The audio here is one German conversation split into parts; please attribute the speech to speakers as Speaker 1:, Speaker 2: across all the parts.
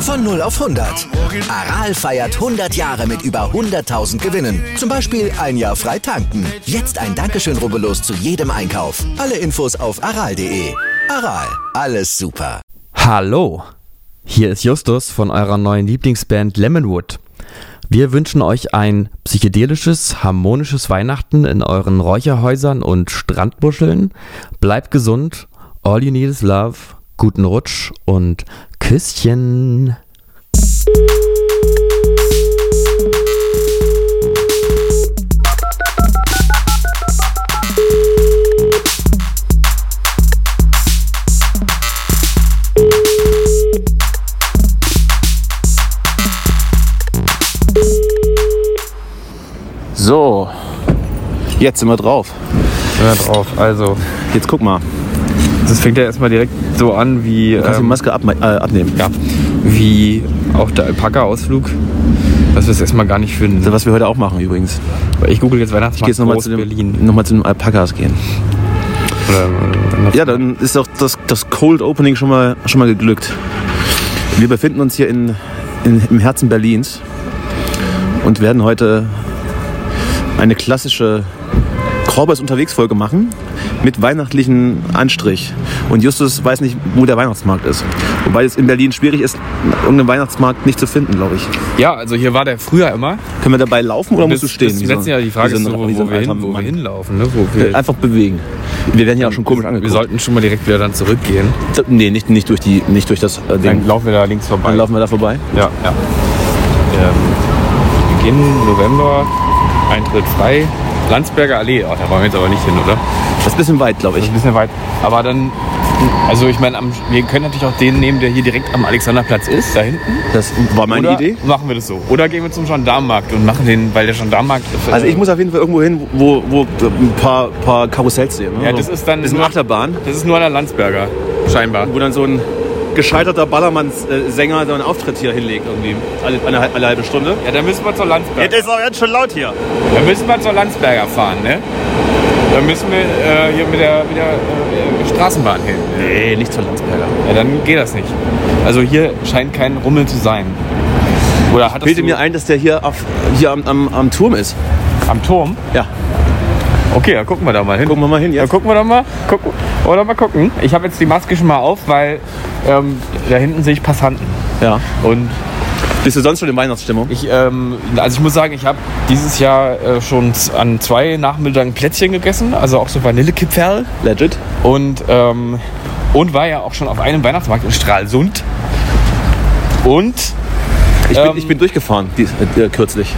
Speaker 1: Von 0 auf 100. Aral feiert 100 Jahre mit über 100.000 Gewinnen. Zum Beispiel ein Jahr frei tanken. Jetzt ein Dankeschön, rubbellos zu jedem Einkauf. Alle Infos auf aral.de. Aral, alles super.
Speaker 2: Hallo, hier ist Justus von eurer neuen Lieblingsband Lemonwood. Wir wünschen euch ein psychedelisches, harmonisches Weihnachten in euren Räucherhäusern und Strandbuscheln. Bleibt gesund, all you need is love, guten Rutsch und Küsschen.
Speaker 3: So, jetzt sind wir drauf.
Speaker 4: Ja, drauf. Also,
Speaker 3: Jetzt guck mal.
Speaker 4: das fängt ja erstmal direkt so an wie,
Speaker 3: Kannst du die
Speaker 4: ähm,
Speaker 3: Maske ab, äh, abnehmen?
Speaker 4: ja, wie auch der Alpaka-Ausflug. Dass wir es erstmal gar nicht finden.
Speaker 3: Was wir heute auch machen übrigens.
Speaker 4: Ich google jetzt
Speaker 3: Ich gehe
Speaker 4: Weihnachtsmarkt
Speaker 3: jetzt nochmal
Speaker 4: Groß
Speaker 3: zu, dem-
Speaker 4: Berlin.
Speaker 3: noch mal zu den Alpakas gehen.
Speaker 4: Oder, oder,
Speaker 3: Ja, dann ist auch das, das Cold Opening schon mal, schon mal geglückt. Wir befinden uns hier in, in, im Herzen Berlins und werden heute eine klassische Korbers unterwegs Folge machen mit weihnachtlichen Anstrich. Und Justus weiß nicht, wo der Weihnachtsmarkt ist. Wobei es in Berlin schwierig ist, irgendeinen Weihnachtsmarkt nicht zu finden, glaube ich.
Speaker 4: ja, also hier war der früher immer.
Speaker 3: Können wir dabei laufen oder musst du
Speaker 4: Bis-
Speaker 3: stehen?
Speaker 4: bis
Speaker 3: wie
Speaker 4: Im
Speaker 3: so-
Speaker 4: letzten Jahr die Frage
Speaker 3: wie
Speaker 4: ist,
Speaker 3: so ein-
Speaker 4: so, wo,
Speaker 3: wie so ein
Speaker 4: wir,
Speaker 3: alter
Speaker 4: hin, wo wir
Speaker 3: Mann.
Speaker 4: hinlaufen. Ne? Wo wir,
Speaker 3: Einfach bewegen. Wir werden ja auch schon komisch
Speaker 4: wir
Speaker 3: angeguckt.
Speaker 4: sollten schon mal direkt wieder dann zurückgehen.
Speaker 3: nee, nicht, nicht, durch, die, nicht durch das äh, Ding.
Speaker 4: laufen wir da links vorbei.
Speaker 3: Dann laufen wir da vorbei.
Speaker 4: Ja, ja. Ähm, Beginn November, Eintritt frei. Landsberger Allee, oh, da wollen wir jetzt aber nicht hin, oder?
Speaker 3: Das ist ein bisschen weit, glaube ich.
Speaker 4: Ein bisschen weit. Aber dann, also ich meine, am- wir können natürlich auch den nehmen, der hier direkt am Alexanderplatz ist, da hinten.
Speaker 3: Das war meine
Speaker 4: oder
Speaker 3: Idee.
Speaker 4: machen wir das so. Oder gehen wir zum Gendarmenmarkt und machen den, weil der Gendarmenmarkt... äh,
Speaker 3: Also ich muss auf jeden Fall irgendwo hin, wo, wo ein paar, paar Karussells sehen. Ne?
Speaker 4: Ja, das ist dann...
Speaker 3: Das ist eine Achterbahn,
Speaker 4: Das ist nur an der Landsberger, scheinbar.
Speaker 3: wo dann so ein gescheiterter Ballermann-Sänger so einen Auftritt hier hinlegt irgendwie. Alle, eine, halbe- alle halbe Stunde.
Speaker 4: Ja, dann müssen wir zur Landsberger.
Speaker 3: ist auch ganz schön laut hier.
Speaker 4: Dann müssen wir zur Landsberger fahren, ne? Dann müssen wir äh, hier mit der, mit der äh, Straßenbahn hin.
Speaker 3: Nee, nicht zur Landsberger.
Speaker 4: Ja, dann geht das nicht. Also hier scheint kein Rummel zu sein. Oder hattest
Speaker 3: Bilde
Speaker 4: du
Speaker 3: mir ein, dass der hier, auf, hier am, am, am Turm ist.
Speaker 4: am Turm?
Speaker 3: Ja,
Speaker 4: Okay, dann gucken wir da mal hin.
Speaker 3: gucken wir mal hin
Speaker 4: Dann
Speaker 3: jetzt.
Speaker 4: gucken wir doch mal. Gucken. Oder mal gucken. Ich habe jetzt die Maske schon mal auf, weil ähm, da hinten sehe ich Passanten.
Speaker 3: Ja.
Speaker 4: Und
Speaker 3: Bist du sonst schon in Weihnachtsstimmung?
Speaker 4: ich, ähm, also ich muss sagen, ich habe dieses Jahr äh, schon z- an zwei Nachmittagen Plätzchen gegessen, also auch so Vanillekipferl.
Speaker 3: Legit.
Speaker 4: Und, ähm, und war ja auch schon auf einem Weihnachtsmarkt in Stralsund. Und
Speaker 3: Ich,
Speaker 4: Ähm.
Speaker 3: bin, ich bin durchgefahren dies, äh, kürzlich.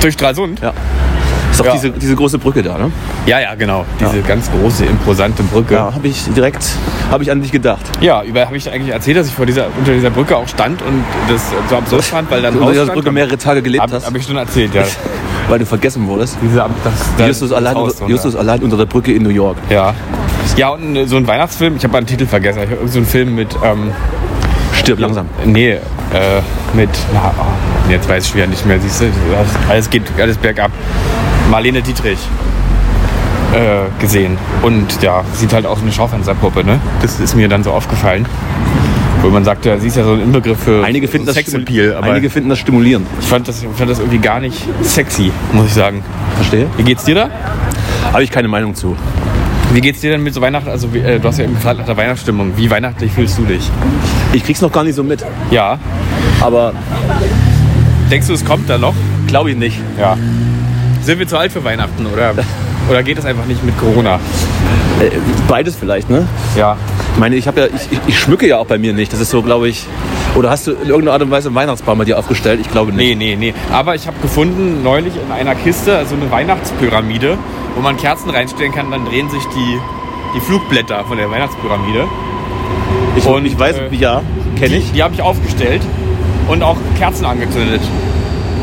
Speaker 4: durch Stralsund.
Speaker 3: Ist doch
Speaker 4: Ja.
Speaker 3: diese, diese große Brücke da, ne?
Speaker 4: Ja, ja, genau. Diese ganz große, imposante Brücke.
Speaker 3: Ja, habe ich direkt hab ich an dich gedacht.
Speaker 4: Ja, über habe ich eigentlich erzählt, dass ich vor dieser, unter dieser Brücke auch stand und das so absurd fand, weil dann
Speaker 3: Du hast
Speaker 4: Haus
Speaker 3: auf der
Speaker 4: stand.
Speaker 3: Brücke mehrere Tage gelebt
Speaker 4: Hab,
Speaker 3: hast,
Speaker 4: hab ich schon erzählt, ja.
Speaker 3: weil du vergessen wurdest.
Speaker 4: Diese, Ab- das, das,
Speaker 3: Justus, allein,
Speaker 4: Haus
Speaker 3: unter,
Speaker 4: drunter.
Speaker 3: Justus allein unter der Brücke in New York.
Speaker 4: Ja. Ja, und äh, so ein Weihnachtsfilm, ich habe einen Titel vergessen. Ich habe irgendeinen so einen Film mit, ähm,
Speaker 3: Stirb langsam.
Speaker 4: nee, äh, mit, na, oh, jetzt weiß ich wieder nicht mehr, siehst du, das- alles geht, alles bergab. Marlene Dietrich äh, gesehen. Und ja, sieht halt aus wie eine Schaufensterpuppe, ne? Das ist mir dann so aufgefallen. Wo man sagt, ja, sie ist ja so ein Inbegriff für
Speaker 3: Einige finden, das
Speaker 4: Sexappeal,
Speaker 3: stimuli-
Speaker 4: aber
Speaker 3: Einige finden das stimulierend.
Speaker 4: ich fand das, ich fand das irgendwie gar nicht sexy, muss ich sagen.
Speaker 3: Verstehe?
Speaker 4: Wie geht's dir da?
Speaker 3: Habe ich keine Meinung zu.
Speaker 4: Wie geht's dir denn mit so Weihnachten? Also wie, äh, du hast ja eben gefragt nach der Weihnachtsstimmung. Wie weihnachtlich fühlst du dich?
Speaker 3: Ich krieg's noch gar nicht so mit.
Speaker 4: Ja.
Speaker 3: Aber
Speaker 4: Denkst du, es kommt da noch?
Speaker 3: glaube ich nicht.
Speaker 4: Ja. Sind wir zu alt für Weihnachten oder, oder geht das einfach nicht mit Corona?
Speaker 3: Äh, beides vielleicht, ne?
Speaker 4: Ja.
Speaker 3: Ich meine, ich habe ja, ich, ich, ich schmücke ja auch bei mir nicht. Das ist so, glaube ich. Oder hast du in irgendeiner Art und Weise einen Weihnachtsbaum bei dir aufgestellt? Ich glaube nicht.
Speaker 4: Nee, nee, nee. Aber ich habe gefunden, neulich in einer Kiste, also eine Weihnachtspyramide, wo man Kerzen reinstellen kann, dann drehen sich die, die Flugblätter von der Weihnachtspyramide.
Speaker 3: Ich,
Speaker 4: Und,
Speaker 3: ich weiß,
Speaker 4: äh,
Speaker 3: ja, kenne ich.
Speaker 4: Die habe ich aufgestellt und auch Kerzen angezündet.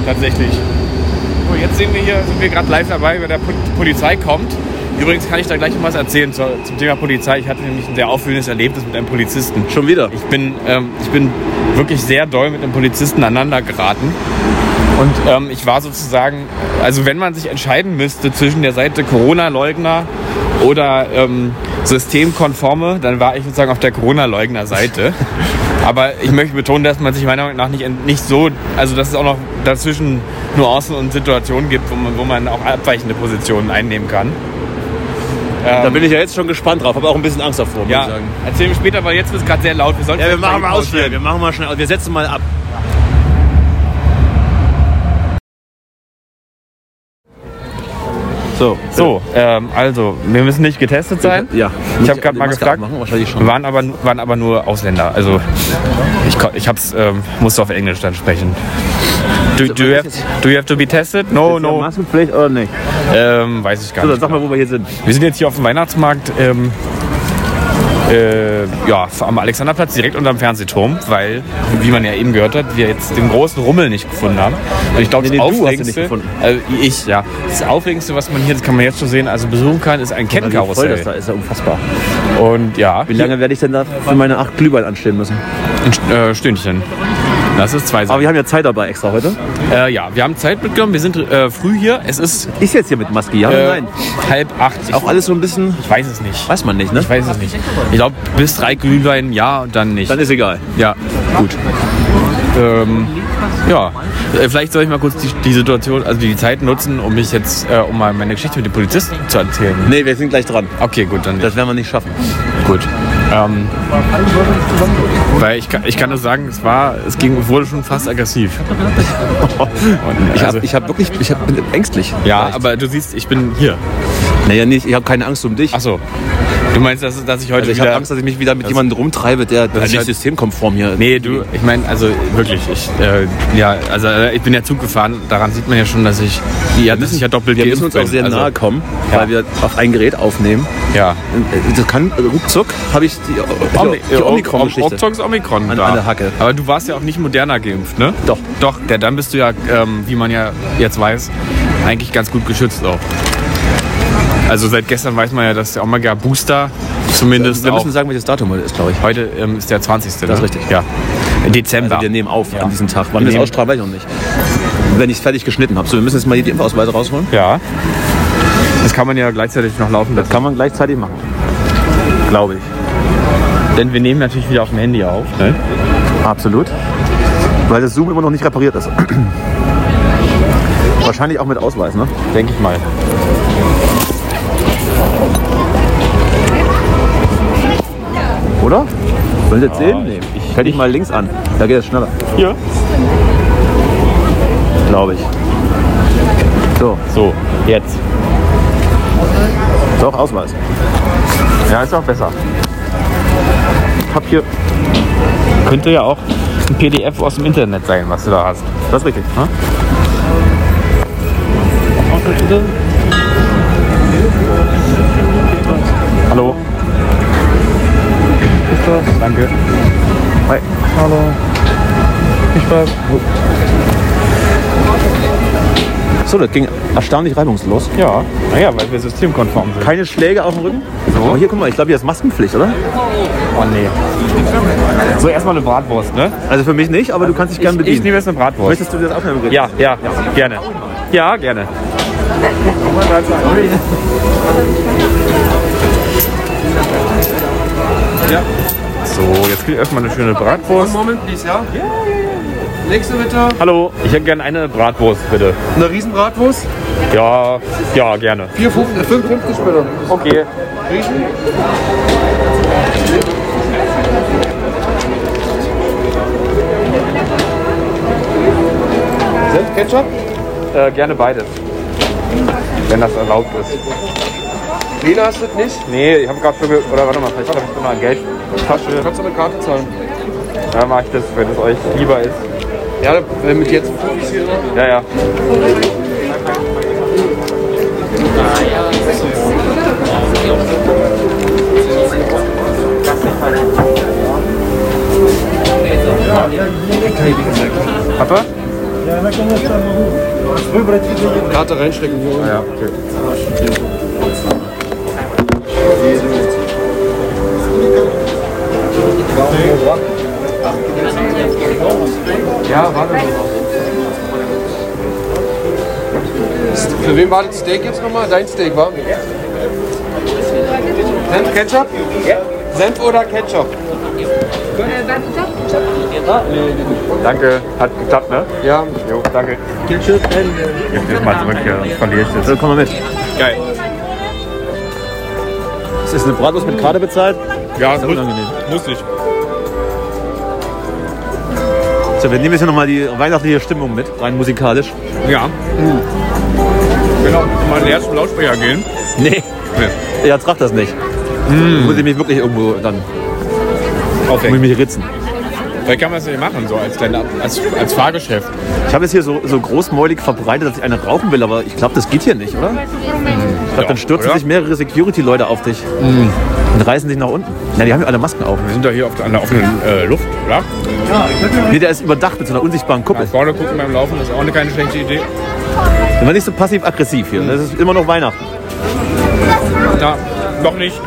Speaker 4: tatsächlich. So, jetzt sehen wir hier, sind wir gerade live dabei, wenn der Po- die Polizei kommt. Übrigens kann ich da gleich noch was erzählen zu, zum Thema Polizei. Ich hatte nämlich ein sehr aufwühlendes Erlebnis mit einem Polizisten.
Speaker 3: Schon wieder.
Speaker 4: Ich bin, ähm, ich bin wirklich sehr doll mit einem Polizisten aneinander geraten. Und ähm, ich war sozusagen, also wenn man sich entscheiden müsste zwischen der Seite Corona-Leugner oder ähm, Systemkonforme, dann war ich sozusagen auf der Corona-Leugner-Seite. Aber ich möchte betonen, dass man sich meiner Meinung nach nicht, nicht so, also dass es auch noch dazwischen Nuancen und Situationen gibt, wo man, wo man auch abweichende Positionen einnehmen kann.
Speaker 3: Da bin ich ja jetzt schon gespannt drauf, aber auch ein bisschen Angst davor, muss
Speaker 4: Ja,
Speaker 3: ich sagen.
Speaker 4: erzählen wir später, weil jetzt wird es gerade sehr laut. Wir sollten
Speaker 3: Ja, wir
Speaker 4: vielleicht
Speaker 3: machen mal aus
Speaker 4: pausieren.
Speaker 3: schnell. Wir machen mal schnell. aus. Wir setzen mal ab. So,
Speaker 4: So, ähm, also, wir müssen nicht getestet sein.
Speaker 3: Ja.
Speaker 4: Ich habe gerade mal gefragt,
Speaker 3: Machen, wahrscheinlich schon.
Speaker 4: waren aber, waren aber nur Ausländer. Also, ich, ko- ich hab's, ähm, musste auf Englisch dann sprechen. Do, do, you have, do you have to be tested? No, no.
Speaker 3: Maskenpflicht oder nicht?
Speaker 4: Ähm, weiß ich gar
Speaker 3: So, dann
Speaker 4: nicht.
Speaker 3: sag mal, wo wir hier sind.
Speaker 4: Wir sind jetzt hier auf dem Weihnachtsmarkt. Ähm, äh, ja, am Alexanderplatz direkt unterm Fernsehturm, weil, wie man ja eben gehört hat, wir jetzt den großen Rummel nicht gefunden haben. Und ich glaube,
Speaker 3: Nee, nee, du
Speaker 4: das
Speaker 3: hast ihn
Speaker 4: Aufregendste,
Speaker 3: nicht gefunden.
Speaker 4: also ich, ja, das Aufregendste, was man hier, das kann man jetzt schon sehen, also besuchen kann, ist ein
Speaker 3: Also, Wie voll das da
Speaker 4: Kettenkarussell.
Speaker 3: ist, ja unfassbar.
Speaker 4: Und ja,
Speaker 3: Wie lange werde ich denn da für meine acht Glühwein anstehen müssen?
Speaker 4: ein äh, Stündchen. Das ist zwei
Speaker 3: Aber
Speaker 4: Sachen.
Speaker 3: wir haben ja Zeit dabei extra heute.
Speaker 4: Äh, ja, wir haben Zeit mitgenommen, wir sind äh, früh hier, es ist
Speaker 3: Ist jetzt hier mit Maske, ja
Speaker 4: äh,
Speaker 3: oder nein?
Speaker 4: halb acht. Ich,
Speaker 3: Auch alles so ein bisschen,
Speaker 4: ich weiß es nicht.
Speaker 3: weiß man nicht, ne?
Speaker 4: Ich weiß es nicht. Ich glaube, bis drei Glühwein ja und dann nicht.
Speaker 3: Dann ist egal.
Speaker 4: Ja, gut. Ähm, ja, Äh, vielleicht soll ich mal kurz die, die Situation, also die Zeit nutzen, um mich jetzt, äh, um mal meine Geschichte mit dem Polizisten zu erzählen.
Speaker 3: Nee, wir sind gleich dran.
Speaker 4: Okay, gut, dann
Speaker 3: Das werden wir nicht schaffen.
Speaker 4: gut. Ähm, weil ich kann, ich kann das sagen, es war, es ging, wurde schon fast aggressiv. Und,
Speaker 3: Ich
Speaker 4: also,
Speaker 3: habe ich hab wirklich, ich hab, bin ängstlich.
Speaker 4: ja, aber du siehst, ich bin hier.
Speaker 3: Naja, nicht, ich habe keine Angst um dich.
Speaker 4: Achso, du meinst, dass, dass ich heute
Speaker 3: Also ich habe
Speaker 4: wieder...
Speaker 3: Angst, dass ich mich wieder mit jemandem rumtreibe, der der nicht
Speaker 4: halt-
Speaker 3: systemkonform hier.
Speaker 4: Nee, du, ich meine, also wirklich, ich, äh, ja, also äh, ich bin ja Zug gefahren, daran sieht man ja schon, dass ich, ja, dass ich ja doppelt
Speaker 3: wir
Speaker 4: geimpft
Speaker 3: müssen uns auch
Speaker 4: bin.
Speaker 3: sehr
Speaker 4: also,
Speaker 3: nahe kommen, weil wir auf ein Gerät aufnehmen.
Speaker 4: Ja.
Speaker 3: Das kann ruckzuck habe ich die,
Speaker 4: Omi-
Speaker 3: die, die Omikron-Geschichte.
Speaker 4: Ruckzuck ist Omikron
Speaker 3: An-
Speaker 4: da.
Speaker 3: an der Hacke.
Speaker 4: Aber du warst ja auch nicht moderner geimpft, ne?
Speaker 3: Doch.
Speaker 4: Doch, der, dann bist du ja, ähm, wie man ja jetzt weiß, eigentlich ganz gut geschützt auch. Also seit gestern weiß man ja, dass der Omega Booster zumindest
Speaker 3: wir
Speaker 4: auch,
Speaker 3: müssen sagen, welches Datum heute ist, glaube ich.
Speaker 4: heute ähm, ist der 20.
Speaker 3: Das
Speaker 4: ne?
Speaker 3: ist richtig.
Speaker 4: Ja. Dezember.
Speaker 3: Also wir nehmen auf an diesem Tag.
Speaker 4: Wir
Speaker 3: Wann wir es
Speaker 4: nehmen-
Speaker 3: ausstrahlen, weiß ich noch nicht. Wenn ich es fertig geschnitten habe. So, wir müssen jetzt mal hier die Impfausweise rausholen.
Speaker 4: ja. Das kann man ja gleichzeitig noch laufen lassen.
Speaker 3: man gleichzeitig machen. Glaube ich.
Speaker 4: Denn wir nehmen natürlich wieder auf dem Handy auf. Ne?
Speaker 3: Absolut. Weil das Zoom immer noch nicht repariert ist. Wahrscheinlich auch mit Ausweis, ne?
Speaker 4: Denke ich mal.
Speaker 3: Oder? Sollen Sie jetzt den nehmen? Ich, Hätte ich mal links an. Da geht es schneller.
Speaker 4: Ja.
Speaker 3: Glaube ich. So,
Speaker 4: So, jetzt.
Speaker 3: doch Ausweis.
Speaker 4: Ja, ist auch besser.
Speaker 3: Ich hab hier.
Speaker 4: Könnte ja auch ein PDF aus dem Internet sein, was du da hast.
Speaker 3: Das ist richtig.
Speaker 4: Hallo. Danke.
Speaker 3: Hi. So, das ging erstaunlich reibungslos.
Speaker 4: Ja, naja, weil wir systemkonform sind.
Speaker 3: Keine Schläge auf dem Rücken. Aber hier, guck mal, ich glaube, hier ist Maskenpflicht, oder?
Speaker 4: Oh nee. So, erstmal eine Bratwurst, ne?
Speaker 3: Also für mich nicht, aber du kannst dich gern bedienen.
Speaker 4: Ich nehme jetzt eine Bratwurst.
Speaker 3: Möchtest du das aufnehmen? Gerät?
Speaker 4: Ja, ja, gerne. Ja, gerne. So, jetzt kriege ich erstmal eine schöne Bratwurst.
Speaker 5: Moment, please, ja? Nächste bitte.
Speaker 4: Hallo, ich hätte gerne eine Bratwurst, bitte.
Speaker 5: Eine Riesenbratwurst.
Speaker 4: Ja, ja, gerne.
Speaker 5: 4,50 55 bitte.
Speaker 4: Okay.
Speaker 5: Riesen. Senf, Ketchup?
Speaker 4: Äh, gerne beides. Wenn das erlaubt ist.
Speaker 5: Lena hast du das nicht?
Speaker 4: Nee, ich habe gerade schon. ge- Oder warte mal, vielleicht habe ich noch eine Geldtasche.
Speaker 5: Kannst du eine Karte zahlen?
Speaker 4: Dann mache ich das, wenn es euch lieber ist.
Speaker 5: Ja, wenn mit jetzt 50 hier drin.
Speaker 4: Ja, ja. Papa?
Speaker 6: Karte reinstecken. Hier.
Speaker 4: Ja, okay.
Speaker 6: Ja, warte mal. Für wen war das Steak jetzt nochmal? Dein Steak, war? Senf, Ketchup? Senf oder Ketchup?
Speaker 4: Danke, hat geklappt, ne?
Speaker 6: Ja.
Speaker 4: Jo, danke. Jetzt geh ich mal zurück hier, sonst verliere ich das.
Speaker 3: So, Also, komm mal mit.
Speaker 4: Geil.
Speaker 3: Das ist eine Bratwurst mit Karte bezahlt.
Speaker 4: Ja,
Speaker 3: ist unangenehm.
Speaker 4: muss ich.
Speaker 3: So, wir nehmen jetzt hier nochmal die weihnachtliche Stimmung mit, rein musikalisch.
Speaker 4: Ja. Genau, mal leer zum Lautsprecher gehen.
Speaker 3: Nee.
Speaker 4: Nee. Hm.
Speaker 3: Ja, traf das nicht. Muss ich mich wirklich irgendwo dann muss ich
Speaker 4: Aufhängen.
Speaker 3: mich ritzen.
Speaker 4: Vielleicht kann man das nicht machen, so als, kleine, als, als Fahrgeschäft.
Speaker 3: Ich habe jetzt hier so, so großmäulig verbreitet, dass ich eine rauchen will, aber ich glaube, das geht hier nicht, oder? Ich glaube, dann stürzen
Speaker 4: oder? Hm.
Speaker 3: sich mehrere Security-Leute auf dich und reißen dich nach unten. Na, die haben ja alle Masken auf.
Speaker 4: Wir sind doch hier auf der, an der offenen äh, Luft, oder?
Speaker 3: Nee, der ist überdacht mit so einer unsichtbaren Kuppel.
Speaker 4: Nach vorne gucken beim Laufen ist auch eine keine schlechte Idee.
Speaker 3: Der war nicht so passiv-aggressiv hier. ne? Das ist immer noch Weihnachten.
Speaker 4: Na, noch nicht.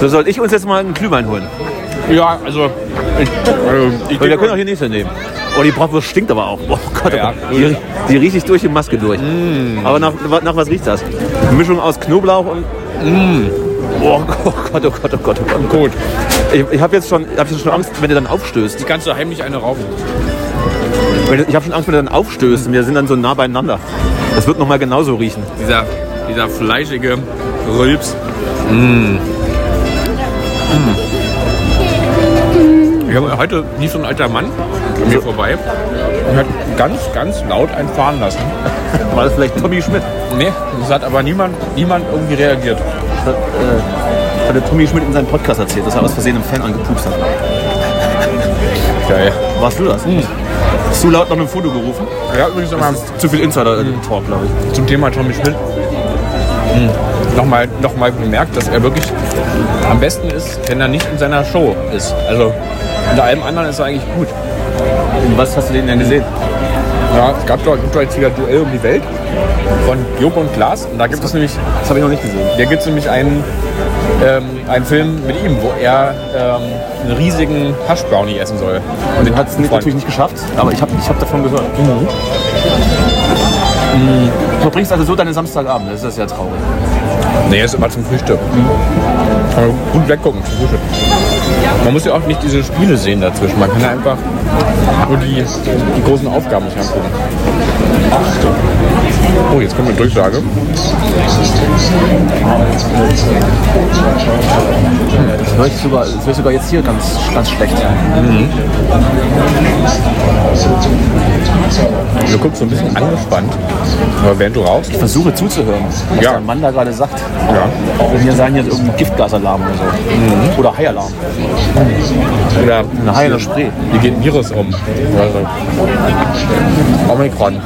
Speaker 3: So soll ich uns jetzt mal einen Glühwein holen.
Speaker 4: Ja, also ich, also, ich
Speaker 3: Weil wir können auch hier nächste nehmen. Oh, die Bratwurst stinkt aber auch. Oh Gott,
Speaker 4: Ja,
Speaker 3: aber die, die riecht sich durch die Maske durch. Aber nach, nach was riecht das? Eine Mischung aus Knoblauch und. Oh Gott, oh Gott, oh Gott, oh Gott, oh Gott.
Speaker 4: Gut,
Speaker 3: Ich, ich habe jetzt, schon- hab jetzt schon Angst, wenn du dann aufstößt.
Speaker 4: kannst du heimlich eine rauchen.
Speaker 3: Weil Ich habe schon Angst, wenn du dann aufstößt und wir sind dann so nah beieinander. Das wird nochmal genauso riechen.
Speaker 4: Dieser, dieser fleischige Rülps. Mmh. Mm. Ich habe heute lief so ein alter Mann an mir vorbei und hat ganz, ganz laut einen fahren lassen.
Speaker 3: War das vielleicht Tommy Schmidt?
Speaker 4: Nee, das hat aber niemand, niemand irgendwie reagiert.
Speaker 3: Das hat, äh, hat der Tommy Schmidt in seinem Podcast erzählt, dass er aus Versehen einen Fan angepupst hat.
Speaker 4: Geil.
Speaker 3: Warst du das? Zu laut nach einem Foto gerufen?
Speaker 4: Ja, übrigens nochmal
Speaker 3: Zu viel Insider-Talk, glaube ich.
Speaker 4: zum Thema Tommy Schmidt. Mm. Nochmal, nochmal bemerkt, dass er wirklich am besten ist, wenn er nicht in seiner Show ist. Also unter allem anderen ist er eigentlich gut.
Speaker 3: Und was hast du den denn gesehen?
Speaker 4: Ja, es gab doch gibt doch jetzt wieder Duell um die Welt von Job und Glas. Und da gibt es nämlich,
Speaker 3: Das habe ich noch nicht gesehen.
Speaker 4: da gibt es nämlich einen, ähm, einen Film mit ihm, wo er ähm, einen riesigen Haschbrownie essen soll. Und
Speaker 3: Er hat es natürlich nicht geschafft, aber ich habe ich hab davon gehört. Mhm. Du verbringst also so deine Samstagabend, das ist ja traurig.
Speaker 4: Nee, ist immer zum Frühstück. Kann man gut weggucken zum Frühstück. Man muss ja auch nicht diese Spiele sehen dazwischen. Man kann ja einfach nur die, die großen Aufgaben sich angucken. Oh, jetzt kommt eine Durchsage.
Speaker 3: Das höre ich sogar, das höre ich sogar jetzt hier ganz, ganz schlecht.
Speaker 4: Du guckst so ein bisschen angespannt. Aber während du rauchst,
Speaker 3: Versuche zuzuhören, was
Speaker 4: Ja.
Speaker 3: der Mann da gerade sagt.
Speaker 4: Ja.
Speaker 3: Wenn hier sagen jetzt irgendein Giftgasalarm oder so. Oder Haialarm.
Speaker 4: Oder
Speaker 3: Mhm. Eine Haie in der Spree.
Speaker 4: Hier geht ein Virus um. Also. Omikron.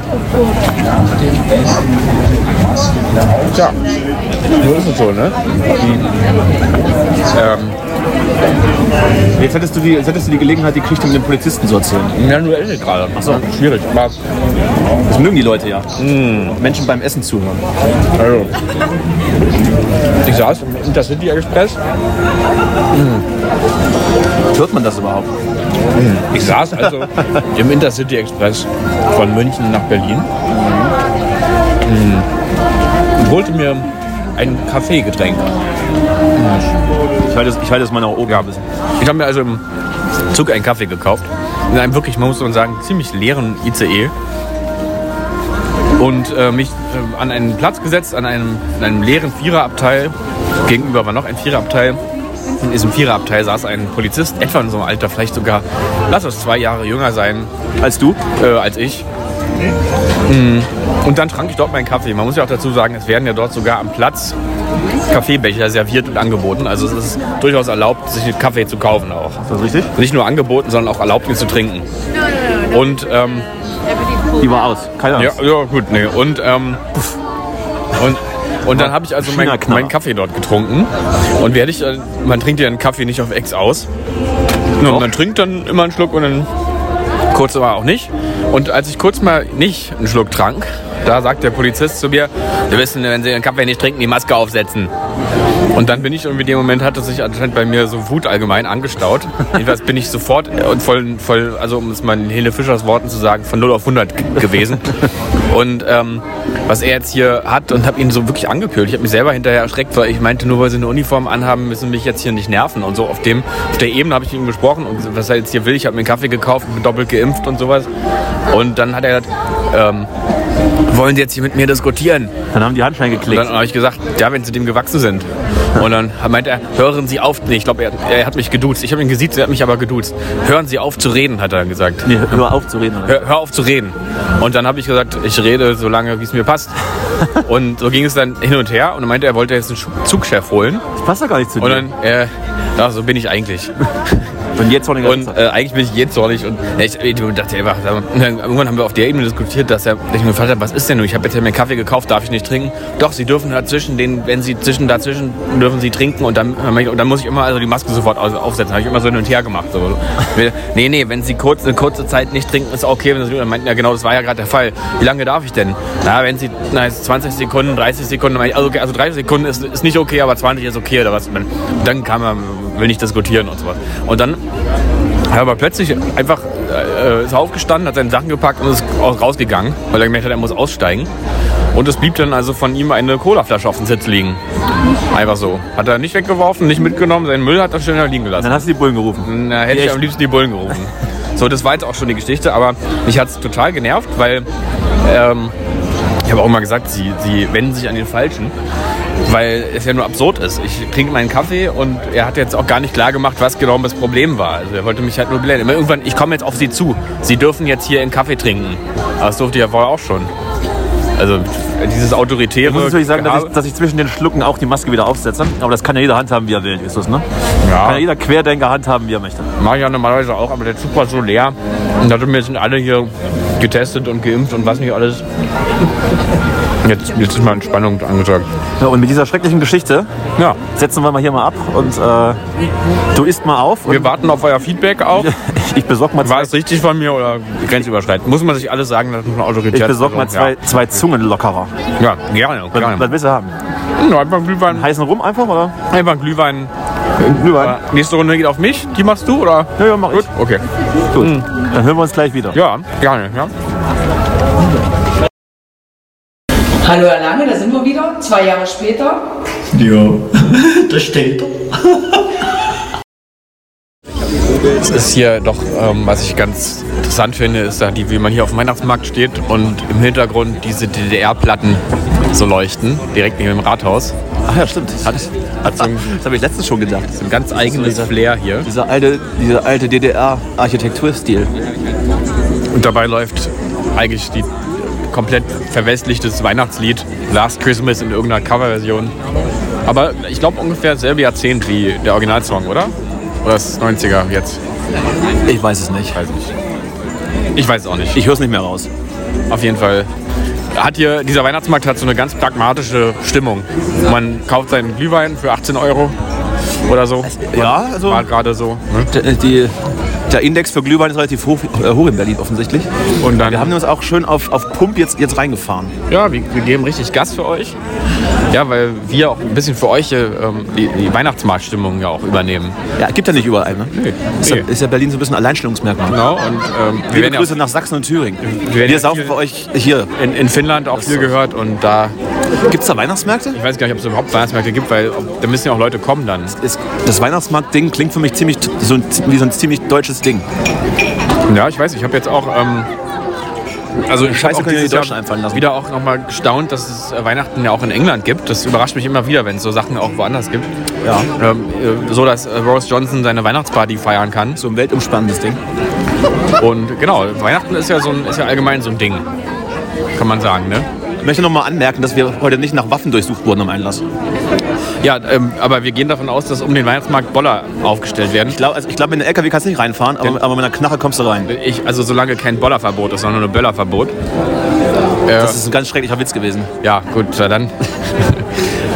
Speaker 4: Tja, so ist es so, ne? Die, ähm,
Speaker 3: Jetzt hättest du die, jetzt hättest du die Gelegenheit, die Geschichte mit dem Polizisten zu erzählen.
Speaker 4: ähm, ja, nur Ende gerade.
Speaker 3: so.
Speaker 4: Schwierig. Aber,
Speaker 3: Das mögen die Leute ja. Menschen beim Essen zuhören.
Speaker 4: also. Ich saß im Intercity Express.
Speaker 3: Hört man das überhaupt?
Speaker 4: Ich saß also im Intercity Express von München nach Berlin. Hm. Und holte mir ein Kaffeegetränk.
Speaker 3: Ich halte es, ich halte es mal nach oben.
Speaker 4: Ja, ich habe mir also im Zug einen Kaffee gekauft. In einem wirklich, man muss man sagen, ziemlich leeren ICE. Und äh, mich äh, an einen Platz gesetzt, an einem, in einem leeren Viererabteil. Gegenüber war noch ein Viererabteil. In diesem Viererabteil saß ein Polizist, etwa in so einem Alter, vielleicht sogar, lass es zwei Jahre jünger sein
Speaker 3: Als du?
Speaker 4: äh, als ich. Mm. Und dann trank ich dort meinen Kaffee. Man muss ja auch dazu sagen, es werden ja dort sogar am Platz Kaffeebecher serviert und angeboten. Also es ist durchaus erlaubt, sich einen Kaffee zu kaufen auch.
Speaker 3: Ist das richtig?
Speaker 4: Nicht nur angeboten, sondern auch erlaubt, ihn zu trinken. Und ähm,
Speaker 3: Die war aus. Keine Angst.
Speaker 4: ja, ja, gut, nee. Und, ähm, und, und dann habe ich also meinen
Speaker 3: China-Knaller.
Speaker 4: meinen Kaffee dort getrunken. Und werde ich, äh, man trinkt ja einen Kaffee nicht auf Ex aus. Nur, man trinkt dann immer einen Schluck und dann Kurz aber auch nicht. Und als ich kurz mal nicht einen Schluck trank, da sagt der Polizist zu mir, wir müssen, wenn Sie den Kaffee nicht trinken, die Maske aufsetzen. Und dann bin ich irgendwie in dem Moment hatte sich anscheinend bei mir so Wut allgemein angestaut. Jedenfalls bin ich sofort äh, und voll, voll, also um es mal in Hele Fischers Worten zu sagen, von 0 auf 100 g- gewesen. Und ähm, was er jetzt hier hat und habe ihn so wirklich angepölt. Ich habe mich selber hinterher erschreckt, weil ich meinte, nur weil sie eine Uniform anhaben, müssen mich jetzt hier nicht nerven. Und so auf dem, auf der Ebene habe ich mit ihm gesprochen und was er jetzt hier will. Ich habe mir einen Kaffee gekauft, bin doppelt geimpft und sowas. Und dann hat er gesagt, ähm, wollen Sie jetzt hier mit mir diskutieren?
Speaker 3: Dann haben die Handschellen
Speaker 4: Und
Speaker 3: geklickt.
Speaker 4: dann habe ich gesagt, ja, wenn sie dem gewachsen sind. Und dann meint er, hören Sie auf, nee, ich glaube, er, er hat mich geduzt. Ich habe ihn gesiezt, er hat mich aber geduzt. Hören Sie auf zu reden, hat er dann gesagt.
Speaker 3: nee, hör auf zu reden.
Speaker 4: Hör, hör auf zu reden. Und dann habe ich gesagt, ich rede so lange, wie es mir passt. Und so ging es dann hin und her. Und dann meinte er, er wollte jetzt einen Schu- Zugchef holen.
Speaker 3: Das passt doch gar nicht zu dir.
Speaker 4: Und dann, äh, ja, so bin ich eigentlich.
Speaker 3: und jetzt von den ganzen
Speaker 4: Und äh, eigentlich bin ich jetzt zornig und ja, ich, ich dachte einfach, sag mal, und dann, irgendwann haben wir auf der Ebene diskutiert, dass er dass ich mir gefragt habe, was ist denn nun? Ich habe jetzt hier mir einen Kaffee gekauft, darf ich nicht trinken? Doch, sie dürfen dazwischen, den, wenn sie zwischen dazwischen dürfen sie trinken und dann, und dann muss ich immer also die Maske sofort aus, aufsetzen. Habe ich immer so hin und her gemacht. So. Wir- Nee, nee, wenn sie kurz, eine kurze Zeit nicht trinken, ist okay. Wenn sie, dann meinten ja genau, das war ja gerade der Fall. Wie lange darf ich denn? Na, wenn sie na, jetzt 20 Sekunden, 30 Sekunden, dann meinte ich, also, okay, also 30 Sekunden ist, ist nicht okay, aber 20 ist okay oder was. Dann kann man, will nicht diskutieren und so was. Und dann ja, aber plötzlich einfach äh, ist er aufgestanden, hat seine Sachen gepackt und ist aus- rausgegangen, weil er gemerkt hat, er muss aussteigen. Und es blieb dann also von ihm eine Colaflasche auf dem Sitz liegen. Einfach so. Hat er nicht weggeworfen, nicht mitgenommen, seinen Müll hat er schön da liegen gelassen.
Speaker 3: Dann hast du die Bullen gerufen.
Speaker 4: Na, äh, hätte ich
Speaker 3: Echt?
Speaker 4: am liebsten die Bullen gerufen. So, das war jetzt auch schon die Geschichte, aber mich hat es total genervt, weil ähm, ich habe auch mal gesagt, sie, sie wenden sich an den Falschen, weil es ja nur absurd ist. Ich trinke meinen Kaffee und er hat jetzt auch gar nicht klar gemacht, was genau das Problem war. Also er wollte mich halt nur belehren. Immer Irgendwann, ich komme jetzt auf sie zu. Sie dürfen jetzt hier einen Kaffee trinken. Aber das durfte ich ja vorher auch schon. Also dieses autoritäre.
Speaker 3: Ich muss natürlich sagen, dass
Speaker 4: Gehabe-
Speaker 3: ich, dass ich zwischen den Schlucken auch die Maske wieder aufsetze. Aber das kann ja jeder handhaben, wie er will, ist das, ne?
Speaker 4: Ja.
Speaker 3: Kann ja jeder Querdenker handhaben, wie er möchte.
Speaker 4: Mache ich ja normalerweise auch, aber der Zug war so leer. Und dachte mir, sind alle hier getestet und geimpft und was nicht alles. Jetzt, jetzt ist mal Entspannung angesagt.
Speaker 3: Ja, und mit dieser schrecklichen Geschichte
Speaker 4: Ja,
Speaker 3: setzen wir mal hier mal ab und äh, du isst mal auf und
Speaker 4: wir warten auf euer Feedback auch.
Speaker 3: ich besorg mal
Speaker 4: War
Speaker 3: zwei,
Speaker 4: es richtig von mir oder grenzüberschreitend? Muss man sich alles sagen, das muss man autoritär
Speaker 3: ich besorg mal zwei,
Speaker 4: Ja,
Speaker 3: zwei Zungenlockerer.
Speaker 4: Also, ja gerne,
Speaker 3: Was,
Speaker 4: gerne.
Speaker 3: was willst du haben?
Speaker 4: Ja, Einfach Glühwein,
Speaker 3: Heißen Rum einfach oder?
Speaker 4: einfach Glühwein. Äh,
Speaker 3: Glühwein.
Speaker 4: Nächste Runde geht auf mich, die machst du oder?
Speaker 3: Ja, ja, mach
Speaker 4: Gut,
Speaker 3: ich.
Speaker 4: okay.
Speaker 3: Gut. Dann hören wir uns gleich wieder.
Speaker 4: Ja, gerne, ja.
Speaker 7: Hallo Herr Lange, da sind wir wieder, zwei Jahre später.
Speaker 8: Ja, das steht er.
Speaker 4: Es ist hier doch, ähm, was ich ganz interessant finde, ist, da die, wie man hier auf dem Weihnachtsmarkt steht und im Hintergrund diese DDR-Platten so leuchten, direkt neben dem Rathaus.
Speaker 3: Ach ja, stimmt.
Speaker 4: Hat, hat so ein,
Speaker 3: Das habe ich letztens schon gedacht.
Speaker 4: so ein ganz eigenes Flair hier.
Speaker 3: Dieser alte, dieser alte DDR-Architekturstil.
Speaker 4: Und dabei läuft eigentlich die komplett verwestlichtes Weihnachtslied Last Christmas in irgendeiner Coverversion. Aber ich glaube ungefähr dasselbe Jahrzehnt wie der Originalsong, oder? Oder ist es 90er jetzt?
Speaker 3: Ich weiß es nicht.
Speaker 4: Weiß ich nicht. Ich weiß es auch nicht.
Speaker 3: Ich höre es nicht mehr raus.
Speaker 4: Auf jeden Fall. Hat hier, dieser Weihnachtsmarkt hat so eine ganz pragmatische Stimmung. Man kauft seinen Glühwein für 18 Euro oder so.
Speaker 3: Ja, also-
Speaker 4: War gerade so. ne?
Speaker 3: Der, äh, die, der Index für Glühwein ist relativ hoch, äh, hoch in Berlin offensichtlich.
Speaker 4: Und dann,
Speaker 3: Wir haben uns auch schön auf, auf Pump jetzt, jetzt reingefahren.
Speaker 4: ja, wir, wir geben richtig Gas für euch. Ja, weil wir auch ein bisschen für euch äh, ähm, die, die Weihnachtsmarktstimmung ja auch übernehmen.
Speaker 3: Ja, gibt ja nicht überall, ne?
Speaker 4: Nee.
Speaker 3: Ist, ja,
Speaker 4: Nee.
Speaker 3: ist ja Berlin so ein bisschen Alleinstellungsmerkmal.
Speaker 4: Genau, und ähm, wir
Speaker 3: Liebe
Speaker 4: werden ja
Speaker 3: Grüße nach Sachsen und Thüringen.
Speaker 4: werden
Speaker 3: Wir
Speaker 4: ja
Speaker 3: saufen
Speaker 4: viel-
Speaker 3: bei euch hier.
Speaker 4: in, in Finnland auch viel gehört und da,
Speaker 3: Gibt es da Weihnachtsmärkte?
Speaker 4: ich weiß gar nicht, ob es überhaupt Weihnachtsmärkte gibt, weil ob, da müssen ja auch Leute kommen dann.
Speaker 3: Ist, das Weihnachtsmarkt-Ding klingt für mich ziemlich t- so ein, wie so ein ziemlich deutsches Ding.
Speaker 4: Ja, ich weiß, ich habe jetzt auch. Ähm, also ich
Speaker 3: Scheiße,
Speaker 4: hab auch
Speaker 3: können wir die
Speaker 4: dieses Jahr
Speaker 3: Deutschen einfallen lassen.
Speaker 4: Wieder auch nochmal gestaunt, dass es äh, Weihnachten ja auch in England gibt. Das überrascht mich immer wieder, wenn es so Sachen auch woanders gibt.
Speaker 3: Ja.
Speaker 4: Ähm, äh, so, dass äh, Boris Johnson seine Weihnachtsparty feiern kann.
Speaker 3: So ein weltumspannendes Ding.
Speaker 4: Und genau, Weihnachten ist ja, so ein, ist ja allgemein so ein Ding. Kann man sagen, ne?
Speaker 3: Ich möchte nochmal anmerken, dass wir heute nicht nach Waffen durchsucht wurden am Einlass.
Speaker 4: Ja, ähm, aber wir gehen davon aus, dass um den Weihnachtsmarkt Boller aufgestellt werden.
Speaker 3: Ich glaube, also ich glaub, mit einem LKW kannst du nicht reinfahren, aber, aber mit einer Knarre kommst du rein.
Speaker 4: Ich, also solange kein Bollerverbot ist, sondern nur Böllerverbot.
Speaker 3: Das ist ein ganz schrecklicher Witz gewesen.
Speaker 4: Ja, gut, na dann.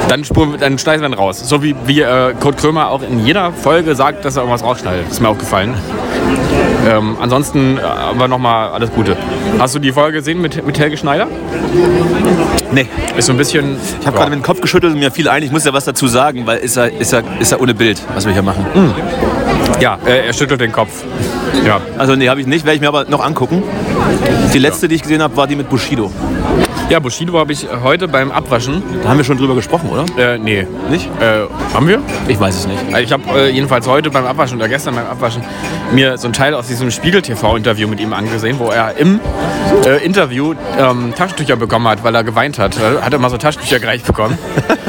Speaker 4: Dann, spuren, wir- dann schneiden wir ihn raus. So wie, wie äh, Kurt Krömer auch in jeder Folge sagt, dass er irgendwas rausschneidet. Ist mir aufgefallen. Ähm, ansonsten äh, aber nochmal alles Gute. Hast du die Folge gesehen mit, mit Helge Schneider?
Speaker 3: Nee,
Speaker 4: Ist so ein bisschen.
Speaker 3: ich habe gerade mit dem Kopf geschüttelt und mir fiel ein, ich muss ja was dazu sagen, weil ist ja, ist ja, ist ja ohne Bild, was wir hier machen.
Speaker 4: Ja, äh, er, er schüttelt den Kopf. Ja.
Speaker 3: Also nee, habe ich nicht, werde ich mir aber noch angucken. Die letzte, die ich gesehen habe, war die mit Bushido.
Speaker 4: Ja, Bushido habe ich heute beim Abwaschen.
Speaker 3: Da haben wir schon drüber gesprochen, oder?
Speaker 4: Äh, nee.
Speaker 3: Nicht?
Speaker 4: Äh, haben wir?
Speaker 3: Ich weiß es nicht.
Speaker 4: Ich habe äh, jedenfalls heute beim Abwaschen oder gestern beim Abwaschen mir so einen Teil aus diesem Spiegel-TV-Interview mit ihm angesehen, wo er im äh, Interview ähm, Taschentücher bekommen hat, weil er geweint hat. Er hat immer so Taschentücher gereicht bekommen.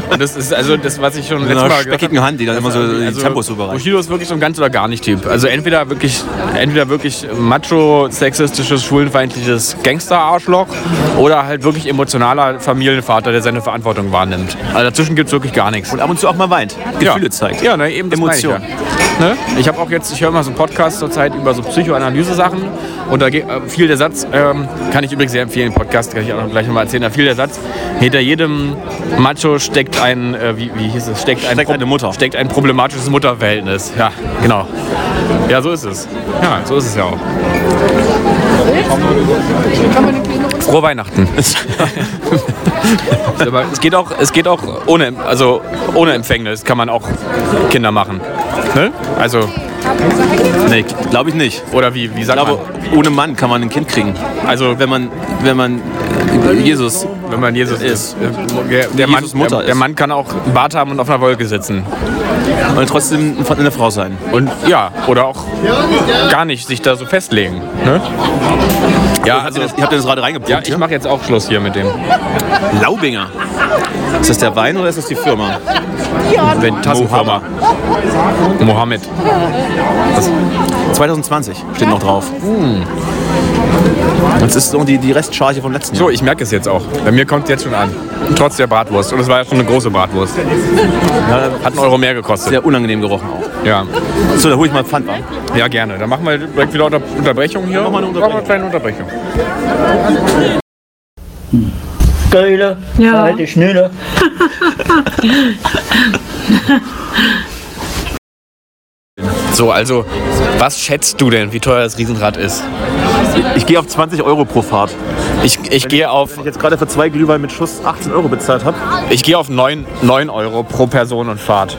Speaker 4: Und das ist also das, was ich schon letztes
Speaker 3: einer
Speaker 4: Mal
Speaker 3: speckigen
Speaker 4: hab. also,
Speaker 3: Hand, die dann immer so die Tempos so bereicht.
Speaker 4: Bushido ist wirklich so ein ganz oder gar nicht Typ. Also entweder wirklich, entweder wirklich macho, sexistisches, schwulenfeindliches Gangster-Arschloch oder halt wirklich emotionaler Familienvater, der seine Verantwortung wahrnimmt. Also dazwischen gibt es wirklich gar nichts.
Speaker 3: Und ab und zu auch mal weint, Gefühle
Speaker 4: ja.
Speaker 3: zeigt.
Speaker 4: Ja, ne, eben das
Speaker 3: Emotion.
Speaker 4: meine Ich, ja. ne? ich habe auch jetzt, ich höre mal so einen Podcast zurzeit über so Psychoanalyse-Sachen und da geht, äh, fiel der Satz, ähm, kann ich übrigens sehr empfehlen, Podcast kann ich auch noch gleich nochmal erzählen, da fiel der Satz, hinter jedem Macho steckt ein, äh, wie, wie hieß es, steckt, ein
Speaker 3: Steckt eine Mutter.
Speaker 4: steckt ein problematisches Mutterverhältnis. Ja, genau. Ja, so ist es. Ja, so ist es ja auch. Frohe Weihnachten. Aber es geht auch, es geht auch ohne, also ohne Empfängnis kann man auch Kinder machen. Ne? Also,
Speaker 3: Nee, glaube ich nicht.
Speaker 4: oder wie, wie
Speaker 3: Ich
Speaker 4: sagt
Speaker 3: glaube,
Speaker 4: man?
Speaker 3: ohne Mann kann man ein Kind kriegen.
Speaker 4: Also,
Speaker 3: Wenn man, wenn man äh, Jesus
Speaker 4: wenn man Jesus
Speaker 3: ist.
Speaker 4: ist. äh, Der, der, Mann,
Speaker 3: Jesus Mutter
Speaker 4: der, der
Speaker 3: ist.
Speaker 4: Mann kann auch einen Bart haben und auf einer Wolke sitzen.
Speaker 3: und trotzdem eine Frau sein.
Speaker 4: Und ja, oder auch gar nicht sich da so festlegen. Ne? Ja, also,
Speaker 3: Ich habe das gerade reingepumpt.
Speaker 4: ja, ich mache jetzt auch Schluss hier mit dem.
Speaker 3: Laubinger. Ist das der Wein oder ist das die Firma?
Speaker 4: Wenn Tassenfirma. Mohammed.
Speaker 3: 2020 steht noch drauf.
Speaker 4: Hm.
Speaker 3: Das ist so die, die Restcharge vom letzten Jahr.
Speaker 4: So, ich merke es jetzt auch. Bei mir kommt es jetzt schon an. Trotz der Bratwurst. Und es war ja schon eine große Bratwurst. Hat einen Euro mehr gekostet.
Speaker 3: Sehr unangenehm gerochen auch.
Speaker 4: Ja,
Speaker 3: So, da hole ich mal Pfand. wa?
Speaker 4: ja gerne. Dann machen wir direkt wieder Unter Unterbrechung hier.
Speaker 3: Machen wir eine
Speaker 4: Machen wir eine kleine Unterbrechung.
Speaker 9: Geile,
Speaker 10: Ja.
Speaker 9: alte Schnüre.
Speaker 4: So, also, was schätzt du denn, wie teuer das Riesenrad ist?
Speaker 3: Ich gehe auf 20 Euro pro Fahrt.
Speaker 4: Ich, ich gehe auf,
Speaker 3: Wenn ich jetzt gerade für zwei Glühwein mit Schuss 18 Euro bezahlt habe,
Speaker 4: ich gehe auf 9, 9 Euro pro Person und Fahrt.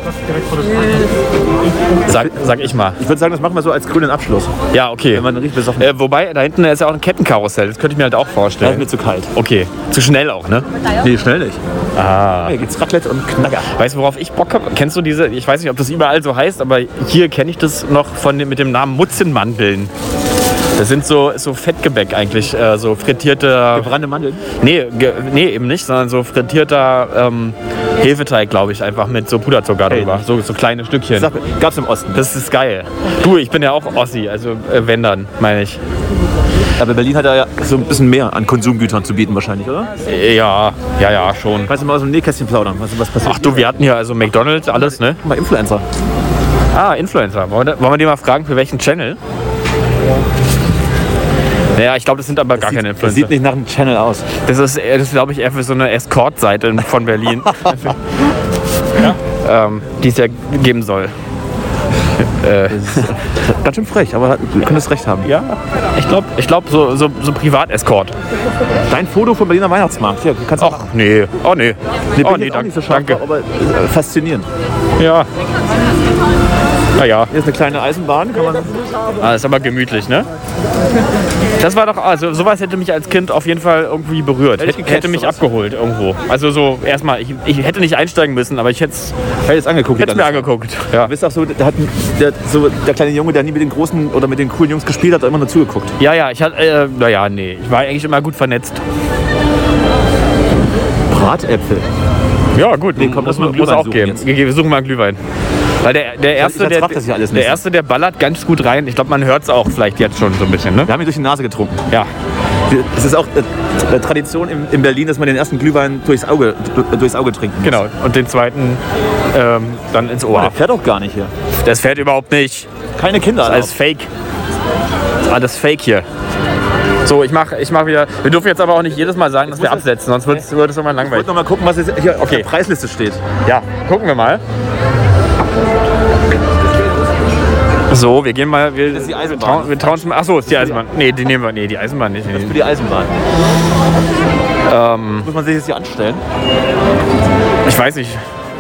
Speaker 4: Sag, sag ich mal.
Speaker 3: ich würde sagen, das machen wir so als grünen Abschluss.
Speaker 4: Ja, okay.
Speaker 3: Wenn man richtig besoffen
Speaker 4: Äh, wobei, da hinten ist ja auch ein Kettenkarussell. Das könnte ich mir halt auch
Speaker 3: Das ist
Speaker 4: vorstellen.
Speaker 3: mir zu kalt.
Speaker 4: Okay, zu schnell auch, ne?
Speaker 3: Nee, schnell nicht. Ah. Hier geht's Raclette und Knacker.
Speaker 4: Weißt du, worauf ich Bock habe? Kennst du diese, ich weiß nicht, ob das überall so heißt, aber hier kenne ich das noch von dem, mit dem Namen Mutzenmandeln. Das sind so, ist so Fettgebäck eigentlich, äh, so frittierte...
Speaker 3: Gebrannte Mandeln.
Speaker 4: Nee, ge, nee, eben nicht, sondern so frittierter ähm, Hefeteig, glaube ich, einfach mit so Puderzucker drüber. So, so kleine Stückchen.
Speaker 3: Sag, gab's im Osten.
Speaker 4: Das ist geil. Du, ich bin ja auch Ossi, also äh, wenn dann, meine ich.
Speaker 3: Aber Berlin hat da ja so ein bisschen mehr an Konsumgütern zu bieten wahrscheinlich, oder?
Speaker 4: Ja, ja, ja, schon.
Speaker 3: Kannst du mal aus dem Nähkästchen plaudern, was, was passiert?
Speaker 4: Ach du, wir hatten hier also McDonalds, alles, ne?
Speaker 3: Guck mal Influencer.
Speaker 4: Ah, Influencer. Wollen wir, wollen wir die mal fragen, für welchen Channel? Naja, ich glaube, das sind aber gar keine
Speaker 3: Das
Speaker 4: Influencer.
Speaker 3: sieht nicht nach einem Channel aus.
Speaker 4: Das ist, äh, das glaube ich, eher für so eine Escort-Seite in- von Berlin. ja. ähm, die es ja geben soll.
Speaker 3: Ganz schön frech, aber du könntest recht haben.
Speaker 4: Ja, ich glaube, ich glaub, so, so, so Privat-Escort.
Speaker 3: Dein Foto vom Berliner Weihnachtsmarkt. Hier, kannst du
Speaker 4: Och, nee. Oh, nee.
Speaker 3: Nee, bin
Speaker 4: oh,
Speaker 3: ich
Speaker 4: nee,
Speaker 3: jetzt auch nicht
Speaker 4: danke.
Speaker 3: so scharf,
Speaker 4: danke.
Speaker 3: aber äh, faszinierend.
Speaker 4: Ja. Naja.
Speaker 3: Hier ist eine kleine Eisenbahn. Kann man
Speaker 4: Ah, ist aber gemütlich, ne? Das war doch, also sowas hätte mich als Kind auf jeden Fall irgendwie berührt.
Speaker 3: Hätte ich
Speaker 4: Hätte,
Speaker 3: gecatcht,
Speaker 4: hätte mich
Speaker 3: sowas.
Speaker 4: abgeholt irgendwo. Also so erstmal, ich, ich hätte nicht einsteigen müssen, aber ich hätte es
Speaker 3: hätte es angeguckt. die
Speaker 4: mir
Speaker 3: ganze Zeit.
Speaker 4: angeguckt. Ja.
Speaker 3: Du bist auch so der, hat, der, so, der kleine Junge, der nie mit den großen oder mit den coolen Jungs gespielt hat, hat immer nur zugeguckt.
Speaker 4: ja, ja, ich hatte, äh, naja, nee, ich war eigentlich immer gut vernetzt.
Speaker 3: Bratäpfel.
Speaker 4: Ja, gut, nee,
Speaker 3: komm, lass
Speaker 4: muss,
Speaker 3: mal
Speaker 4: man-
Speaker 3: einen
Speaker 4: muss
Speaker 3: Glühwein
Speaker 4: auch
Speaker 3: suchen
Speaker 4: geben.
Speaker 3: jetzt.
Speaker 4: Wir wir suchen mal einen Glühwein. Weil der, der, erste,
Speaker 3: ich
Speaker 4: der,
Speaker 3: ertrag das hier alles
Speaker 4: der
Speaker 3: nicht.
Speaker 4: erste, der ballert ganz gut rein. Ich glaube, man hört es auch vielleicht jetzt schon so ein bisschen, ne?
Speaker 3: Wir haben ihn durch die Nase getrunken.
Speaker 4: Ja.
Speaker 3: Es ist auch äh, Tradition in, in Berlin, dass man den ersten Glühwein durchs Auge, d- durchs Auge trinkt.
Speaker 4: Genau. Und den zweiten ähm, dann ins
Speaker 3: Oh, Der
Speaker 4: Ohr.
Speaker 3: fährt auch gar nicht hier.
Speaker 4: Das fährt überhaupt nicht.
Speaker 3: Keine Kinder.
Speaker 4: Alles Fake. Alles Fake hier. So, ich mach, ich mach wieder. Wir dürfen jetzt aber auch nicht jedes Mal sagen, dass wir absetzen, sonst wird's- wird es immer
Speaker 3: Ich wollte
Speaker 4: langweilig.
Speaker 3: noch mal gucken, was jetzt hier auf
Speaker 4: Okay.
Speaker 3: der Preisliste steht.
Speaker 4: Ja, gucken wir mal. So, wir gehen mal. Wir,
Speaker 3: ist die Eisenbahn.
Speaker 4: Wir trauen, wir trauen schon mal. Achso, ist die Eisenbahn. Nee, die nehmen wir. Nee, die Eisenbahn nicht.
Speaker 3: Für
Speaker 4: Nee.
Speaker 3: die Eisenbahn. Muss man sich jetzt hier anstellen?
Speaker 4: Ich weiß nicht.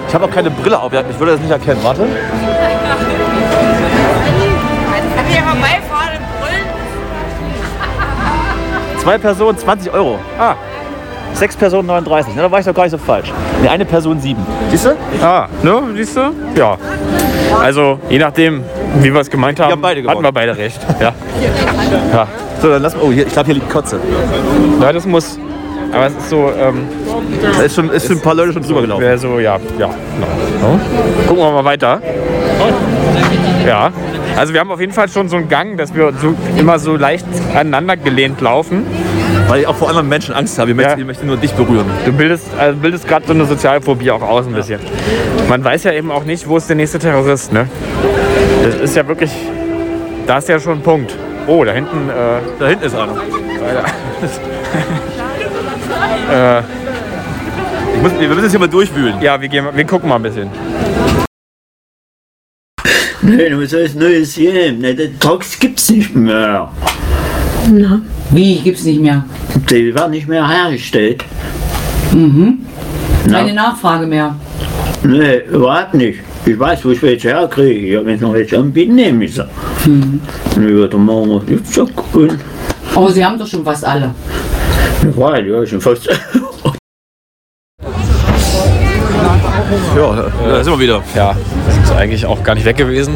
Speaker 3: Ich habe auch keine Brille auf. Ich würde das nicht erkennen. Warte.
Speaker 11: Kann ich ja vorbeifahren und brüllen?
Speaker 3: Zwei Personen 20 Euro.
Speaker 4: Ah.
Speaker 3: Sechs Personen 39. Na, da war ich doch gar nicht so falsch. Nee, eine Person 7. Siehst du?
Speaker 4: Ah, ne? Siehst du? Ja. Also, je nachdem, wie wir es gemeint haben,
Speaker 3: haben beide
Speaker 4: hatten
Speaker 3: gewonnen.
Speaker 4: wir beide recht. Ja. ja.
Speaker 3: So, dann lass mal. Oh, hier, ich glaube, hier liegt Kotze.
Speaker 4: ja, das muss. Aber es ist so, ähm,
Speaker 3: Da ist schon, ist schon ein paar Leute schon drüber gelaufen.
Speaker 4: wäre so, ja, ja, genau. Gucken wir mal weiter. Ja. Also wir haben auf jeden Fall schon so einen Gang, dass wir so immer so leicht aneinander gelehnt laufen.
Speaker 3: Weil ich auch vor anderen Menschen Angst habe. Ich
Speaker 4: Ja.
Speaker 3: möchte, ich möchte nur dich berühren.
Speaker 4: Du bildest, also bildest gerade so eine Sozialphobie auch aus ein bisschen. Man weiß ja eben auch nicht, wo ist der nächste Terrorist, ne? Das ist ja wirklich. Da ist ja schon ein Punkt. Oh, da hinten. Äh,
Speaker 3: Da hinten ist einer. Ich muss, wir müssen jetzt hier mal durchwühlen.
Speaker 4: ja, wir, gehen, wir gucken mal ein bisschen.
Speaker 12: Nein, was heißt neues Game? Nein, den Trucks gibt's nicht mehr.
Speaker 7: Wie, gibt's nicht mehr?
Speaker 12: Die werden nicht mehr hergestellt.
Speaker 7: Keine Nachfrage mehr.
Speaker 12: Nee, überhaupt nicht. Ich weiß, wo ich welche herkriege. Ich habe jetzt noch welche anbieten nehmen müssen.
Speaker 7: Hm.
Speaker 12: Und ich würde morgen auf die Zuck und
Speaker 7: Aber sie haben doch schon fast alle.
Speaker 12: weil ja schon fast.
Speaker 3: Ja, da sind wir wieder.
Speaker 4: Ja, das ist eigentlich auch gar nicht weg gewesen.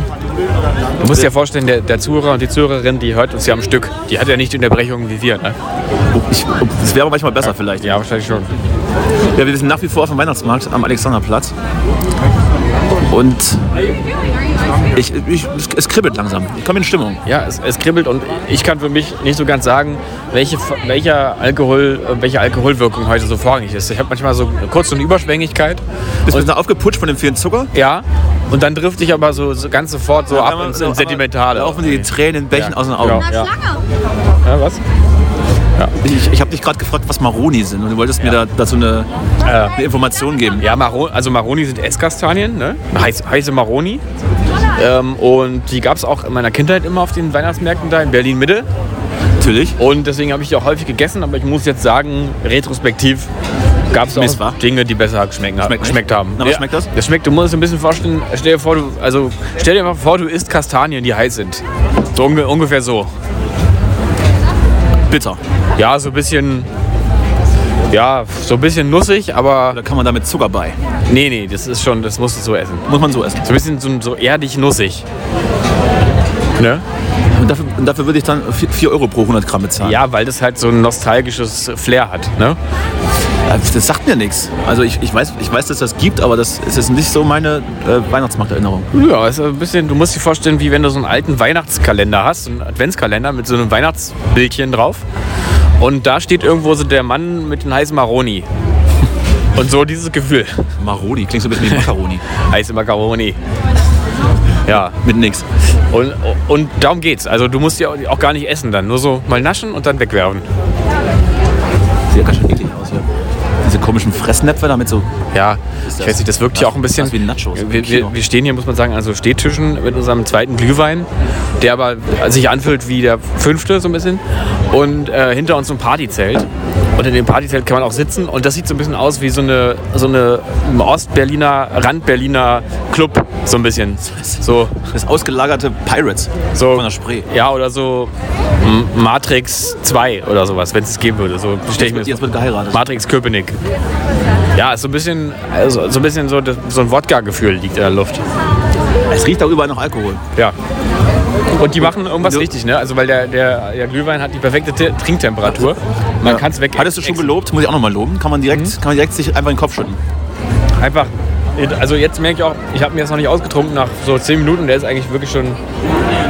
Speaker 4: Du musst dir ja vorstellen, der, der Zuhörer und die Zuhörerin, die hört uns ja am Stück. Die hat ja nicht Unterbrechungen wie wir, ne?
Speaker 3: Ich, das wäre aber manchmal besser vielleicht.
Speaker 4: Ja, wahrscheinlich schon.
Speaker 3: Ja, wir sind nach wie vor auf dem Weihnachtsmarkt am Alexanderplatz. Und ich, ich, es- es kribbelt langsam. Ich komme in Stimmung.
Speaker 4: Ja, es, es kribbelt und ich kann für mich nicht so ganz sagen, welche, welcher Alkohol, äh, welche Alkoholwirkung heute so vorrangig ist. Ich habe manchmal so kurz so eine Überschwängigkeit.
Speaker 3: Bist du ein bisschen aufgeputscht von dem vielen Zucker?
Speaker 4: Ja. Und dann drifte ich aber so, so ganz sofort so ab ins, ins Sentimentale.
Speaker 3: Laufen die Tränen in Bächen
Speaker 4: Ja.
Speaker 3: aus den Augen.
Speaker 4: Ja. Ja, was? Genau.
Speaker 3: Ich, ich habe dich gerade gefragt, was Maroni sind und du wolltest mir da, dazu eine, eine Information geben.
Speaker 4: Ja, Maro also Maroni sind Esskastanien, ne? Heiß, heiße Maroni. Ähm, und die gab es auch in meiner Kindheit immer auf den Weihnachtsmärkten da in Berlin-Mitte.
Speaker 3: Natürlich.
Speaker 4: Und deswegen habe ich die auch häufig gegessen, aber ich muss jetzt sagen, retrospektiv gab es auch
Speaker 3: Mist war.
Speaker 4: Dinge, die besser geschmeckt, haben-
Speaker 3: Schmeckt nicht?
Speaker 4: geschmeckt haben.
Speaker 3: Na, was schmeckt das?
Speaker 4: Das schmeckt, du musst es ein bisschen vorstellen, stell dir vor, du, also, stell dir mal vor, du isst Kastanien, die heiß sind. So unge ungefähr so.
Speaker 3: Bitter.
Speaker 4: Ja, so ein bisschen, ja, so ein bisschen nussig, aber
Speaker 3: Da kann man damit Zucker bei.
Speaker 4: nee, nee, das ist schon, das musst du so essen.
Speaker 3: Muss man so essen.
Speaker 4: So ein bisschen so, so erdig-nussig. Ne?
Speaker 3: Und dafür, und dafür würde ich dann 4 Euro pro 100 Gramm bezahlen.
Speaker 4: Ja, weil das halt so ein nostalgisches Flair hat. Ne?
Speaker 3: Das Äh, das sagt mir nichts. Also ich, ich, weiß, ich weiß, dass das gibt, aber das ist jetzt nicht so meine äh, Weihnachtsmarkterinnerung.
Speaker 4: Ja, ist ein bisschen, du musst dir vorstellen, wie wenn du so einen alten Weihnachtskalender hast, so einen Adventskalender mit so einem Weihnachtsbildchen drauf. Und da steht irgendwo so der Mann mit den heißen Maroni. Und so dieses Gefühl.
Speaker 3: Maroni, klingt so ein bisschen wie Macaroni.
Speaker 4: Heiße Macaroni. Ja,
Speaker 3: Mit nix.
Speaker 4: und, und darum geht's. Also du musst ja auch gar nicht essen dann. Nur so mal naschen und dann wegwerfen.
Speaker 3: Sieht ja ganz schön eklig aus hier. Diese komischen Fressnäpfe damit so.
Speaker 4: Ja,
Speaker 3: Ist
Speaker 4: ich
Speaker 3: das-
Speaker 4: weiß nicht, das wirkt
Speaker 3: das-
Speaker 4: ja auch ein bisschen.
Speaker 3: das wie Nachos im
Speaker 4: wir, wir,
Speaker 3: Kino.
Speaker 4: wir stehen hier, muss man sagen, an so Stehtischen mit unserem zweiten Glühwein, der aber sich anfühlt wie der fünfte, so ein bisschen. Und äh, hinter uns so ein Partyzelt. Und in dem Partyzelt kann man auch sitzen. Und das sieht so ein bisschen aus wie so eine, so eine im Ostberliner, Randberliner Club, so ein bisschen. So,
Speaker 3: Das ausgelagerte Pirates
Speaker 4: so.
Speaker 3: von der Spree.
Speaker 4: Ja, oder so M- Matrix 2 oder sowas, wenn es es geben würde. So stell ich mir das
Speaker 3: Jetzt wird geheiratet.
Speaker 4: Matrix Köpenick. Ja, ist so ein bisschen, also, so ein bisschen so, das- so ein Wodka-Gefühl liegt in der Luft.
Speaker 3: Es riecht auch überall nach Alkohol.
Speaker 4: Ja. Und die machen irgendwas richtig, ne? Also weil der, der, der Glühwein hat die perfekte Te- Trinktemperatur. Man
Speaker 3: Ja.
Speaker 4: kann es weg.
Speaker 3: Hattest du schon gelobt? Muss ich auch nochmal loben. Kann man, direkt, kann man direkt sich einfach in den Kopf schütten.
Speaker 4: Einfach. Also jetzt merke ich auch, ich habe mir das noch nicht ausgetrunken nach so 10 Minuten, der ist eigentlich wirklich schon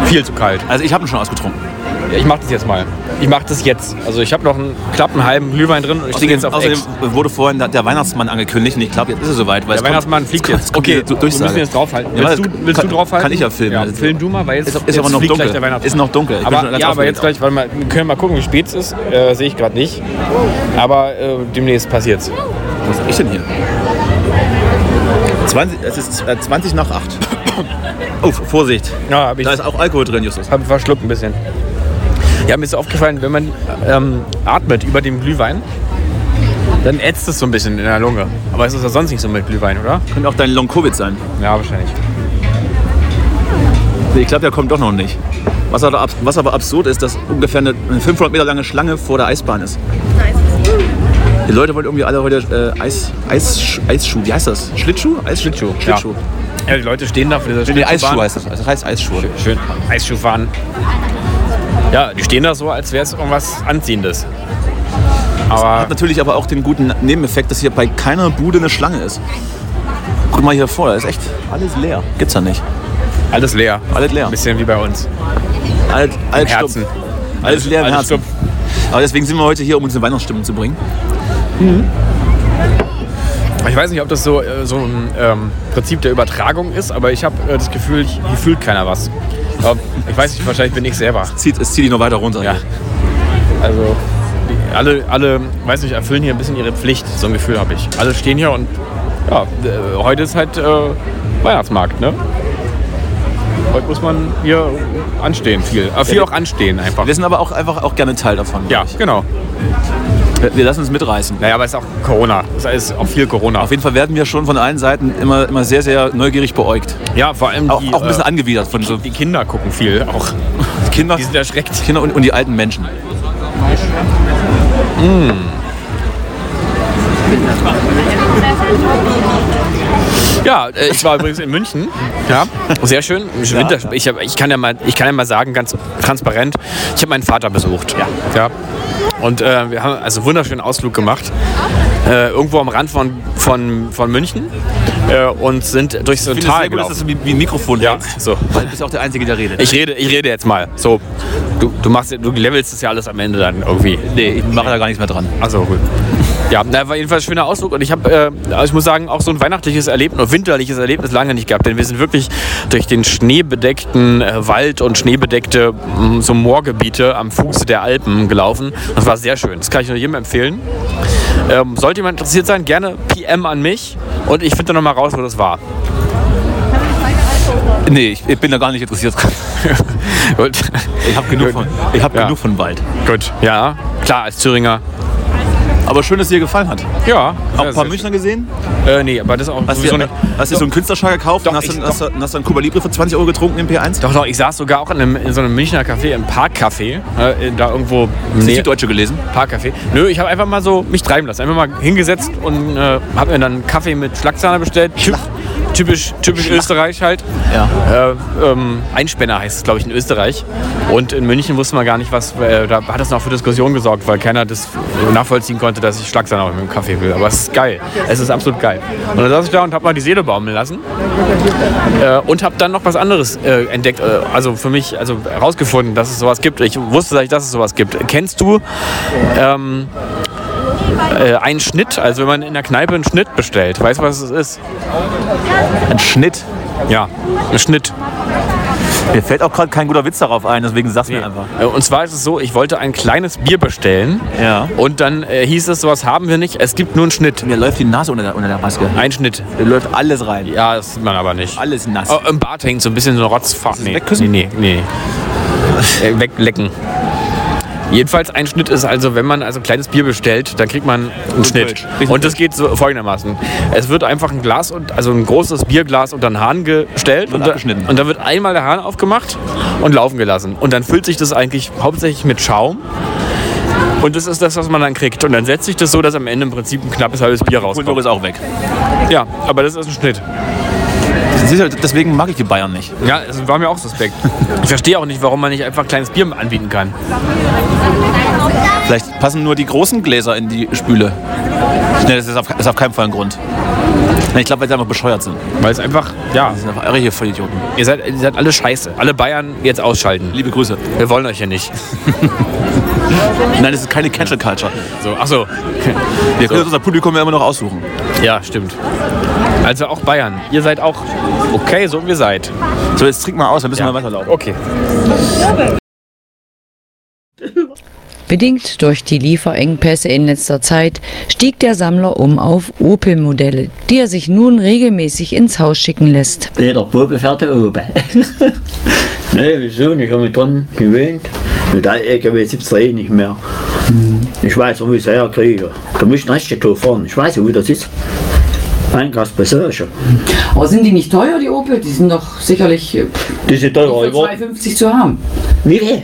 Speaker 4: viel zu kalt.
Speaker 3: Also ich habe ihn schon ausgetrunken.
Speaker 4: Ich mache das jetzt mal. Ich mache das jetzt. Also ich habe noch einen knappen halben Glühwein drin und ich trinke jetzt auf
Speaker 3: außerdem
Speaker 4: Ex.
Speaker 3: wurde vorhin der- der Weihnachtsmann angekündigt und ich glaube, jetzt ist es soweit. Weil
Speaker 4: Der Weihnachtsmann fliegt jetzt.
Speaker 3: Okay,
Speaker 4: wir müssen jetzt draufhalten.
Speaker 3: Ja,
Speaker 4: Willst,
Speaker 3: das
Speaker 4: du, willst
Speaker 3: kann-
Speaker 4: du draufhalten?
Speaker 3: kann ich ja filmen. Also-
Speaker 4: film du mal, weil jetzt
Speaker 3: Ist- ist aber
Speaker 4: jetzt
Speaker 3: noch
Speaker 4: fliegt
Speaker 3: dunkel.
Speaker 4: gleich der Weihnachtsmann.
Speaker 3: Ist noch dunkel. Ich bin schon
Speaker 4: Aber,
Speaker 3: ganz
Speaker 4: ja, aber
Speaker 3: aufgeregt
Speaker 4: jetzt gleich, warte mal, wir können mal gucken, wie spät es ist. Äh, Sehe ich gerade nicht. Aber äh, demnächst passiert's.
Speaker 3: Was hab ich denn hier? 20, es ist äh, 20 nach 8. Oh, Vorsicht.
Speaker 4: Ja, hab ich
Speaker 3: Da ist auch Alkohol drin, Justus.
Speaker 4: hab verschluckt ein bisschen. Ja, mir ist aufgefallen, wenn man ähm, atmet über dem Glühwein, dann ätzt es so ein bisschen in der Lunge. Aber es ist ja sonst nicht so mit Glühwein, oder?
Speaker 3: Könnte auch dein Long-Covid sein.
Speaker 4: Ja, wahrscheinlich.
Speaker 3: Nee, Ich glaube, der kommt doch noch nicht. Was aber, abs- was aber absurd ist, dass ungefähr eine 500 Meter lange Schlange vor der Eisbahn ist. Die Leute wollen irgendwie alle heute äh, Eis, Eis, Eisschuh, wie heißt das? Schlittschuh? Eis, Schlittschuh. Schlittschuh.
Speaker 4: Ja, die Leute stehen da vor dieser
Speaker 3: Nee, Eisschuh
Speaker 4: Schlittschuhbahn.
Speaker 3: heißt das. Das heißt Eisschuh.
Speaker 4: Schön Eisschuh fahren. Ja, die stehen da so, als wäre es irgendwas Anziehendes. Aber
Speaker 3: Hat natürlich aber auch den guten Nebeneffekt, dass hier bei keiner Bude eine Schlange ist. Guck mal hier vor, da ist echt alles leer. Gibt's da nicht.
Speaker 4: alles leer.
Speaker 3: Alles leer.
Speaker 4: Ein bisschen wie bei uns.
Speaker 3: Alles, alles stumpf.
Speaker 4: Herzen.
Speaker 3: Alles leer im
Speaker 4: Alles
Speaker 3: Herzen. Aber deswegen sind wir heute hier, um uns in Weihnachtsstimmung zu bringen.
Speaker 4: Ich weiß nicht, ob das so, äh, so ein ähm, Prinzip der Übertragung ist, aber ich habe äh, das Gefühl, ich- hier fühlt keiner was. Aber ich weiß nicht, wahrscheinlich bin ich selber.
Speaker 3: Zieht, es zieht die noch weiter runter.
Speaker 4: Ja. Also die, alle, alle, weiß nicht, erfüllen hier ein bisschen ihre Pflicht. So ein Gefühl habe ich. Alle stehen hier und ja, äh, heute ist halt äh, Weihnachtsmarkt, ne? Heute muss man hier anstehen viel. Äh, viel auch anstehen einfach.
Speaker 3: Wir sind aber auch einfach auch gerne Teil davon.
Speaker 4: Ja, genau.
Speaker 3: Wir, wir lassen uns mitreißen.
Speaker 4: Naja, aber es ist auch Corona. Es ist auch viel Corona.
Speaker 3: Auf jeden Fall werden wir schon von allen Seiten immer, immer sehr, sehr neugierig beäugt.
Speaker 4: ja, vor allem
Speaker 3: Auch,
Speaker 4: die,
Speaker 3: auch ein bisschen
Speaker 4: äh,
Speaker 3: angewidert von so
Speaker 4: die Kinder gucken viel auch.
Speaker 3: Kinder,
Speaker 4: Die sind erschreckt.
Speaker 3: Kinder und, und die alten Menschen.
Speaker 4: Ja, äh, ich war übrigens in München. Ja, sehr schön. Winter, ich, hab, ich, kann ja mal, ich kann ja mal sagen, ganz transparent, ich habe meinen Vater besucht. Ja. Und äh, wir haben also einen wunderschönen Ausflug gemacht. Äh, irgendwo am Rand von, von, von München äh, und sind durch so ein
Speaker 3: Ich finde es
Speaker 4: Tal
Speaker 3: sehr gut, dass
Speaker 4: gelaufen.
Speaker 3: du wie, wie ein Mikrofon
Speaker 4: Ja,
Speaker 3: hältst.
Speaker 4: so.
Speaker 3: Weil du bist auch der Einzige, der redet.
Speaker 4: Ich rede, ich rede jetzt mal. So, du, du, machst, ja- du levelst das ja alles am Ende dann irgendwie.
Speaker 3: nee, ich mache da gar nichts mehr dran.
Speaker 4: Also gut. Ja, na, war jedenfalls ein schöner Ausflug und ich habe, äh, also ich muss sagen, auch so ein weihnachtliches Erlebnis, oder winterliches Erlebnis lange nicht gehabt, denn wir sind wirklich durch den schneebedeckten äh, Wald und schneebedeckte mh, so Moorgebiete am Fuße der Alpen gelaufen. Das war sehr schön. Das kann ich nur jedem empfehlen. Ähm, sollte jemand interessiert sein, gerne PM an mich und ich finde dann nochmal raus, wo das war.
Speaker 3: Nee, ich, ich bin da gar nicht interessiert.
Speaker 4: gut.
Speaker 3: Ich habe genug, von, ich hab
Speaker 4: Ja.
Speaker 3: genug von Wald.
Speaker 4: gut. Ja, klar, als Thüringer.
Speaker 3: Aber schön, dass es dir gefallen hat. Auch
Speaker 4: Ja. sehr,
Speaker 3: ein paar
Speaker 4: sehr
Speaker 3: Münchner gesehen?
Speaker 4: schön. Äh, nee, aber das ist auch
Speaker 3: Hast du
Speaker 4: sowieso
Speaker 3: dir,
Speaker 4: nicht.
Speaker 3: hast dir so einen Künstlerschal gekauft
Speaker 4: Doch,
Speaker 3: und hast,
Speaker 4: ich-
Speaker 3: dann, hast, dann- hast dann Cuba Libre für 20 Euro getrunken im P1?
Speaker 4: Doch, doch, ich saß sogar auch in, einem, in so einem Münchner Café, im Parkcafé, äh, da irgendwo.
Speaker 3: Hast du die Deutsche gelesen?
Speaker 4: Parkcafé. Nö, ich habe einfach mal so mich treiben lassen. Einfach mal hingesetzt und äh, habe mir dann einen Kaffee mit Schlagsahne bestellt. Typ, typisch typisch Österreich halt. Ja. Äh, ähm, Einspänner heißt es, glaube ich, in Österreich. Und in München wusste man gar nicht, was. Äh, da hat das noch für Diskussionen gesorgt, weil keiner das nachvollziehen konnte, dass ich Schlagsahne mit dem Kaffee will. Aber es ist geil. Es ist absolut geil. Und dann saß ich da und habe mal die Seele baumeln lassen. Äh, und habe dann noch was anderes äh, entdeckt, äh, also für mich, also herausgefunden, dass es sowas gibt. Ich wusste, dass, ich, dass es sowas gibt. Kennst du ähm, äh, einen Schnitt? Also wenn man in der Kneipe einen Schnitt bestellt, weißt du, was es ist?
Speaker 3: Ein Schnitt.
Speaker 4: Ja, ein Schnitt.
Speaker 3: Mir fällt auch gerade kein guter Witz darauf ein, deswegen sag's mir einfach.
Speaker 4: Äh, Und zwar ist es so, ich wollte ein kleines Bier bestellen
Speaker 3: Ja.
Speaker 4: und dann äh, hieß es, sowas haben wir nicht, es gibt nur einen Schnitt.
Speaker 3: Mir läuft die Nase unter der, unter der Maske.
Speaker 4: Ein Schnitt.
Speaker 3: Mir läuft alles rein.
Speaker 4: Ja, das sieht man aber nicht.
Speaker 3: Alles nass.
Speaker 4: Oh, Im Bart hängt so ein bisschen so eine Rotzfahrt. Nee,
Speaker 3: wegküssen?
Speaker 4: nee, nee. nee. Äh, weglecken. Jedenfalls ein Schnitt ist also, wenn man also ein kleines Bier bestellt, dann kriegt man einen Schnitt.
Speaker 3: Kölsch. Richtig
Speaker 4: Und das geht so folgendermaßen. Es wird einfach ein Glas, und, also ein großes Bierglas unter den Hahn gestellt und, da-
Speaker 3: abgeschnitten.
Speaker 4: und dann wird einmal der Hahn aufgemacht und laufen gelassen. Und dann füllt sich das eigentlich hauptsächlich mit Schaum. Und das ist das, was man dann kriegt. Und dann setzt sich das so, dass am Ende im Prinzip ein knappes halbes Bier
Speaker 3: Bulldog
Speaker 4: rauskommt.
Speaker 3: ist auch weg.
Speaker 4: Ja, aber das ist ein Schnitt.
Speaker 3: Siehst du, deswegen mag ich die Bayern nicht.
Speaker 4: Ja, es war mir auch suspekt. Ich verstehe auch nicht, warum man nicht einfach ein kleines Bier anbieten kann.
Speaker 3: Vielleicht passen nur die großen Gläser in die Spüle. Nee, das ist auf, ist auf keinen Fall ein Grund. Nee, Ich glaube, weil sie einfach bescheuert sind.
Speaker 4: Weil es einfach, ja,
Speaker 3: Das sind einfach irre hier Vollidioten.
Speaker 4: ihr seid, ihr seid alle scheiße. Alle Bayern jetzt ausschalten.
Speaker 3: Liebe Grüße.
Speaker 4: Wir wollen euch ja nicht.
Speaker 3: Nein, das ist keine Cancel Culture.
Speaker 4: So, achso.
Speaker 3: Wir können uns unser Publikum ja immer noch aussuchen.
Speaker 4: Ja, stimmt. Also auch Bayern. Ihr seid auch okay, so wie ihr seid.
Speaker 3: So, jetzt trink mal aus, dann müssen wir weiterlaufen.
Speaker 4: Okay.
Speaker 13: Bedingt durch die Lieferengpässe in letzter Zeit stieg der Sammler um auf Opel-Modelle, die er sich nun regelmäßig ins Haus schicken lässt.
Speaker 12: Jeder Popel fährt der Opel. nee, wieso nicht? Ich habe mich dran gewöhnt. Mit alten LKW sitzt er eh nicht mehr. Ich weiß, wo ich es herkriege. Da muss ich richtig drauf fahren. Ich weiß, wo das ist. Einkaufs bei Sörche.
Speaker 7: Aber sind die nicht teuer, die Opel? Die sind doch sicherlich äh,
Speaker 12: Die sind teurer
Speaker 7: für 2,50 zu haben.
Speaker 12: Wie viel?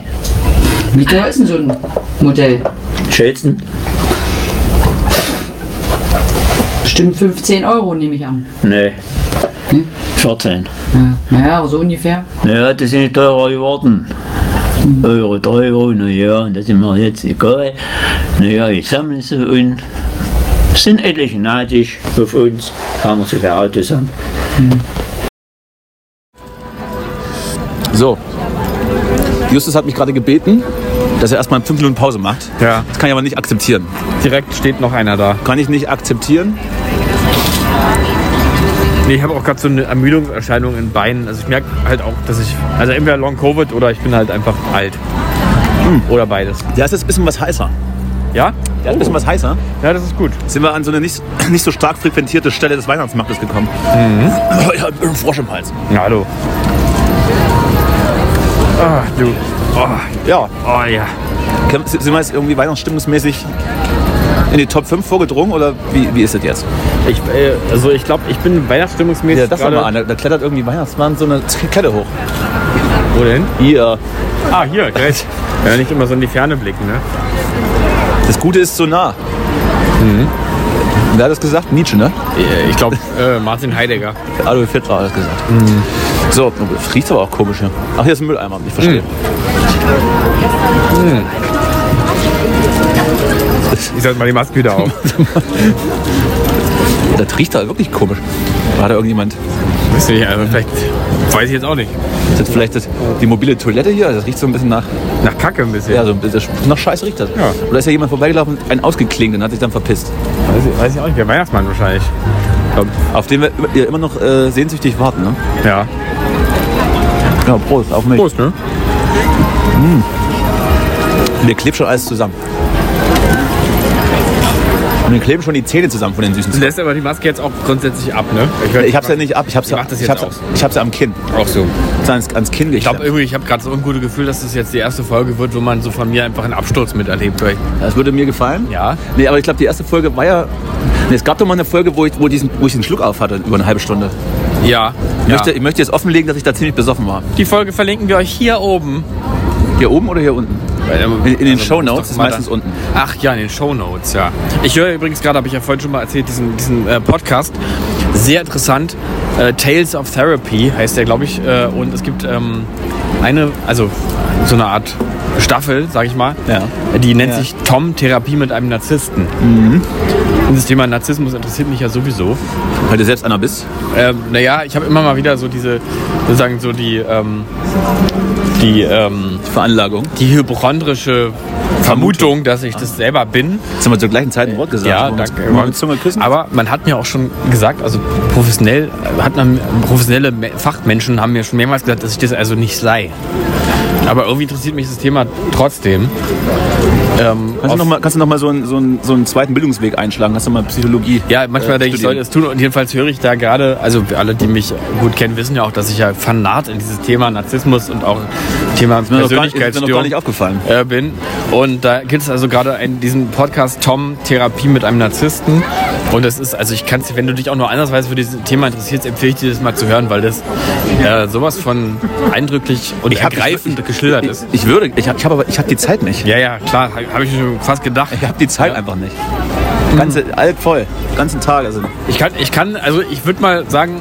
Speaker 7: Wie teuer ist denn so ein Modell?
Speaker 12: Schätzen?
Speaker 7: Bestimmt 15 Euro, nehme ich an.
Speaker 12: Nee. Hm? 14.
Speaker 7: Ja, naja, aber so ungefähr.
Speaker 12: Ja, das sind nicht teurer geworden. Euro, drei Euro, naja, und das ist mir jetzt egal. Naja, ich sammle sie und sind etliche neidisch auf uns, haben wir sogar Autos an.
Speaker 3: So. Justus hat mich gerade gebeten, dass er erstmal fünf Minuten Pause macht. Ja. Das kann ich aber nicht akzeptieren.
Speaker 4: Direkt steht noch einer da.
Speaker 3: Kann ich nicht akzeptieren.
Speaker 4: Nee, ich habe auch gerade so eine Ermüdungserscheinung in Beinen. Also ich merke halt auch, dass ich. Also entweder Long Covid oder ich bin halt einfach alt. Oder beides.
Speaker 3: Der Hm. ist jetzt ein bisschen was heißer.
Speaker 4: Ja?
Speaker 3: Der ist ein bisschen was heißer.
Speaker 4: Ja, das ist gut.
Speaker 3: Sind wir an so eine nicht, nicht so stark frequentierte Stelle des Weihnachtsmarktes gekommen. Oh Ich habe einen Frosch im Hals.
Speaker 4: Na, Mhm. hallo. Ah, du. Oh,
Speaker 3: Ja.
Speaker 4: oh ja.
Speaker 3: Können- Sind wir jetzt irgendwie weihnachtsstimmungsmäßig in die Top 5 vorgedrungen oder wie, wie ist das jetzt?
Speaker 4: Ich, äh, also ich glaube, ich bin weihnachtsstimmungsmäßig
Speaker 3: Ja, das doch
Speaker 4: gerade...
Speaker 3: mal an. Da, da klettert irgendwie Weihnachtsmann so eine Kette hoch.
Speaker 4: Wo denn?
Speaker 3: Hier.
Speaker 4: Ah, hier, gleich. Ja, nicht immer so in die Ferne blicken, ne?
Speaker 3: Das Gute ist so nah. Mhm. Wer hat das gesagt? Nietzsche, ne?
Speaker 4: Ich glaube, äh, Martin Heidegger.
Speaker 3: Adolf Hitler hat das gesagt. So, das riecht aber auch komisch hier. Ach, hier ist ein Mülleimer. Ich verstehe.
Speaker 4: Ich sollte mal die Maske wieder auf.
Speaker 3: Das riecht da wirklich komisch. War da irgendjemand?
Speaker 4: Weiß nicht, also vielleicht... Weiß ich jetzt auch nicht.
Speaker 3: Ist das vielleicht das, die mobile Toilette hier? Das riecht so ein bisschen nach.
Speaker 4: Nach Kacke ein bisschen.
Speaker 3: Ja, so ein bisschen. Nach Scheiß riecht das.
Speaker 4: Ja.
Speaker 3: Oder ist ja jemand vorbeigelaufen, einen ausgeklingt und hat sich dann verpisst.
Speaker 4: Weiß, ich, weiß ich auch nicht. Der Weihnachtsmann wahrscheinlich. Glaub,
Speaker 3: Auf den wir immer- ja, immer noch äh, sehnsüchtig warten, ne?
Speaker 4: ja.
Speaker 3: Ja, Prost, auf mich.
Speaker 4: Prost, ne?
Speaker 3: Wir kleben schon alles zusammen. Und wir kleben schon die Zähne zusammen von den süßen
Speaker 4: Du
Speaker 3: Zähnen.
Speaker 4: lässt aber die Maske jetzt auch grundsätzlich ab, ne? werd-
Speaker 3: Ich hab's ja nicht ab, ich hab's,
Speaker 4: Ich
Speaker 3: ja,
Speaker 4: mach das
Speaker 3: ich hab's,
Speaker 4: jetzt aus.
Speaker 3: ich hab's ja am Kinn.
Speaker 4: Auch so.
Speaker 3: Ist Ans, ans Kinn
Speaker 4: Ich glaube
Speaker 3: geklemmt.
Speaker 4: irgendwie, ich habe gerade so ein gutes Gefühl, dass das jetzt die erste Folge wird, wo man so von mir einfach einen Absturz miterlebt. Weil
Speaker 3: Das würde mir gefallen.
Speaker 4: Ja.
Speaker 3: Nee, aber ich glaube, die erste Folge war ja. Nee, es gab doch mal eine Folge, wo ich, wo, diesen, wo ich den Schluck auf hatte über eine halbe Stunde.
Speaker 4: ja,
Speaker 3: Ich, möchte, ich möchte jetzt offenlegen, dass ich da ziemlich besoffen war.
Speaker 4: die Folge verlinken wir euch hier oben.
Speaker 3: Hier oben oder hier unten?
Speaker 4: In,
Speaker 3: in den Shownotes ist meistens unten.
Speaker 4: Ach ja, in den Shownotes, ja. Ich höre übrigens gerade, habe ich ja vorhin schon mal erzählt, diesen, diesen äh, Podcast. Sehr interessant. Äh, Tales of Therapy heißt der, glaube ich. Äh, und es gibt ähm, eine, also so eine Art Staffel, sage ich mal.
Speaker 3: Ja.
Speaker 4: Die nennt
Speaker 3: Ja. Mhm.
Speaker 4: sich Tom Therapie mit einem Narzissten. Und das Thema Narzissmus interessiert mich ja sowieso.
Speaker 3: Weil du selbst einer bist.
Speaker 4: Ähm, naja, ich habe immer mal wieder so diese, sozusagen so die, ähm, die, ähm,
Speaker 3: Die Veranlagung.
Speaker 4: die hypochondrische Vermutung, dass ich das selber bin.
Speaker 3: Das haben wir zur gleichen Zeit ein Wort gesagt.
Speaker 4: Äh, Ja,
Speaker 3: Wollen wir uns-
Speaker 4: danke.
Speaker 3: wollen wir uns Zunge küssen.
Speaker 4: Aber man hat mir auch schon gesagt, also professionell, äh, hat man, professionelle Me- Fachmenschen haben mir schon mehrmals gesagt, dass ich das also nicht sei. Aber irgendwie interessiert mich das Thema trotzdem. Ähm,
Speaker 3: Kannst du,
Speaker 4: auf-
Speaker 3: noch mal, kannst du noch mal so einen, so, einen, so einen zweiten Bildungsweg einschlagen? Hast du mal Psychologie?
Speaker 4: Ja, manchmal
Speaker 3: äh,
Speaker 4: denke ich, ich sollte
Speaker 3: studiert?
Speaker 4: es tun. Und jedenfalls höre ich da gerade, also alle, die mich gut kennen, wissen ja auch, dass ich ja fanat in dieses Thema Narzissmus und auch Thema
Speaker 3: Ist mir noch gar nicht- ist mir noch gar nicht
Speaker 4: Persönlichkeitsstörung
Speaker 3: aufgefallen.
Speaker 4: äh, bin. Und da gibt es also gerade einen- diesen Podcast Tom Therapie mit einem Narzissten. Und das ist, also ich kann es, wenn du dich auch nur andersweise für dieses Thema interessierst, empfehle ich dir das mal zu hören, weil das äh, sowas von eindrücklich und
Speaker 3: hab-
Speaker 4: ergreifend geschildert ist.
Speaker 3: Ich, ich würde, ich habe ich hab aber ich hab die Zeit nicht.
Speaker 4: Ja, ja, klar, habe hab ich mir schon fast gedacht.
Speaker 3: Ich habe die Zeit einfach nicht. Ganze,
Speaker 4: Hm.
Speaker 3: Alb voll. Ganzen Tag. Also.
Speaker 4: Ich kann, ich kann, also ich würde mal sagen,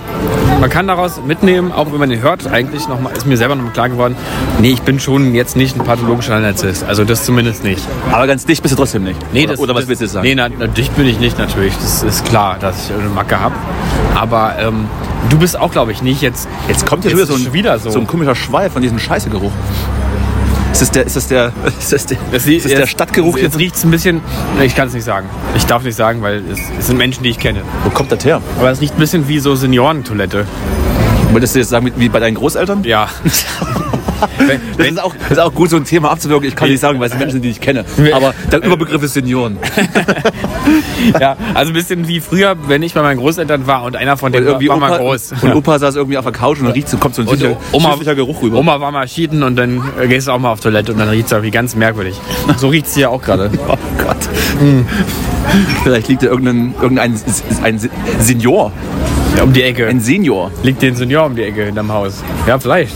Speaker 4: man kann daraus mitnehmen, auch wenn man den hört, eigentlich nochmal, ist mir selber nochmal klar geworden, nee, ich bin schon jetzt nicht ein pathologischer Narzisst. Also das zumindest nicht.
Speaker 3: Aber ganz dicht bist du trotzdem nicht. oder,
Speaker 4: das,
Speaker 3: oder was
Speaker 4: das,
Speaker 3: willst du jetzt sagen?
Speaker 4: Nee, na, na, dicht bin ich nicht natürlich. Das ist klar, dass ich eine Macke habe. Aber ähm, du bist auch, glaube ich, nicht jetzt.
Speaker 3: Jetzt kommt hier
Speaker 4: Jetzt
Speaker 3: wieder so
Speaker 4: ist
Speaker 3: ein,
Speaker 4: schon wieder so.
Speaker 3: ein komischer Schwall von diesem Scheißegeruch. Ist das der, ist das der, ist das der, ist das der Stadtgeruch
Speaker 4: Jetzt
Speaker 3: jetzt?
Speaker 4: riecht es ein bisschen. Ich kann es nicht sagen. Ich darf nicht sagen, weil es, es sind Menschen, die ich kenne.
Speaker 3: Wo kommt das her?
Speaker 4: Aber es riecht ein bisschen wie so Seniorentoilette.
Speaker 3: Wolltest du jetzt sagen, wie- wie bei deinen Großeltern?
Speaker 4: Ja.
Speaker 1: Das ist, auch, das ist auch gut, so ein Thema abzuwirken. Ich kann nicht sagen, weil es Menschen sind, die ich kenne. Aber der Überbegriff ist Senioren.
Speaker 4: ja, also ein bisschen wie früher, wenn ich bei meinen Großeltern war und einer von
Speaker 1: Und
Speaker 4: denen war,
Speaker 1: irgendwie
Speaker 4: war
Speaker 1: Opa,
Speaker 4: mal groß.
Speaker 1: und Opa saß irgendwie auf der Couch und dann riecht so, kommt so ein
Speaker 4: Und äh,
Speaker 1: süßlicher,
Speaker 4: Oma,
Speaker 1: süßlicher Geruch rüber.
Speaker 4: Oma war mal schieden und dann äh, gehst du auch mal auf Toilette und dann riecht es irgendwie ganz merkwürdig. So riecht es hier auch gerade.
Speaker 1: Oh Gott. Vielleicht liegt da irgendein, irgendein S- S- ein Se- Senior.
Speaker 4: um die Ecke.
Speaker 1: Ein Senior.
Speaker 4: Liegt den Senior um die Ecke hinterm Haus. Ja, vielleicht.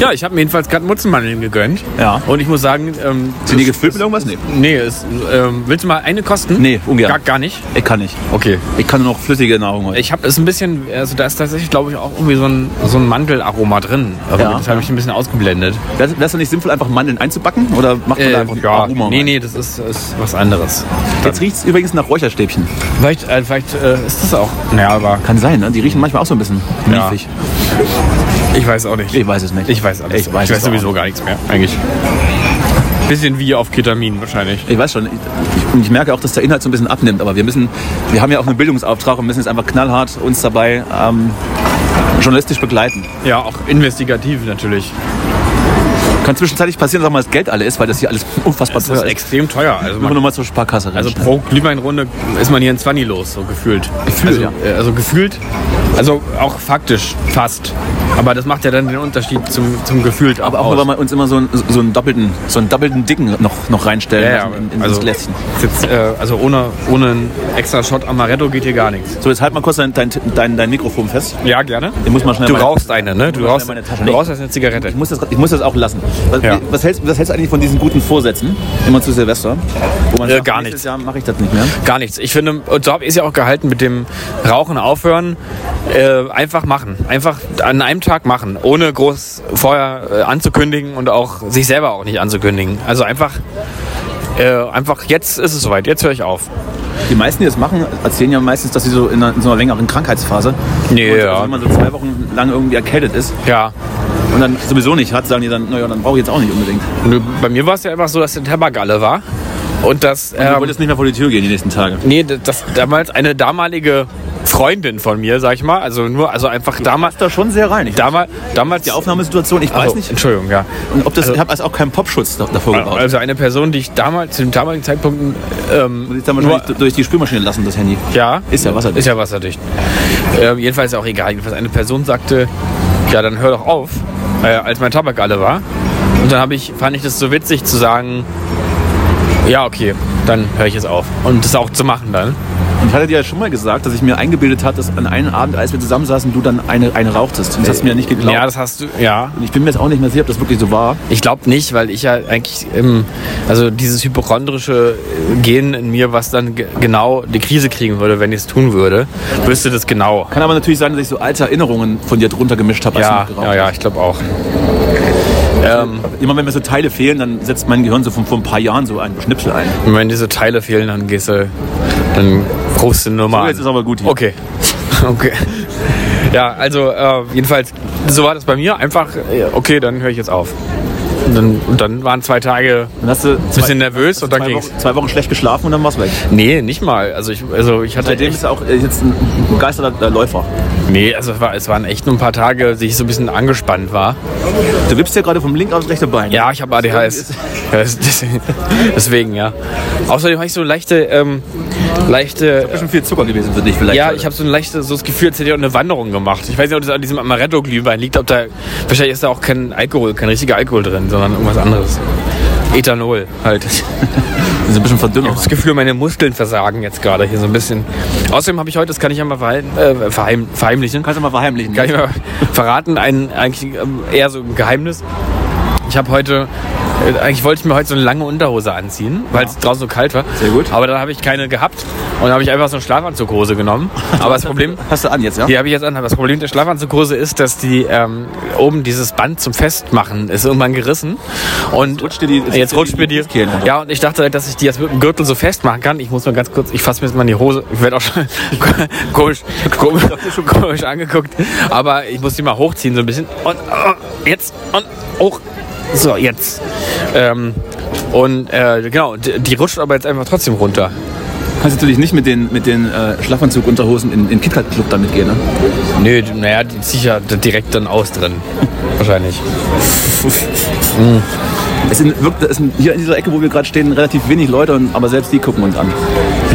Speaker 4: Ja, ich habe mir jedenfalls gerade Mutzenmandeln gegönnt.
Speaker 1: Ja.
Speaker 4: Und ich muss sagen, ähm,
Speaker 1: Sind die gefüllt mit irgendwas? Nee.
Speaker 4: nee, es, ähm, willst du mal eine kosten?
Speaker 1: Nee, ungern.
Speaker 4: Gar, gar nicht.
Speaker 1: Ich kann nicht.
Speaker 4: Okay.
Speaker 1: Ich kann nur noch flüssige Nahrung heute.
Speaker 4: Ich habe es ein bisschen, also da ist tatsächlich, glaube ich, auch irgendwie so ein, so ein Mandelaroma drin. Aber
Speaker 1: Ja.
Speaker 4: Das habe ich ein bisschen ausgeblendet.
Speaker 1: Wäre es nicht sinnvoll, einfach Mandeln einzubacken? Oder macht man da einfach
Speaker 4: Äh, ja,
Speaker 1: Aroma
Speaker 4: nee,
Speaker 1: rein?
Speaker 4: nee, das ist, ist was anderes.
Speaker 1: Jetzt riecht es übrigens nach Räucherstäbchen.
Speaker 4: Vielleicht, äh, vielleicht äh, ist das auch. Naja, aber
Speaker 1: Kann sein, ne? Die riechen manchmal auch so ein bisschen
Speaker 4: Mhm. Ja.
Speaker 1: miefig.
Speaker 4: ich weiß auch nicht.
Speaker 1: Ich weiß es nicht.
Speaker 4: Ich weiß alles.
Speaker 1: Ich weiß, es auch
Speaker 4: sowieso
Speaker 1: nicht.
Speaker 4: gar nichts mehr, eigentlich. Bisschen wie auf Ketamin wahrscheinlich.
Speaker 1: Ich weiß schon. Ich, und ich merke auch, dass der Inhalt so ein bisschen abnimmt. Aber wir müssen, wir haben ja auch einen Bildungsauftrag und müssen jetzt einfach knallhart uns dabei ähm, journalistisch begleiten.
Speaker 4: Ja, auch investigativ natürlich.
Speaker 1: Kann zwischenzeitlich passieren, dass auch mal das Geld alle ist, weil das hier alles unfassbar
Speaker 4: Das ist
Speaker 1: teuer ist.
Speaker 4: extrem teuer. Also,
Speaker 1: Immer noch
Speaker 4: man,
Speaker 1: mal zur Sparkasse rennen.
Speaker 4: also pro Glühweinrunde ist man hier in 20 los, so gefühlt.
Speaker 1: Gefühlt,
Speaker 4: also,
Speaker 1: ja.
Speaker 4: äh, also gefühlt, also auch faktisch fast. Aber das macht ja dann den Unterschied zum, zum gefühlt
Speaker 1: aber auch,
Speaker 4: aus.
Speaker 1: nur, weil man uns immer so einen, so einen doppelten, so einen doppelten dicken noch, noch reinstellen
Speaker 4: ja, ja,
Speaker 1: lassen in, in
Speaker 4: also,
Speaker 1: das Gläschen.
Speaker 4: ist jetzt, äh, also ohne, ohne einen extra Shot Amaretto geht hier gar nichts.
Speaker 1: So, jetzt halt mal kurz dein, dein, dein, dein Mikrofon fest.
Speaker 4: Ja, gerne.
Speaker 1: Ich muss mal schnell
Speaker 4: Du
Speaker 1: meine-
Speaker 4: rauchst eine, ne? Du
Speaker 1: muss
Speaker 4: rauchst,
Speaker 1: mal meine Tasche
Speaker 4: du
Speaker 1: nehmen.
Speaker 4: rauchst jetzt eine Zigarette.
Speaker 1: Ich muss das, ich muss das auch lassen. Was,
Speaker 4: Ja.
Speaker 1: was, hältst, was hältst du eigentlich von diesen guten Vorsätzen? Immer zu Silvester? Wo man
Speaker 4: Äh,
Speaker 1: sagt,
Speaker 4: gar
Speaker 1: nächstes
Speaker 4: nichts.
Speaker 1: Jahr mache ich das nicht mehr.
Speaker 4: Gar nichts. Ich finde, und so habe ich es ja auch gehalten mit dem Rauchen aufhören. Äh, einfach machen. Einfach an einem Tag machen. Ohne groß vorher äh, anzukündigen und auch sich selber auch nicht anzukündigen. Also einfach, äh, einfach jetzt ist es soweit. Jetzt höre ich auf.
Speaker 1: Die meisten, die das machen, erzählen ja meistens, dass sie so in, einer, in so einer längeren Krankheitsphase.
Speaker 4: Nee,
Speaker 1: und,
Speaker 4: ja.
Speaker 1: Also wenn man so zwei Wochen lang irgendwie erkältet ist
Speaker 4: ähm, Ja.
Speaker 1: und dann sowieso nicht hat, sagen die dann, naja, dann brauche ich jetzt auch nicht unbedingt.
Speaker 4: Und bei mir war es ja einfach so, dass der Tabak alle war. Und das.
Speaker 1: Du
Speaker 4: ähm,
Speaker 1: wolltest nicht mehr vor die Tür gehen die nächsten Tage.
Speaker 4: Nee, das, das damals eine damalige Freundin von mir, sag ich mal. Also nur, also einfach damals.
Speaker 1: da schon sehr rein. Ich
Speaker 4: Damals, damals
Speaker 1: die Aufnahmesituation, ich weiß
Speaker 4: Also,
Speaker 1: nicht.
Speaker 4: Entschuldigung, ja.
Speaker 1: Und ob das, ich habe also auch keinen Popschutz da- davor gebaut.
Speaker 4: Also eine Person, die ich damals zu dem damaligen Zeitpunkt ähm,
Speaker 1: Muss ich dann wahrscheinlich durch die Spülmaschine lassen, das Handy.
Speaker 4: ja
Speaker 1: Ist ja wasserdicht.
Speaker 4: Ist ja wasserdicht. Ähm, jedenfalls auch egal. Jedenfalls eine Person sagte, ja dann hör doch auf, äh, als mein Tabak alle war. Und dann habe ich, fand ich das so witzig zu sagen, ja okay, dann höre ich es auf und das auch zu machen dann.
Speaker 1: Und ich hatte dir ja schon mal gesagt, dass ich mir eingebildet hat, dass an einem Abend, als wir zusammensaßen, du dann eine, eine rauchtest. Und das hast du mir ja nicht geglaubt.
Speaker 4: Ja, das hast du. Ja,
Speaker 1: und ich bin mir jetzt auch nicht mehr sicher, ob das wirklich so war.
Speaker 4: Ich glaube nicht, weil ich ja eigentlich, ähm, also dieses hypochondrische äh, Gen in mir, was dann ge- genau die Krise kriegen würde, wenn ich es tun würde, wüsste das genau.
Speaker 1: Kann aber natürlich sein, dass ich so alte Erinnerungen von dir drunter gemischt habe, als
Speaker 4: Ja,
Speaker 1: du noch geraucht
Speaker 4: ja, ja, ich glaube auch.
Speaker 1: hast. Immer wenn mir so Teile fehlen, dann setzt mein Gehirn so von vor ein paar Jahren so einen Schnipsel ein.
Speaker 4: Und wenn diese Teile fehlen, dann gehst du, dann rufst du eine Nummer
Speaker 1: So,
Speaker 4: an.
Speaker 1: jetzt ist aber gut hier.
Speaker 4: Okay. Okay. Ja, also äh, jedenfalls, so war das bei mir. Einfach, äh, okay, dann höre ich jetzt auf. Und dann, und dann waren zwei Tage
Speaker 1: Dann hast du
Speaker 4: ein bisschen nervös und dann
Speaker 1: zwei,
Speaker 4: ging's.
Speaker 1: Wochen, zwei Wochen schlecht geschlafen und dann war's weg.
Speaker 4: Nee, nicht mal. Also ich, also ich hatte
Speaker 1: Seitdem
Speaker 4: echt-
Speaker 1: bist du auch äh, jetzt ein begeisterter äh, Läufer.
Speaker 4: Nee, also es, war, es waren echt nur ein paar Tage, die ich so ein bisschen angespannt war.
Speaker 1: Du wippst ja gerade vom linken aufs rechte Bein.
Speaker 4: Ja, ich habe ADHS. Ja, das- das- Deswegen, ja. Außerdem habe ich so eine leichte, ähm,
Speaker 1: Das ist
Speaker 4: leichte.
Speaker 1: schon viel Zucker gewesen für dich vielleicht.
Speaker 4: Ja,
Speaker 1: heute.
Speaker 4: ich habe so ein leichtes, so das Gefühl, als hätte ich auch eine Wanderung gemacht. Ich weiß nicht, ob das an diesem Amaretto-Glühwein liegt, ob da. Wahrscheinlich ist da auch kein Alkohol, kein richtiger Alkohol drin, sondern irgendwas anderes. Ethanol halt.
Speaker 1: Das ist ein bisschen Verdünnung.
Speaker 4: Das Gefühl, meine Muskeln versagen jetzt gerade hier so ein bisschen. Außerdem habe ich heute, das kann ich ja mal verheim, äh, verheim, verheimlichen.
Speaker 1: Kannst du mal verheimlichen.
Speaker 4: Kann ich mal verraten, ein, eigentlich ähm, eher so ein Geheimnis. Ich habe heute, äh, eigentlich wollte ich mir heute so eine lange Unterhose anziehen, weil es draußen so kalt war.
Speaker 1: Sehr gut.
Speaker 4: Aber dann habe ich keine gehabt und dann habe ich einfach so eine Schlafanzughose genommen. Aber das Problem,
Speaker 1: Hast du an jetzt, ja?
Speaker 4: die habe ich jetzt an, aber das Problem der Schlafanzughose ist, dass die ähm, oben dieses Band zum Festmachen ist irgendwann gerissen. Und
Speaker 1: rutscht dir die-
Speaker 4: jetzt, rutscht mir die.
Speaker 1: Fußkehlen runter.
Speaker 4: Ja, und ich dachte, halt, dass ich die jetzt mit dem Gürtel so festmachen kann. Ich muss mal ganz kurz, ich fasse mir jetzt mal in die Hose. Ich werde auch schon komisch, komisch, komisch angeguckt. Aber ich muss die mal hochziehen so ein bisschen. Und äh, jetzt und hoch. So, jetzt. Ähm, und äh, genau, die, die rutscht aber jetzt einfach trotzdem runter.
Speaker 1: kannst natürlich nicht mit den, mit den äh, Schlafanzug-Unterhosen in den KitKat-Club damit gehen, ne?
Speaker 4: Nö, naja, die zieh ich ja direkt dann aus drin. Wahrscheinlich.
Speaker 1: Es sind, wirklich, es sind hier in dieser Ecke, wo wir gerade stehen, relativ wenig Leute, und, aber selbst die gucken uns an.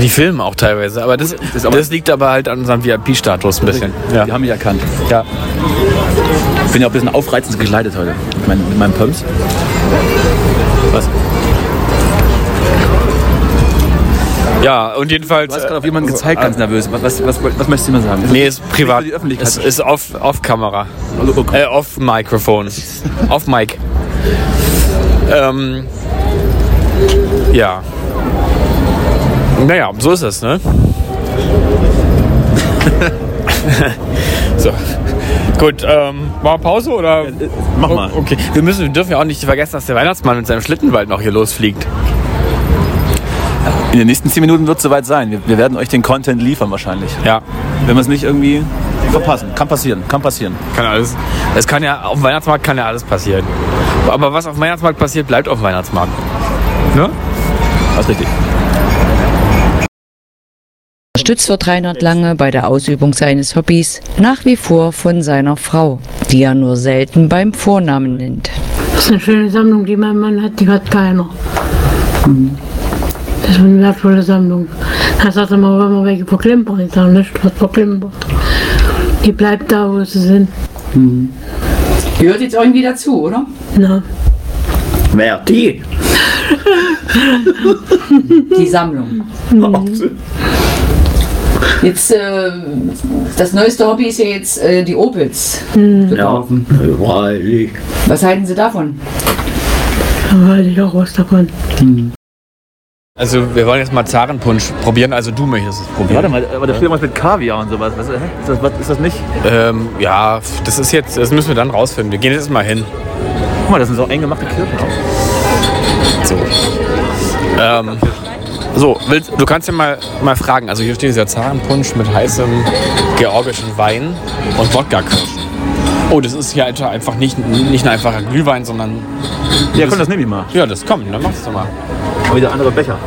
Speaker 4: Die filmen auch teilweise, aber das,
Speaker 1: ist
Speaker 4: das,
Speaker 1: aber-
Speaker 4: liegt aber halt an unserem VIP-Status ein bisschen.
Speaker 1: Die haben mich erkannt.
Speaker 4: Ja.
Speaker 1: Ich bin ja auch ein bisschen aufreizend gekleidet heute. Mit meinen, mit meinen Pumps. Was?
Speaker 4: Ja, und jedenfalls.
Speaker 1: Du
Speaker 4: äh,
Speaker 1: hast gerade auf jemanden gezeigt, ganz nervös. Was, was, was, was möchtest du mir sagen?
Speaker 4: Nee, ist privat.
Speaker 1: Die Öffentlichkeit.
Speaker 4: Es ist off, off Kamera.
Speaker 1: Also, oh Gott.
Speaker 4: Äh, off Mikrofon. off Mic. Ähm, ja. Naja, so ist es, ne? so. Gut, ähm, machen wir Pause oder?
Speaker 1: mach mal.
Speaker 4: Okay, wir, müssen, wir dürfen ja auch nicht vergessen, dass der Weihnachtsmann mit seinem Schlittenwald noch hier losfliegt.
Speaker 1: In den nächsten 10 Minuten wird es soweit sein. Wir, wir werden euch den Content liefern wahrscheinlich.
Speaker 4: Ja,
Speaker 1: Wenn wir es nicht irgendwie verpassen. Kann passieren, kann passieren.
Speaker 4: kann alles. Es kann ja, auf dem Weihnachtsmarkt kann ja alles passieren. Aber was auf dem Weihnachtsmarkt passiert, bleibt auf dem Weihnachtsmarkt. Ne?
Speaker 1: Das ist richtig.
Speaker 13: Unterstützt wird Reinhard Lange bei der Ausübung seines Hobbys nach wie vor von seiner Frau, die er nur selten beim Vornamen nennt.
Speaker 14: Das ist eine schöne Sammlung, die mein Mann hat, die hat keiner. Das ist eine wertvolle Sammlung. Er sagt immer, wenn man welche verklimpert, ich sage nicht, was verklimpert. Die bleibt da, wo sie sind.
Speaker 7: Gehört jetzt irgendwie dazu, oder?
Speaker 14: Na,
Speaker 12: Wer die?
Speaker 13: Die Sammlung. Jetzt, äh, das neueste Hobby ist ja jetzt äh, die Opels.
Speaker 12: Ja, freilich.
Speaker 13: Was halten Sie davon?
Speaker 14: da weiß ich auch was davon.
Speaker 4: Also wir wollen jetzt mal Zarenpunsch probieren, also du möchtest es probieren.
Speaker 1: Warte mal, aber da steht irgendwas mit Kaviar und sowas. Was, hä? ist, das, was, ist das nicht?
Speaker 4: Ähm, ja, das ist jetzt, das müssen wir dann rausfinden. Wir gehen jetzt mal hin.
Speaker 1: Guck mal, das sind so eng gemachte Kirschen auch.
Speaker 4: So. Ähm, so, willst, du kannst ja mal, mal fragen. Also hier steht dieser Zarenpunsch mit heißem georgischen Wein und Wodka-Kirschen. Oh, das ist hier einfach- einfach nicht, nicht ein einfacher Glühwein, sondern...
Speaker 1: Ja, komm, das nehme ich mal.
Speaker 4: Ja, das kommt, dann machst du mal.
Speaker 1: Aber wieder andere Becher.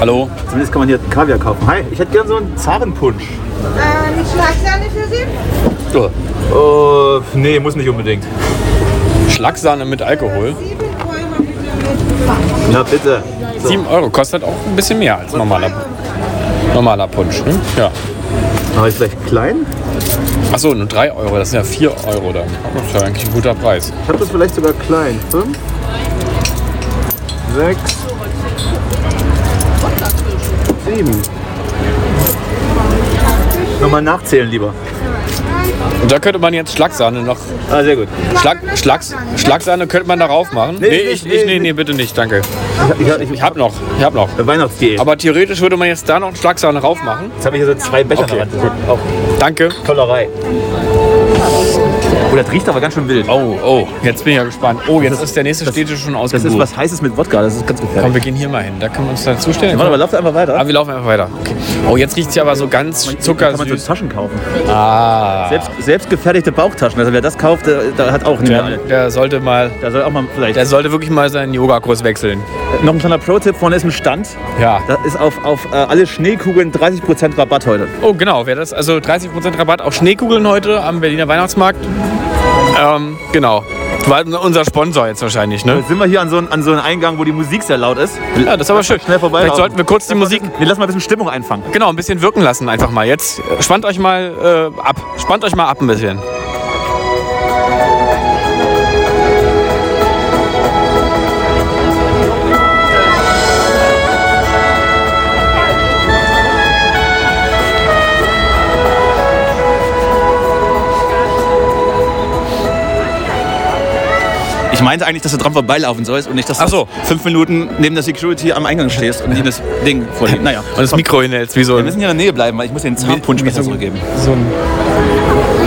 Speaker 4: Hallo?
Speaker 1: Zumindest kann man hier Kaviar kaufen. Hi, ich hätte gern so einen Zarenpunsch.
Speaker 3: Ähm, Schlagsahne für Sie?
Speaker 1: Oh, nee, muss nicht unbedingt.
Speaker 4: Schlagsahne mit Alkohol.
Speaker 3: Sieben Bäume bitte mit.
Speaker 1: Ja, bitte.
Speaker 4: 7 Euro kostet auch ein bisschen mehr als normaler, normaler Punsch. Ne? Ja.
Speaker 1: Aber ist vielleicht klein?
Speaker 4: Achso, nur 3 Euro, das sind ja 4 Euro dann. Das ist ja eigentlich ein guter Preis.
Speaker 1: Ich habe das vielleicht sogar klein. Fünf, sechs, sieben. Nochmal nachzählen lieber.
Speaker 4: Und da könnte man jetzt Schlagsahne noch.
Speaker 1: Ah, sehr gut.
Speaker 4: Schlag, Schlags, Schlagsahne könnte man darauf machen. Nee,
Speaker 1: Nee,
Speaker 4: ich,
Speaker 1: nicht,
Speaker 4: ich, nee,
Speaker 1: nee,
Speaker 4: nee, bitte nicht, danke.
Speaker 1: Ich, ich,
Speaker 4: Ich hab noch, ich hab noch.
Speaker 1: Weihnachtsdiät.
Speaker 4: Aber theoretisch würde man jetzt da noch Schlagsahne drauf machen.
Speaker 1: Jetzt habe ich hier so zwei Becher okay. dran. Auch
Speaker 4: Danke.
Speaker 1: Tollerei. Oh, das riecht aber ganz schön wild.
Speaker 4: Oh, oh, jetzt bin ich ja gespannt. Oh, jetzt ist der nächste Städtisch schon
Speaker 1: Das ist
Speaker 4: ausgebucht.
Speaker 1: was Heißes mit Wodka, das ist ganz
Speaker 4: Komm,
Speaker 1: gefährlich.
Speaker 4: wir gehen hier mal hin. Da können wir uns dazu stellen.
Speaker 1: Warte mal, lauf einfach weiter.
Speaker 4: Aber wir laufen einfach weiter. Okay. Oh, jetzt riecht es ja aber so ganz
Speaker 1: Kann man so
Speaker 4: zuckersüß.
Speaker 1: Taschen kaufen.
Speaker 4: Ah.
Speaker 1: Selbst, selbstgefertigte Bauchtaschen. Also wer das kauft, der, der hat auch nicht mehr
Speaker 4: Der,
Speaker 1: alle.
Speaker 4: der sollte mal,
Speaker 1: Da soll auch mal vielleicht. Äh,
Speaker 4: der sollte wirklich mal seinen Yogakurs wechseln.
Speaker 1: Noch ein kleiner Pro-Tipp, vorne ist ein Stand.
Speaker 4: Ja.
Speaker 1: Da ist auf, auf äh, alle Schneekugeln 30% Rabatt heute.
Speaker 4: Oh, genau. Wer das, also 30% Rabatt auf Schneekugeln heute am Berliner Weihnachtsmarkt. Ähm, genau. War unser Sponsor jetzt wahrscheinlich, ne?
Speaker 1: Jetzt sind wir hier an so, einen- an so einem Eingang, wo die Musik sehr laut ist.
Speaker 4: Ja, das ist aber schön.
Speaker 1: Schnell vorbei.
Speaker 4: Vielleicht sollten wir kurz die Musik
Speaker 1: Wir lassen mal ein bisschen Stimmung einfangen.
Speaker 4: genau ein bisschen wirken lassen einfach mal. Jetzt spannt euch mal äh, ab. Spannt euch mal ab ein bisschen.
Speaker 1: Ich meinte eigentlich, dass du dran vorbeilaufen sollst und nicht, dass
Speaker 4: Ach so.
Speaker 1: fünf Minuten neben der Security am Eingang stehst und ihm das Ding Also vorliegt. Naja.
Speaker 4: Und das Mikro hinhältst, wie so
Speaker 1: Wir
Speaker 4: ein,
Speaker 1: müssen hier in der Nähe bleiben, weil ich muss den Zahnpunsch besser zurückgeben.
Speaker 4: so ein,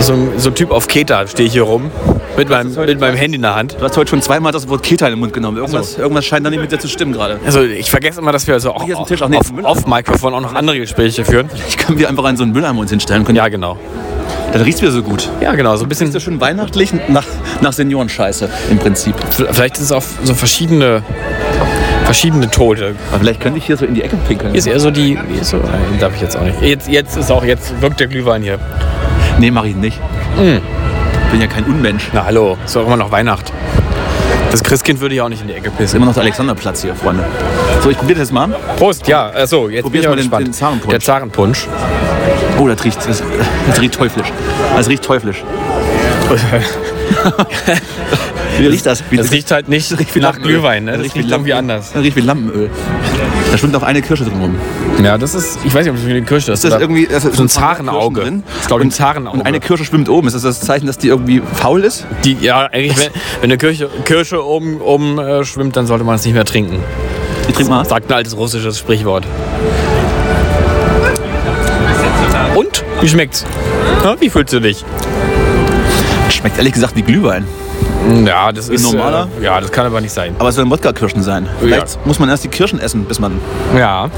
Speaker 4: so ein, so ein Typ auf Keta stehe ich hier rum. Mit meinem, mit meinem Handy in der Hand.
Speaker 1: Du hast heute schon zweimal das Wort Keta in den Mund genommen. Irgendwas, irgendwas scheint da nicht mit dir zu stimmen gerade.
Speaker 4: Also ich vergesse immer, dass wir also auch,
Speaker 1: Hier ist ein
Speaker 4: auf,
Speaker 1: Tisch, ach nee, ist ein
Speaker 4: auf,
Speaker 1: Müll.
Speaker 4: auf Mikrofon auch noch andere Gespräche führen.
Speaker 1: Ich kann wir einfach an so einen Mülleimer uns hinstellen. Können
Speaker 4: Ja, genau.
Speaker 1: Dann riecht es wieder so gut.
Speaker 4: Ja, genau, so ein bisschen.
Speaker 1: so schön weihnachtlich nach, nach Seniorenscheiße im Prinzip.
Speaker 4: Vielleicht ist es auch so verschiedene, verschiedene Tote.
Speaker 1: Aber vielleicht könnte ich hier so in die Ecke pinkeln.
Speaker 4: Hier ist eher so die. hier Ist so, nein, darf ich jetzt auch nicht. Jetzt, jetzt ist auch, jetzt wirkt der Glühwein hier.
Speaker 1: Nee, mach ich nicht.
Speaker 4: Hm.
Speaker 1: Bin ja kein Unmensch.
Speaker 4: Na hallo, ist doch immer noch Weihnacht. Das Christkind würde ja auch nicht in die Ecke
Speaker 1: Ist
Speaker 4: pissen.
Speaker 1: immer noch der Alexanderplatz hier, Freunde. So, ich probiere das jetzt mal.
Speaker 4: Prost, ja, achso, jetzt
Speaker 1: Probier's
Speaker 4: bin
Speaker 1: mal
Speaker 4: ich
Speaker 1: den-
Speaker 4: mal gespannt.
Speaker 1: den Zarenpunsch.
Speaker 4: Der Zarenpunsch.
Speaker 1: Oh, das riecht, das, das riecht teuflisch. Das riecht teuflisch. Wie riecht das? Wie
Speaker 4: Das riecht halt nicht
Speaker 1: riecht wie
Speaker 4: nach
Speaker 1: Lampenöl.
Speaker 4: Glühwein, ne? Das riecht irgendwie
Speaker 1: Lampenöl.
Speaker 4: anders.
Speaker 1: Das riecht wie Lampenöl. Da schwimmt auch eine Kirsche drin rum.
Speaker 4: Ja, das ist, ich weiß nicht, ob das wie eine Kirsche ist.
Speaker 1: Ist das
Speaker 4: oder-
Speaker 1: irgendwie das ist
Speaker 4: so ein
Speaker 1: so ein Kirschen
Speaker 4: Zarenauge.
Speaker 1: drin?
Speaker 4: Das ist, glaube ich, ein Zarenauge.
Speaker 1: Und eine Kirsche schwimmt oben. Ist das das Zeichen, dass die irgendwie faul ist?
Speaker 4: Die, ja, eigentlich, wenn, wenn eine Kirche, Kirsche oben, oben äh, schwimmt, dann sollte man es nicht mehr trinken.
Speaker 1: Ich trink mal.
Speaker 4: Sagt ein altes russisches Sprichwort. Und? Wie schmeckt's? Ja, wie fühlst du dich?
Speaker 1: Schmeckt ehrlich gesagt wie Glühwein.
Speaker 4: Ja, das ist.
Speaker 1: normaler?
Speaker 4: Äh, ja, das kann aber nicht sein.
Speaker 1: Aber es sollen Wodka-Kirschen sein. Vielleicht muss man erst die Kirschen essen, bis man.
Speaker 4: Ja.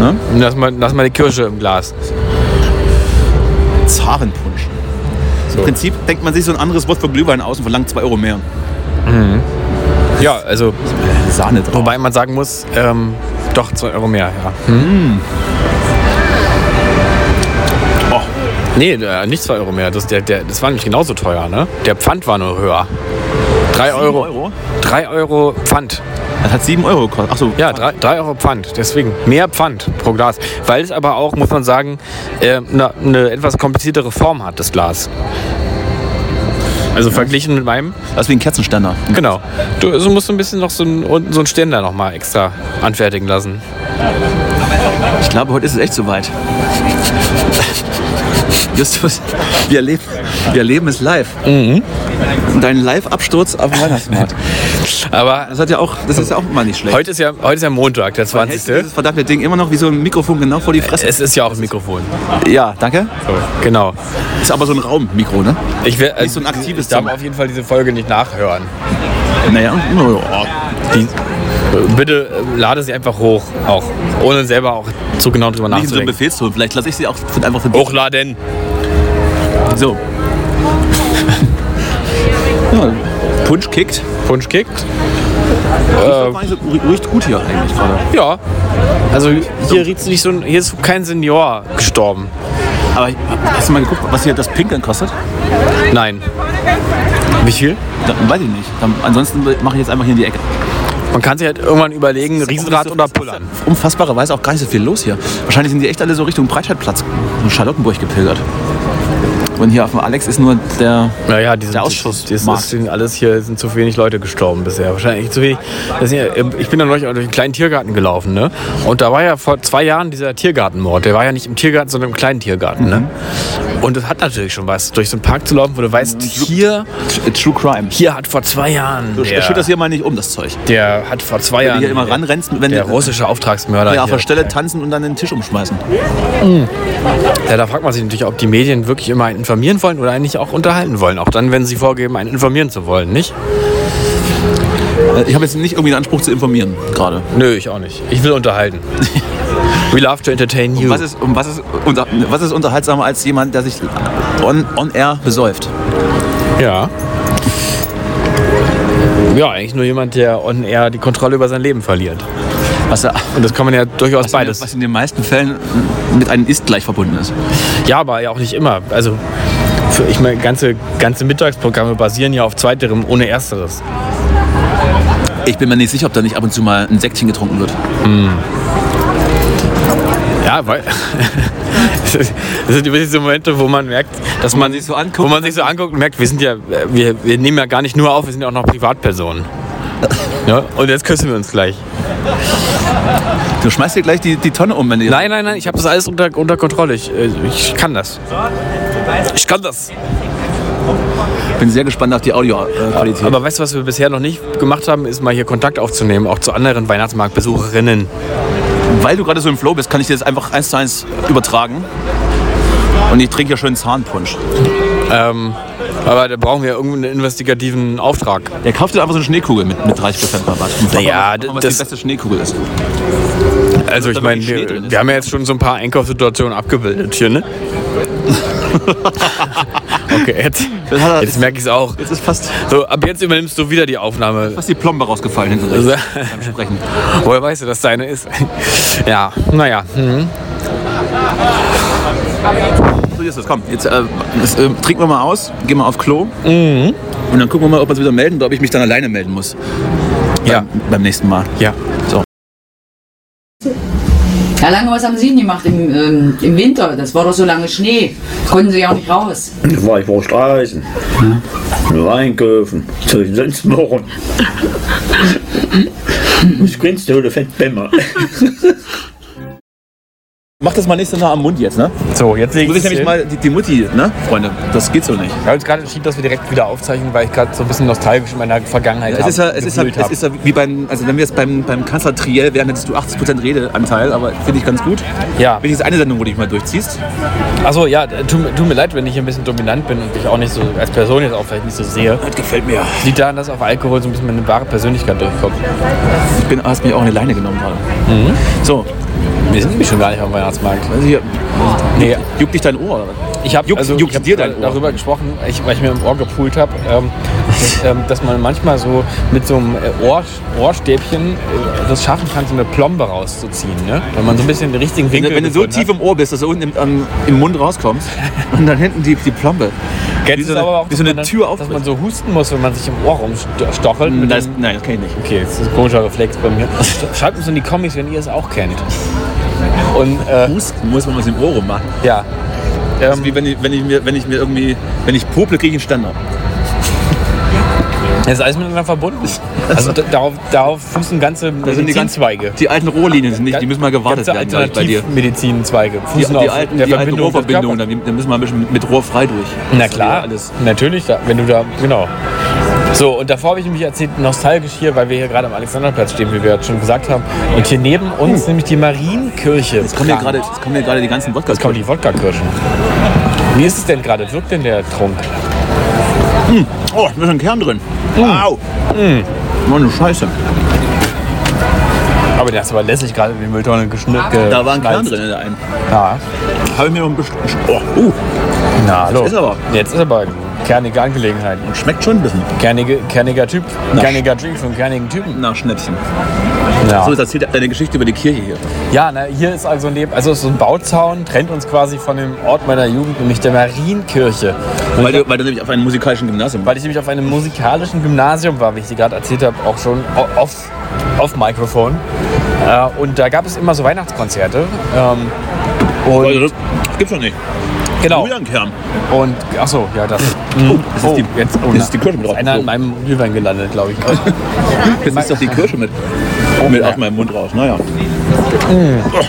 Speaker 1: Ne?
Speaker 4: Lass mal, lass mal die Kirsche im Glas.
Speaker 1: Zarenpunsch. Im Prinzip denkt man sich so ein anderes Wort für Glühwein aus und verlangt 2 Euro mehr.
Speaker 4: Ja, also,
Speaker 1: Sahne drauf.
Speaker 4: wobei man sagen muss, ähm, doch 2 Euro mehr, ja.
Speaker 1: Hm. Oh,
Speaker 4: Nee, äh, nicht 2 Euro mehr. Das, der, der, das war nämlich genauso teuer, ne? Der Pfand war nur höher. 3 Euro.
Speaker 1: Euro?
Speaker 4: 3 Euro Pfand.
Speaker 1: Das hat 7 Euro gekostet. Achso,
Speaker 4: Ja, 3 Euro Pfand. Deswegen mehr Pfand pro Glas. Weil es aber auch, muss man sagen, äh, eine eine etwas kompliziertere Form hat, das Glas. Also verglichen mit meinem.
Speaker 1: das ist wie ein Kerzenständer.
Speaker 4: Genau. Du also musst du ein bisschen noch so einen, unten so einen Ständer nochmal extra anfertigen lassen.
Speaker 1: Ich glaube, heute ist es echt soweit. Justus, wir erleben, wir erleben es live. Und dein Live-Absturz auf dem Weihnachtsmarkt.
Speaker 4: Aber
Speaker 1: Das, hat ja auch, das ist ja auch mal nicht schlecht.
Speaker 4: heute ist ja, heute ist ja Montag, der
Speaker 1: Man hält
Speaker 4: 20.
Speaker 1: dieses verdammte Ding immer noch wie so ein Mikrofon genau vor die Fresse.
Speaker 4: Es ist ja auch ein Mikrofon.
Speaker 1: ja, danke.
Speaker 4: So, genau.
Speaker 1: Ist aber so ein Raummikro, ne?
Speaker 4: Ich also, werde
Speaker 1: so ein aktives
Speaker 4: Ich darf
Speaker 1: Zimmer.
Speaker 4: auf jeden Fall diese Folge nicht nachhören.
Speaker 1: Naja, oh, ja.
Speaker 4: Die, bitte äh, lade sie einfach hoch, auch ohne selber auch zu genau drüber
Speaker 1: nicht in so einem
Speaker 4: nachzudenken.
Speaker 1: Befehlston. Vielleicht lasse ich sie auch von- einfach von
Speaker 4: Hochladen.
Speaker 1: So. ja, Punsch kickt.
Speaker 4: Punsch kickt.
Speaker 1: Gar nicht so- Riecht also gut hier eigentlich gerade.
Speaker 4: Ja. Also hier riecht's nicht so. ein- Hier ist kein Senior gestorben.
Speaker 1: Aber hast du mal geguckt, was hier das Pinkeln kostet?
Speaker 4: Nein. Wie viel?
Speaker 1: Da, weiß ich nicht. Dann, ansonsten mache ich jetzt einfach hier in die Ecke.
Speaker 4: Man kann sich halt irgendwann überlegen, Riesenrad oder Pullern.
Speaker 1: Unfassbarerweise auch gar nicht so viel los hier. Wahrscheinlich sind die echt alle so Richtung Breitscheidplatz und Charlottenburg gepilgert. Und hier auf dem Alex ist nur der.
Speaker 4: Naja, die sind,
Speaker 1: Der Ausschuss-
Speaker 4: Das
Speaker 1: Markt.
Speaker 4: ist, sind alles hier sind zu wenig Leute gestorben bisher. Wahrscheinlich zu wenig. Das sind ja, äh, ich bin dann neulich auch durch einen kleinen Tiergarten gelaufen, ne? Und da war ja vor zwei Jahren dieser Tiergartenmord. Der war ja nicht im Tiergarten, sondern im kleinen Tiergarten, ne?
Speaker 1: Mhm.
Speaker 4: Und das hat natürlich schon was, durch so einen Park zu laufen, wo du weißt, hier,
Speaker 1: äh, True Crime.
Speaker 4: hier hat vor zwei Jahren.
Speaker 1: Du schütt das
Speaker 4: Der,
Speaker 1: hier mal nicht um, das Zeug.
Speaker 4: der hat vor zwei
Speaker 1: Wenn du
Speaker 4: Jahren.
Speaker 1: hier immer ranrennst, wenn
Speaker 4: der
Speaker 1: du-
Speaker 4: russische Auftragsmörder.
Speaker 1: Ja, auf
Speaker 4: hier.
Speaker 1: der Stelle tanzen und dann den Tisch umschmeißen.
Speaker 4: Ja, da fragt man sich natürlich, ob die Medien wirklich immer einen informieren wollen oder eigentlich auch unterhalten wollen. Auch dann, wenn sie vorgeben, einen informieren zu wollen, nicht?
Speaker 1: Äh, Ich habe jetzt nicht irgendwie den Anspruch zu informieren gerade.
Speaker 4: Nö, ich auch nicht. Ich will unterhalten. We love to entertain you.
Speaker 1: Was ist, um was, ist, unter, was ist unterhaltsamer als jemand, der sich on, on air besäuft?
Speaker 4: ja. Ja, eigentlich nur jemand, der on air die Kontrolle über sein Leben verliert.
Speaker 1: Was, ja-
Speaker 4: Und das kann man ja durchaus
Speaker 1: was, in, was
Speaker 4: beides.
Speaker 1: in den meisten Fällen mit einem Ist gleich verbunden ist.
Speaker 4: Ja, aber ja auch nicht immer. Also, für, ich meine, ganze, ganze Mittagsprogramme basieren ja auf zweiterem ohne ersteres.
Speaker 1: Ich bin mir nicht sicher, ob da nicht ab und zu mal ein Säckchen getrunken wird.
Speaker 4: Ja, weil. das sind wirklich so Momente, wo man merkt, dass man,
Speaker 1: sich so anguckt
Speaker 4: wo man sich so anguckt und merkt, wir sind ja, wir, wir nehmen ja gar nicht nur auf, wir sind ja auch noch Privatpersonen. Ja, und jetzt küssen wir uns gleich.
Speaker 1: Du schmeißt dir gleich die, die Tonne um, wenn du
Speaker 4: Nein, nein, nein, ich habe das alles unter, unter Kontrolle. Ich, äh, ich kann das. Ich kann das.
Speaker 1: Ich bin sehr gespannt auf die äh, Audioqualität.
Speaker 4: Aber weißt du, was wir bisher noch nicht gemacht haben, ist mal hier Kontakt aufzunehmen, auch zu anderen Weihnachtsmarktbesucherinnen.
Speaker 1: weil du gerade so im Flow bist, kann ich dir das einfach eins zu eins übertragen. Und ich trinke ja schön Zahnpunsch.
Speaker 4: Ähm, aber da brauchen wir irgendeinen investigativen Auftrag.
Speaker 1: Der kauft dir einfach so eine Schneekugel mit, mit 30% Rabatt.
Speaker 4: Naja,
Speaker 1: das,
Speaker 4: das-
Speaker 1: was die beste Schneekugel ist.
Speaker 4: Also ich
Speaker 1: da
Speaker 4: Also, meine,
Speaker 1: wirklich Schnee
Speaker 4: wir,
Speaker 1: drin ist.
Speaker 4: wir haben ja jetzt schon so ein paar Einkaufssituationen abgebildet hier, ne? okay, jetzt, jetzt merke ich es auch. Jetzt ist fast. So, ab jetzt übernimmst du wieder die Aufnahme.
Speaker 1: Fast die Plombe rausgefallen hinten
Speaker 4: Also, Sprechen. Woher weißt du, dass deine ist? ja, naja. Mhm.
Speaker 1: So hier ist das. Komm, jetzt äh, das, äh, trinken wir mal aus, gehen wir auf Klo und dann gucken wir mal, ob wir uns wieder melden oder ob ich mich dann alleine melden muss. Ja. Beim, beim nächsten Mal.
Speaker 4: Ja.
Speaker 1: So.
Speaker 7: Ja, lange was haben Sie denn gemacht im, ähm, im Winter? Das war doch so lange Schnee. Konnten Sie ja auch nicht raus.
Speaker 12: Da war ich vor Straßen, nur einkaufen, soll ich denn sonst machen? Was grinst du, du Fettbämmer?
Speaker 1: Mach das mal nicht so nah am Mund jetzt, ne?
Speaker 4: So, jetzt
Speaker 1: Muss ich nämlich mal die, die Mutti, ne, Freunde? Das geht so nicht.
Speaker 4: Wir haben uns gerade entschieden, dass wir direkt wieder aufzeichnen, weil ich gerade so ein bisschen nostalgisch in meiner Vergangenheit
Speaker 1: Es ist ja,
Speaker 4: hab-
Speaker 1: es ist ja,
Speaker 4: gewühlt
Speaker 1: es
Speaker 4: hab.
Speaker 1: ist ja wie beim, also wenn wir jetzt beim, beim Kanzler Triell wären, hättest du 80% Redeanteil, aber finde ich ganz gut.
Speaker 4: Ja.
Speaker 1: Wenigstens eine Sendung, wo du dich mal durchziehst.
Speaker 4: Achso, ja, äh, tu, mir- tu mir leid, wenn ich hier ein bisschen dominant bin und dich auch nicht so als Person jetzt auch vielleicht nicht so sehe.
Speaker 1: Das gefällt mir.
Speaker 4: Liegt daran, dass auf Alkohol so ein bisschen meine wahre Persönlichkeit durchkommt.
Speaker 1: Ich bin, hast mich auch eine Leine genommen gerade.
Speaker 4: Mhm.
Speaker 1: So,
Speaker 4: Wir sind nämlich schon gar nicht am Weihnachtsmarkt.
Speaker 1: also hier,
Speaker 4: Nee,
Speaker 1: juckt dich dein Ohr? oder was?
Speaker 4: ich habe
Speaker 1: Juckt-
Speaker 4: also,
Speaker 1: juckt
Speaker 4: ich hab
Speaker 1: dir dein Ohr?
Speaker 4: darüber gesprochen, ich, weil ich mir im Ohr gepult habe, ähm, dass, ähm, dass man manchmal so mit so einem äh, Ohr, Ohrstäbchen äh, das schaffen kann, so eine Plombe rauszuziehen. Ne? Wenn man so ein bisschen den richtigen
Speaker 1: Wenn,
Speaker 4: Winkel
Speaker 1: du- wenn du so
Speaker 4: gefunden
Speaker 1: tief im Ohr bist, dass du unten im, am, im Mund rauskommst und dann hinten die, die Plombe.
Speaker 4: hat. Kennst
Speaker 1: wie so
Speaker 4: du es
Speaker 1: eine-
Speaker 4: aber auch,
Speaker 1: wie so eine
Speaker 4: dass man dann-
Speaker 1: Tür
Speaker 4: Dass
Speaker 1: aufbricht?
Speaker 4: man so husten muss, wenn man sich im Ohr rumstochelt. mit
Speaker 1: Das,
Speaker 4: dem-
Speaker 1: nein, das kann ich nicht.
Speaker 4: Okay, das ist ein komischer Reflex bei mir. Schreibt uns in die Comics, wenn ihr es auch kennt. Und äh,
Speaker 1: Husten muss man was im Ohr rummachen.
Speaker 4: ja, Ähm.
Speaker 1: Das ist wie wenn ich, wenn ich, mir, wenn ich mir irgendwie, wenn ich pople, kriege ich einen Ständer.
Speaker 4: es ist alles miteinander verbunden. Also d- darauf, darauf fußen ganze Medizinzweige.
Speaker 1: Die alten Rohlinien sind nicht, die müssen mal gewartet
Speaker 4: ganze
Speaker 1: werden, glaub ich, bei dir.
Speaker 4: Alternativmedizinzweige.
Speaker 1: Die,
Speaker 4: Fußen
Speaker 1: die
Speaker 4: auf
Speaker 1: alten,
Speaker 4: der
Speaker 1: die alten
Speaker 4: Verbindung des
Speaker 1: Rohrverbindungen, da da müssen wir ein bisschen mit- mit Rohr frei durch.
Speaker 4: Körpers. Na klar,
Speaker 1: Das ist ja
Speaker 4: natürlich, da- wenn du da, genau. So, und davor habe ich mich erzählt, nostalgisch hier, weil wir hier gerade am Alexanderplatz stehen, wie wir jetzt schon gesagt haben. Und hier neben uns nämlich die
Speaker 1: Alles.
Speaker 4: Marienkirche.
Speaker 1: Uh. Jetzt kommen hier gerade- jetzt kommen hier gerade die ganzen Wodkas.
Speaker 4: Jetzt kommen die Wodka-Kirschen. Wie ist es denn gerade? Wirkt denn der Trunk?
Speaker 1: Oh, da ist ein Kern drin. Au! Mann, du Scheiße.
Speaker 4: Aber der ist aber lässig gerade in die Mülltonne geschnitten.
Speaker 1: Da war ein Kern drin in der einen.
Speaker 4: Ja.
Speaker 1: Habe ich mir noch ein bisschen. Oh, uh,
Speaker 4: Na, hallo.
Speaker 1: ist aber-
Speaker 4: Jetzt ist aber kernige Angelegenheit.
Speaker 1: schmeckt schon ein bisschen
Speaker 4: Kernige, kerniger Typ.
Speaker 1: Na,
Speaker 4: Kerniger Drink von kernigen Typen.
Speaker 1: nach Schnäppchen.
Speaker 4: Ja.
Speaker 1: So, jetzt erzählt deine Geschichte über die Kirche hier.
Speaker 4: Ja, na, hier ist also neben, also ist so ein Bauzaun, trennt uns quasi von dem Ort meiner Jugend, nämlich der Marienkirche. Und
Speaker 1: Weil du, weil du nämlich auf einem musikalischen Gymnasium
Speaker 4: weil ich nämlich auf einem musikalischen Gymnasium war, wie ich dir gerade erzählt habe, auch schon au- auf, auf Mikrofon. Äh, und da gab es immer so Weihnachtskonzerte. Ähm, und
Speaker 1: Also, das gibt's doch nicht.
Speaker 4: genau.
Speaker 1: Wieder ein Kern.
Speaker 4: Und ach so, ja das. Oh,
Speaker 1: das ist die-
Speaker 4: jetzt
Speaker 1: das ist die Kirsche mit
Speaker 4: ist einer in meinem Glühwein gelandet, glaube ich.
Speaker 1: Jetzt ist doch die Kirsche mit,
Speaker 4: Oh
Speaker 1: mit aus meinem Mund raus. Naja. Mm. Oh,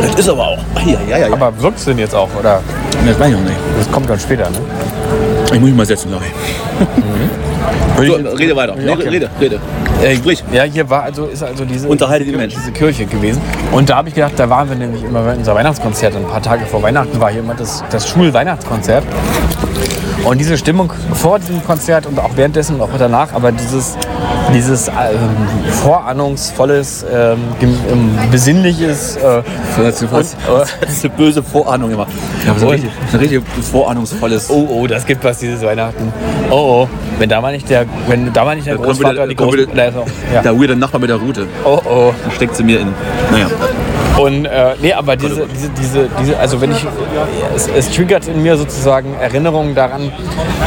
Speaker 1: Das ist aber auch. Ah, ja, ja, ja. ja.
Speaker 4: Aber wirkst du denn jetzt auch oder?
Speaker 1: Das weiß ich auch nicht.
Speaker 4: Das kommt dann später, ne?
Speaker 1: Ich muss mich mal setzen, glaube ich. So, rede weiter. Nee,
Speaker 4: Okay.
Speaker 1: Rede, rede. Äh, sprich.
Speaker 4: Ja, hier war also, ist also diese,
Speaker 1: Unterhalte
Speaker 4: diese,
Speaker 1: die
Speaker 4: Kirche-
Speaker 1: Menschen.
Speaker 4: diese Kirche gewesen. Und da habe ich gedacht, da waren wir nämlich immer bei unser Weihnachtskonzert. Ein paar Tage vor Weihnachten war hier immer das, das Schulweihnachtskonzert. Und diese Stimmung vor diesem Konzert und auch währenddessen und auch danach, aber dieses, dieses ähm, vorahnungsvolles, ähm, gem- ähm, besinnliches. Äh,
Speaker 1: Das ist,
Speaker 4: und,
Speaker 1: das ist eine böse Vorahnung immer. Ja, aber so ein richtig, ein richtig vorahnungsvolles.
Speaker 4: Oh, oh, das gibt was dieses Weihnachten. Oh, oh, wenn da mal nicht der, wenn da mal nicht der
Speaker 1: Da kommt
Speaker 4: Großvater,
Speaker 1: wieder-
Speaker 4: die
Speaker 1: da kommt
Speaker 4: Großmutter,
Speaker 1: wieder-
Speaker 4: ja.
Speaker 1: Der weirde Nachbar mit der Rute.
Speaker 4: oh, oh.
Speaker 1: Da steckt sie mir in. Naja.
Speaker 4: Und äh, nee, aber diese, diese, diese, diese, also wenn ich, es, es triggert in mir sozusagen Erinnerungen daran,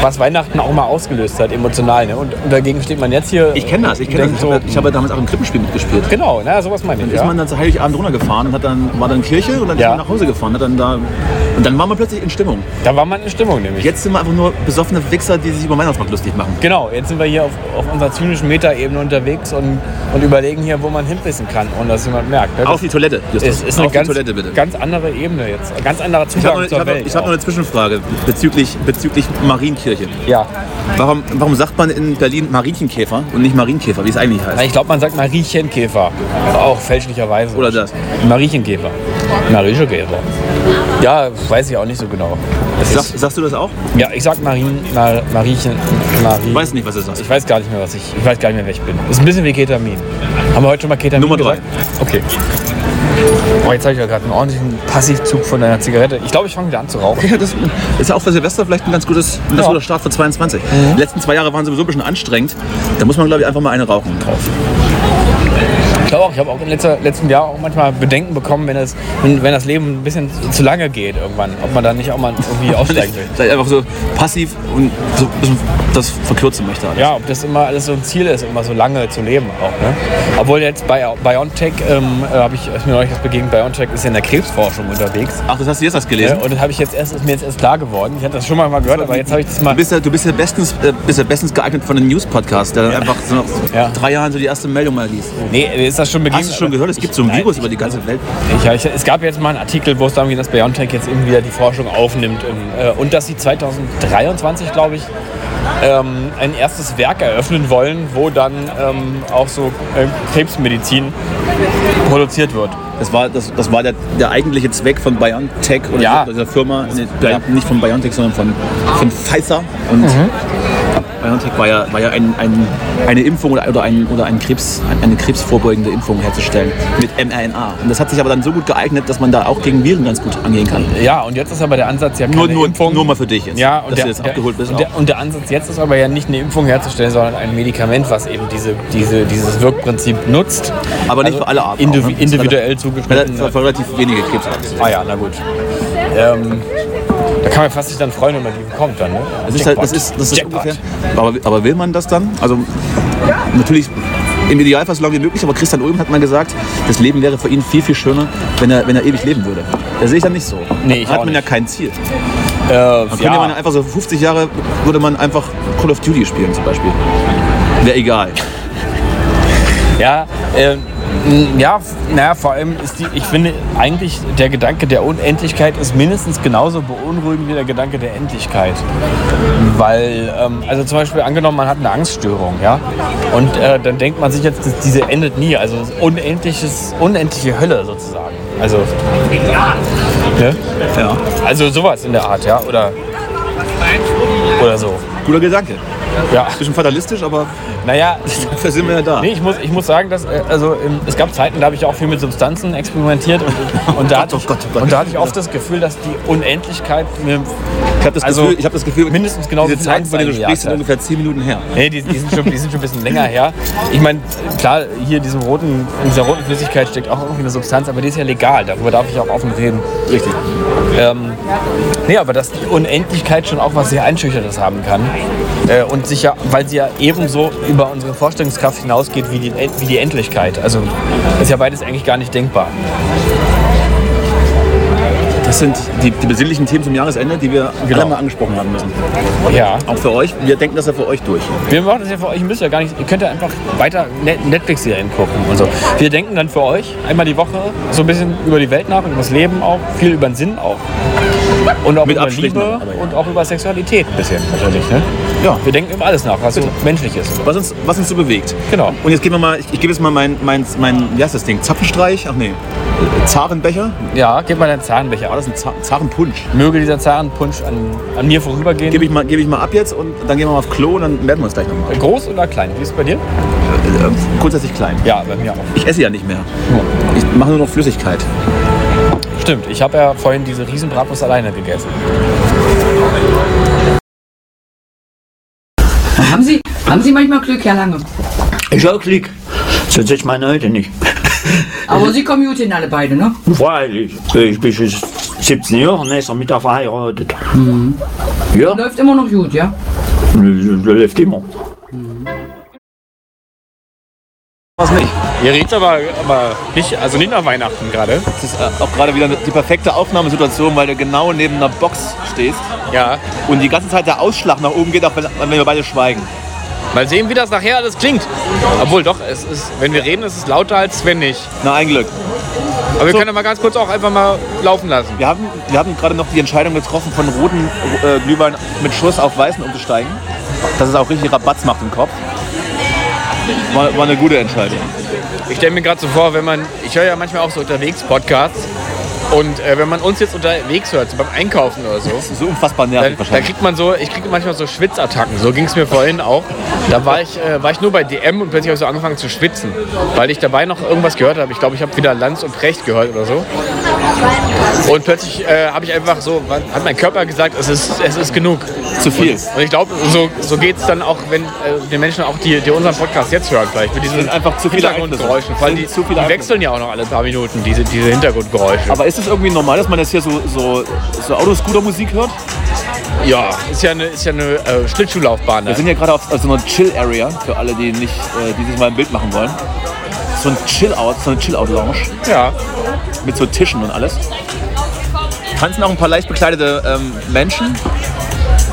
Speaker 4: was Weihnachten auch mal ausgelöst hat, emotional. Ne? Und, und dagegen steht man jetzt hier.
Speaker 1: Ich kenne das, ich
Speaker 4: und
Speaker 1: kenne das.
Speaker 4: denkt
Speaker 1: Ich habe ja- ich habe ja damals auch im Krippenspiel mitgespielt.
Speaker 4: So, genau, na, sowas meine ich.
Speaker 1: Ist
Speaker 4: Ja.
Speaker 1: man dann zu Heiligabend runtergefahren und hat dann, war dann Kirche und dann
Speaker 4: Ja.
Speaker 1: ist man nach Hause gefahren. Hat dann da, und dann waren wir plötzlich in Stimmung.
Speaker 4: Da war man in Stimmung nämlich.
Speaker 1: Jetzt sind wir einfach nur besoffene Wichser, die sich über den Weihnachtsmarkt lustig machen.
Speaker 4: Genau, jetzt sind wir hier auf, auf unserer zynischen Metaebene unterwegs und, und überlegen hier, wo man hinpissen kann, ohne dass jemand merkt. Ne?
Speaker 1: Auf die Toilette, Justus.
Speaker 4: Es ist eine
Speaker 1: Auf
Speaker 4: ganz,
Speaker 1: die Toilette, bitte.
Speaker 4: ganz andere Ebene jetzt. Ein ganz anderer
Speaker 1: Ich habe
Speaker 4: Zugang
Speaker 1: noch, ich
Speaker 4: zur
Speaker 1: hab noch,
Speaker 4: Welt.
Speaker 1: ich hab noch eine Zwischenfrage bezüglich, bezüglich Marienkirche.
Speaker 4: auch. ja.
Speaker 1: Warum, warum sagt man in Berlin Marienkäfer und nicht Marienkäfer, wie es eigentlich heißt?
Speaker 4: Ich glaube, man sagt Mariechenkäfer. Auch fälschlicherweise.
Speaker 1: Oder das.
Speaker 4: Mariechenkäfer. Mariechenkäfer. Ja, weiß ich auch nicht so genau. Das
Speaker 1: Sag,
Speaker 4: ist,
Speaker 1: sagst du das auch?
Speaker 4: ja, ich sag Marien, Mar, Mariechen, Marie.
Speaker 1: Ich weiß nicht, was es ist.
Speaker 4: Ich weiß gar nicht mehr, was ich. Ich weiß gar nicht mehr, wer ich bin. Ist ein bisschen wie Ketamin. Haben wir heute schon mal Ketamin
Speaker 1: Nummer drei.
Speaker 4: gesagt? Okay. Oh, jetzt habe ich ja gerade einen ordentlichen Passivzug von einer Zigarette. Ich glaube, ich fange wieder an zu rauchen.
Speaker 1: Ja, das ist ja auch für Silvester vielleicht ein ganz, gutes, ein ganz guter Start für 22.
Speaker 4: Mhm.
Speaker 1: Die letzten zwei Jahre waren sowieso ein bisschen anstrengend. Da muss man, glaube ich, einfach mal eine rauchen drauf.
Speaker 4: Ich glaube auch, ich habe auch im letzter, letzten Jahr auch manchmal Bedenken bekommen, wenn das, wenn, wenn das Leben ein bisschen zu lange geht irgendwann, ob man da nicht auch mal irgendwie aussteigen will.
Speaker 1: Vielleicht einfach so passiv und so ein bisschen das verkürzen möchte. alles.
Speaker 4: Ja, ob das immer alles so ein Ziel ist, immer so lange zu leben auch. Ne? Obwohl jetzt bei BioNTech, ähm, äh, habe ich ist mir neulich das begegnet, BioNTech ist ja in der Krebsforschung unterwegs.
Speaker 1: Ach, das hast du jetzt erst gelesen?
Speaker 4: Ja, und das habe ich jetzt erst, ist mir jetzt erst klar geworden. Ich hatte das schon mal, mal gehört, aber jetzt habe ich das mal.
Speaker 1: Du bist ja, du bist ja, bestens, äh, bist ja bestens geeignet von einem News-Podcast, der einfach so nach drei Jahren so die erste Meldung mal liest.
Speaker 4: Nee, mir ist das schon begegnet.
Speaker 1: Hast du schon gehört? Es gibt so ein Virus über die ganze Welt.
Speaker 4: Ich, ja, ich, es gab jetzt mal einen Artikel, wo es darum ging, dass BioNTech jetzt eben wieder die Forschung aufnimmt ähm, äh, und dass sie 2023, glaube ich, ähm, ein erstes Werk eröffnen wollen, wo dann ähm, auch so äh, Krebsmedizin produziert wird.
Speaker 1: Das war, das, das war der, der eigentliche Zweck von BioNTech oder
Speaker 4: Ja.
Speaker 1: dieser Firma. Nee, Nicht von BioNTech, sondern von, von Pfizer. Und
Speaker 4: Mhm.
Speaker 1: BioNTech war ja, war ja ein, ein, eine Impfung oder, oder, ein, oder ein Krebs, eine krebsvorbeugende Impfung herzustellen mit mRNA. Und das hat sich aber dann so gut geeignet, dass man da auch gegen Viren ganz gut angehen kann.
Speaker 4: Ja, und jetzt ist aber der Ansatz ja Äh, keine
Speaker 1: Nur, nur,
Speaker 4: Impfung.
Speaker 1: nur mal für dich jetzt,
Speaker 4: ja, und
Speaker 1: dass
Speaker 4: der,
Speaker 1: du jetzt abgeholt
Speaker 4: der,
Speaker 1: bist.
Speaker 4: Und
Speaker 1: auch.
Speaker 4: der, und der Ansatz jetzt ist aber ja nicht eine Impfung herzustellen, sondern ein Medikament, was eben diese, diese, dieses Wirkprinzip nutzt.
Speaker 1: Aber nicht für alle Arten
Speaker 4: Also Indivi
Speaker 1: auch, ne?
Speaker 4: Individuell
Speaker 1: Das war-
Speaker 4: zugeschnitten.
Speaker 1: das war relativ wenige Krebsarten.
Speaker 4: Ah ja, na gut. Ähm, da kann man fast sich dann freuen, wenn man die bekommt dann. Ne?
Speaker 1: Das ist, halt, das ist, das ist ungefähr. Aber, aber will man das dann? Also natürlich im Idealfall so lange wie möglich, aber Christian Ulm hat mal gesagt, das Leben wäre für ihn viel, viel schöner, wenn er, wenn er ewig leben würde. Das sehe ich dann nicht so.
Speaker 4: Nee, ich
Speaker 1: hat
Speaker 4: auch
Speaker 1: man ja
Speaker 4: nicht.
Speaker 1: kein Ziel.
Speaker 4: Äh,
Speaker 1: Man könnte man
Speaker 4: ja,
Speaker 1: einfach so 50 Jahre würde man einfach Call of Duty spielen zum Beispiel. Wäre egal.
Speaker 4: ja, äh, m, ja, f- naja, vor allem ist die, ich finde eigentlich der Gedanke der Unendlichkeit ist mindestens genauso beunruhigend wie der Gedanke der Endlichkeit. Weil, ähm, also zum Beispiel angenommen, man hat eine Angststörung, ja, und äh, dann denkt man sich jetzt, dass diese endet nie, also es ist unendliches, unendliche Hölle sozusagen. Also, ne?
Speaker 1: ja.
Speaker 4: also sowas in der Art, ja, oder, oder so.
Speaker 1: Guter Gedanke.
Speaker 4: Ja.
Speaker 1: Bisschen fatalistisch, aber
Speaker 4: Naja,
Speaker 1: dafür sind wir ja da.
Speaker 4: Nee, ich muss, ich muss sagen, dass, äh, also, ähm, es gab Zeiten, da habe ich auch viel mit Substanzen experimentiert und, und, da, hatte ich,
Speaker 1: oh
Speaker 4: und da hatte ich oft das Gefühl, dass die Unendlichkeit mir
Speaker 1: Ich habe das,
Speaker 4: also
Speaker 1: Gefühl- ich hab das Gefühl,
Speaker 4: mindestens genau
Speaker 1: diese Zeiten, von denen du sprichst, sind ungefähr 10 Minuten her.
Speaker 4: Nee, die, die, sind schon, die sind schon ein bisschen länger her. Ich meine, klar, hier in diesem roten, in dieser roten Flüssigkeit steckt auch irgendwie eine Substanz, aber die ist ja legal, darüber darf ich auch offen reden.
Speaker 1: Richtig.
Speaker 4: Ähm, nee, aber dass die Unendlichkeit schon auch was sehr Einschüchterndes haben kann. Äh, und sicher, weil sie ja ebenso über unsere Vorstellungskraft hinausgeht wie die, End- wie die Endlichkeit. Also ist ja beides eigentlich gar nicht denkbar.
Speaker 1: Das sind die, die besinnlichen Themen zum Jahresende, die wir
Speaker 4: Genau.
Speaker 1: alle mal angesprochen haben müssen.
Speaker 4: Ja.
Speaker 1: Auch für euch. Wir denken das ja für euch durch.
Speaker 4: Wir machen das ja für euch, ihr müsst ja gar nicht, ihr könnt ja einfach weiter Net- Netflix-Serien gucken und so. Wir denken dann für euch einmal die Woche so ein bisschen über die Welt nach, über das Leben auch, viel über den Sinn auch. Und auch
Speaker 1: Mit
Speaker 4: über
Speaker 1: Abstrichen,
Speaker 4: Liebe
Speaker 1: aber ja.
Speaker 4: und auch über Sexualität ein bisschen natürlich, ne?
Speaker 1: Ja.
Speaker 4: Wir denken über alles nach, was so menschlich ist.
Speaker 1: Was uns, was uns so bewegt.
Speaker 4: Genau.
Speaker 1: Und jetzt geben wir mal, ich, ich gebe jetzt mal mein, mein, mein, wie heißt das Ding? Zapfenstreich? Ach nee. Äh, Zarenbecher?
Speaker 4: Ja, gib mal deinen Zahnbecher
Speaker 1: War
Speaker 4: aus.
Speaker 1: das ein Za- Zarenpunsch?
Speaker 4: Möge dieser Zahnpunsch an, an mir vorübergehen.
Speaker 1: Gebe ich, mal- gebe ich mal ab jetzt und dann gehen wir mal auf Klo und dann merken wir uns gleich nochmal.
Speaker 4: Groß oder klein? Wie ist es bei dir?
Speaker 1: Äh, grundsätzlich klein.
Speaker 4: Ja, bei mir auch.
Speaker 1: Ich esse ja nicht mehr. Ich mache nur noch Flüssigkeit.
Speaker 4: Stimmt, ich habe ja vorhin diese Riesenbratwurst alleine gegessen.
Speaker 7: Haben Sie, haben Sie manchmal Glück, Herr Lange?
Speaker 12: Ich auch Glück. Sonst hätte ich meine heute nicht.
Speaker 7: Aber Sie kommen gut hin, alle beide, ne?
Speaker 12: Freilich. Ich bin schon 17 Jahre nächster Mittag verheiratet. Mhm. Ja,
Speaker 7: Läuft immer noch gut, ja?
Speaker 12: das läuft immer.
Speaker 1: Was nicht?
Speaker 4: Ihr redet aber, aber nicht, also nicht nach Weihnachten gerade.
Speaker 1: Das ist äh, auch gerade wieder die perfekte Aufnahmesituation, weil du genau neben einer Box stehst
Speaker 4: Ja.
Speaker 1: und die ganze Zeit der Ausschlag nach oben geht, auch wenn, wenn wir beide schweigen.
Speaker 4: Mal sehen, wie das nachher alles klingt. Obwohl doch, es ist, wenn wir reden, ist es lauter als wenn nicht.
Speaker 1: Na, ein Glück.
Speaker 4: Aber wir können ja mal ganz kurz auch einfach mal laufen lassen.
Speaker 1: Wir haben, wir haben gerade noch die Entscheidung getroffen, von roten äh, Glühwein mit Schuss auf weißen umzusteigen. Dass es auch richtig Rabatz macht im Kopf. War, war eine gute Entscheidung.
Speaker 4: Ich stelle mir gerade so vor, wenn man, ich höre ja manchmal auch so unterwegs Podcasts Und äh, wenn man uns jetzt unterwegs hört, so beim Einkaufen oder so,
Speaker 1: so unfassbar nervig
Speaker 4: dann, dann
Speaker 1: wahrscheinlich.
Speaker 4: kriegt man so, ich kriege manchmal so Schwitzattacken. So ging es mir vorhin auch. Da war ich, äh, war ich nur bei DM und plötzlich habe ich so angefangen zu schwitzen, weil ich dabei noch irgendwas gehört habe. Ich glaube, ich habe wieder Lanz und Precht gehört oder so. Und plötzlich äh, habe ich einfach so, hat mein Körper gesagt, es ist, es ist genug.
Speaker 1: Zu viel.
Speaker 4: Und, und ich glaube, so, so geht es dann auch, wenn äh, den Menschen auch, die, die unseren Podcast jetzt hören, gleich mit diesen
Speaker 1: sind einfach zu viele Einflüsse.
Speaker 4: Hintergrundgeräuschen. Vor allem
Speaker 1: Sind
Speaker 4: die,
Speaker 1: zu viele
Speaker 4: die wechseln ja auch noch alle paar Minuten, diese, diese Hintergrundgeräusche.
Speaker 1: Aber ist es irgendwie normal, dass man jetzt hier so, so, so Autoscooter-Musik hört?
Speaker 4: Ja, ist ja eine, ist ja eine äh, Schlittschuhlaufbahn.
Speaker 1: Wir sind ja gerade auf also so einer Chill-Area, für alle, die, nicht, äh, die sich mal ein Bild machen wollen. So ein Chill-Out, so eine Chill-Out-Lounge.
Speaker 4: Ja.
Speaker 1: Mit so Tischen und alles. Tanzen auch ein paar leicht bekleidete ähm, Menschen.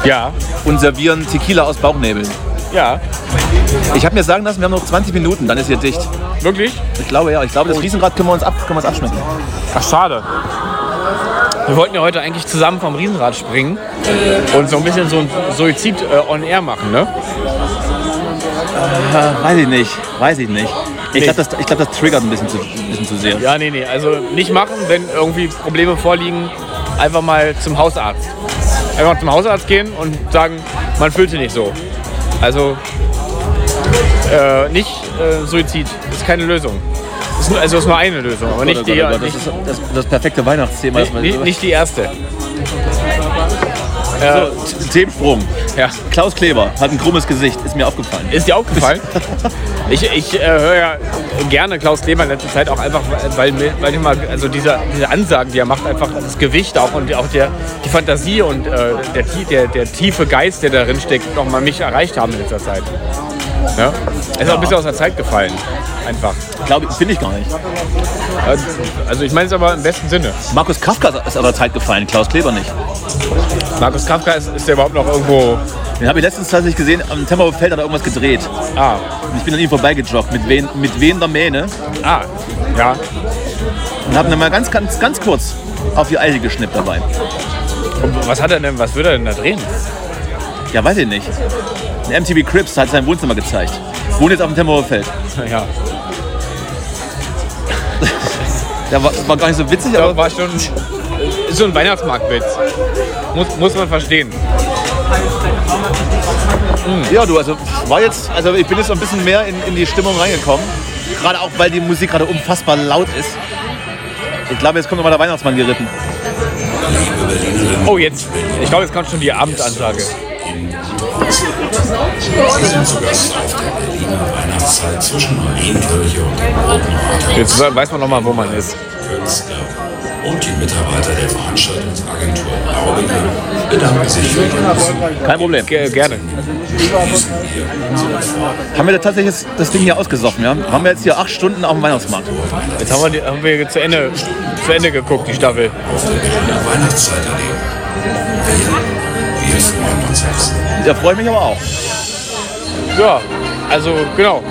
Speaker 4: Ja.
Speaker 1: Und servieren Tequila aus Bauchnebeln.
Speaker 4: Ja.
Speaker 1: Ich habe mir sagen lassen, wir haben noch 20 Minuten, dann ist hier dicht.
Speaker 4: Wirklich?
Speaker 1: Ich glaube ja. Ich glaube, das Riesenrad können wir uns, ab, können wir uns abschmecken.
Speaker 4: Ach, schade. Wir wollten ja heute eigentlich zusammen vom Riesenrad springen und so ein bisschen so ein Suizid äh, on air machen, ne?
Speaker 1: Äh, weiß ich nicht. Weiß ich nicht. Ich
Speaker 4: Nee.
Speaker 1: glaube, das, ich glaub, das triggert ein bisschen zu, ein bisschen zu sehr.
Speaker 4: Ja, nee, nee. Also nicht machen, wenn irgendwie Probleme vorliegen, einfach mal zum Hausarzt. Einfach zum Hausarzt gehen und sagen, man fühlt sich nicht so. Also äh, nicht äh, Suizid. Ist keine Lösung. Ist, nur- also ist nur eine Lösung, aber nicht
Speaker 1: Gott, oh
Speaker 4: die.
Speaker 1: Gott, oh Gott,
Speaker 4: nicht,
Speaker 1: das, ist das, das perfekte Weihnachtsthema. das
Speaker 4: nicht,
Speaker 1: man-
Speaker 4: nicht, nicht die erste. Äh,
Speaker 1: So, T- Themensprung.
Speaker 4: Ja.
Speaker 1: Klaus Kleber hat ein krummes Gesicht, ist mir aufgefallen.
Speaker 4: Ist dir aufgefallen? ich ich äh, höre ja gerne Klaus Kleber in letzter Zeit auch einfach, weil, mir- weil ich mal, also diese, diese Ansagen, die er macht, einfach das Gewicht auch und auch der, die Fantasie und äh, der, tie- der, der tiefe Geist, der darin steckt, nochmal mich erreicht haben in letzter Zeit. Ja? Er ist auch ein bisschen aus der Zeit gefallen. Einfach.
Speaker 1: Glaube ich, finde ich gar nicht.
Speaker 4: Äh, Also ich meine es aber im besten Sinne.
Speaker 1: Markus Kafka ist aus der Zeit gefallen, Klaus Kleber nicht.
Speaker 4: Markus Kafka ist, ist der überhaupt noch irgendwo.
Speaker 1: Den habe ich letztens tatsächlich gesehen, am Tempelhofer Feld hat er irgendwas gedreht.
Speaker 4: Ah,
Speaker 1: Und ich bin an ihm vorbeigejoggt, mit wen, mit wen der Mähne.
Speaker 4: ah, ja.
Speaker 1: Und habe ihn ne mal ganz, ganz, ganz kurz auf die Eiche geschnippt dabei.
Speaker 4: Und was hat er denn, was würde er denn da drehen?
Speaker 1: Ja, weiß ich nicht. Ein MTV Crips hat sein Wohnzimmer gezeigt. Wohnt jetzt auf dem Tempelhofer Feld.
Speaker 4: Ja.
Speaker 1: Ja, war, war gar nicht so witzig,
Speaker 4: Da
Speaker 1: aber
Speaker 4: war schon, ist so ein Weihnachtsmarktwitz. Muss, muss man verstehen.
Speaker 1: ja, du, also war jetzt, also ich bin jetzt so ein bisschen mehr in, in die Stimmung reingekommen. Gerade auch, weil die Musik gerade unfassbar laut ist. Ich glaube, jetzt kommt nochmal der Weihnachtsmann geritten.
Speaker 4: Oh, jetzt, ich glaube, jetzt kommt schon die Abendansage. Jetzt weiß man nochmal, wo man ist.
Speaker 1: Kein Problem.
Speaker 4: Ge gerne.
Speaker 1: Haben wir da tatsächlich jetzt das Ding hier ausgesoffen, ja? Haben wir jetzt hier acht Stunden auf dem Weihnachtsmarkt.
Speaker 4: Jetzt haben wir, die, haben wir zu, Ende, zu Ende geguckt, die Staffel.
Speaker 1: Da freue ich mich aber auch.
Speaker 4: Ja, also genau.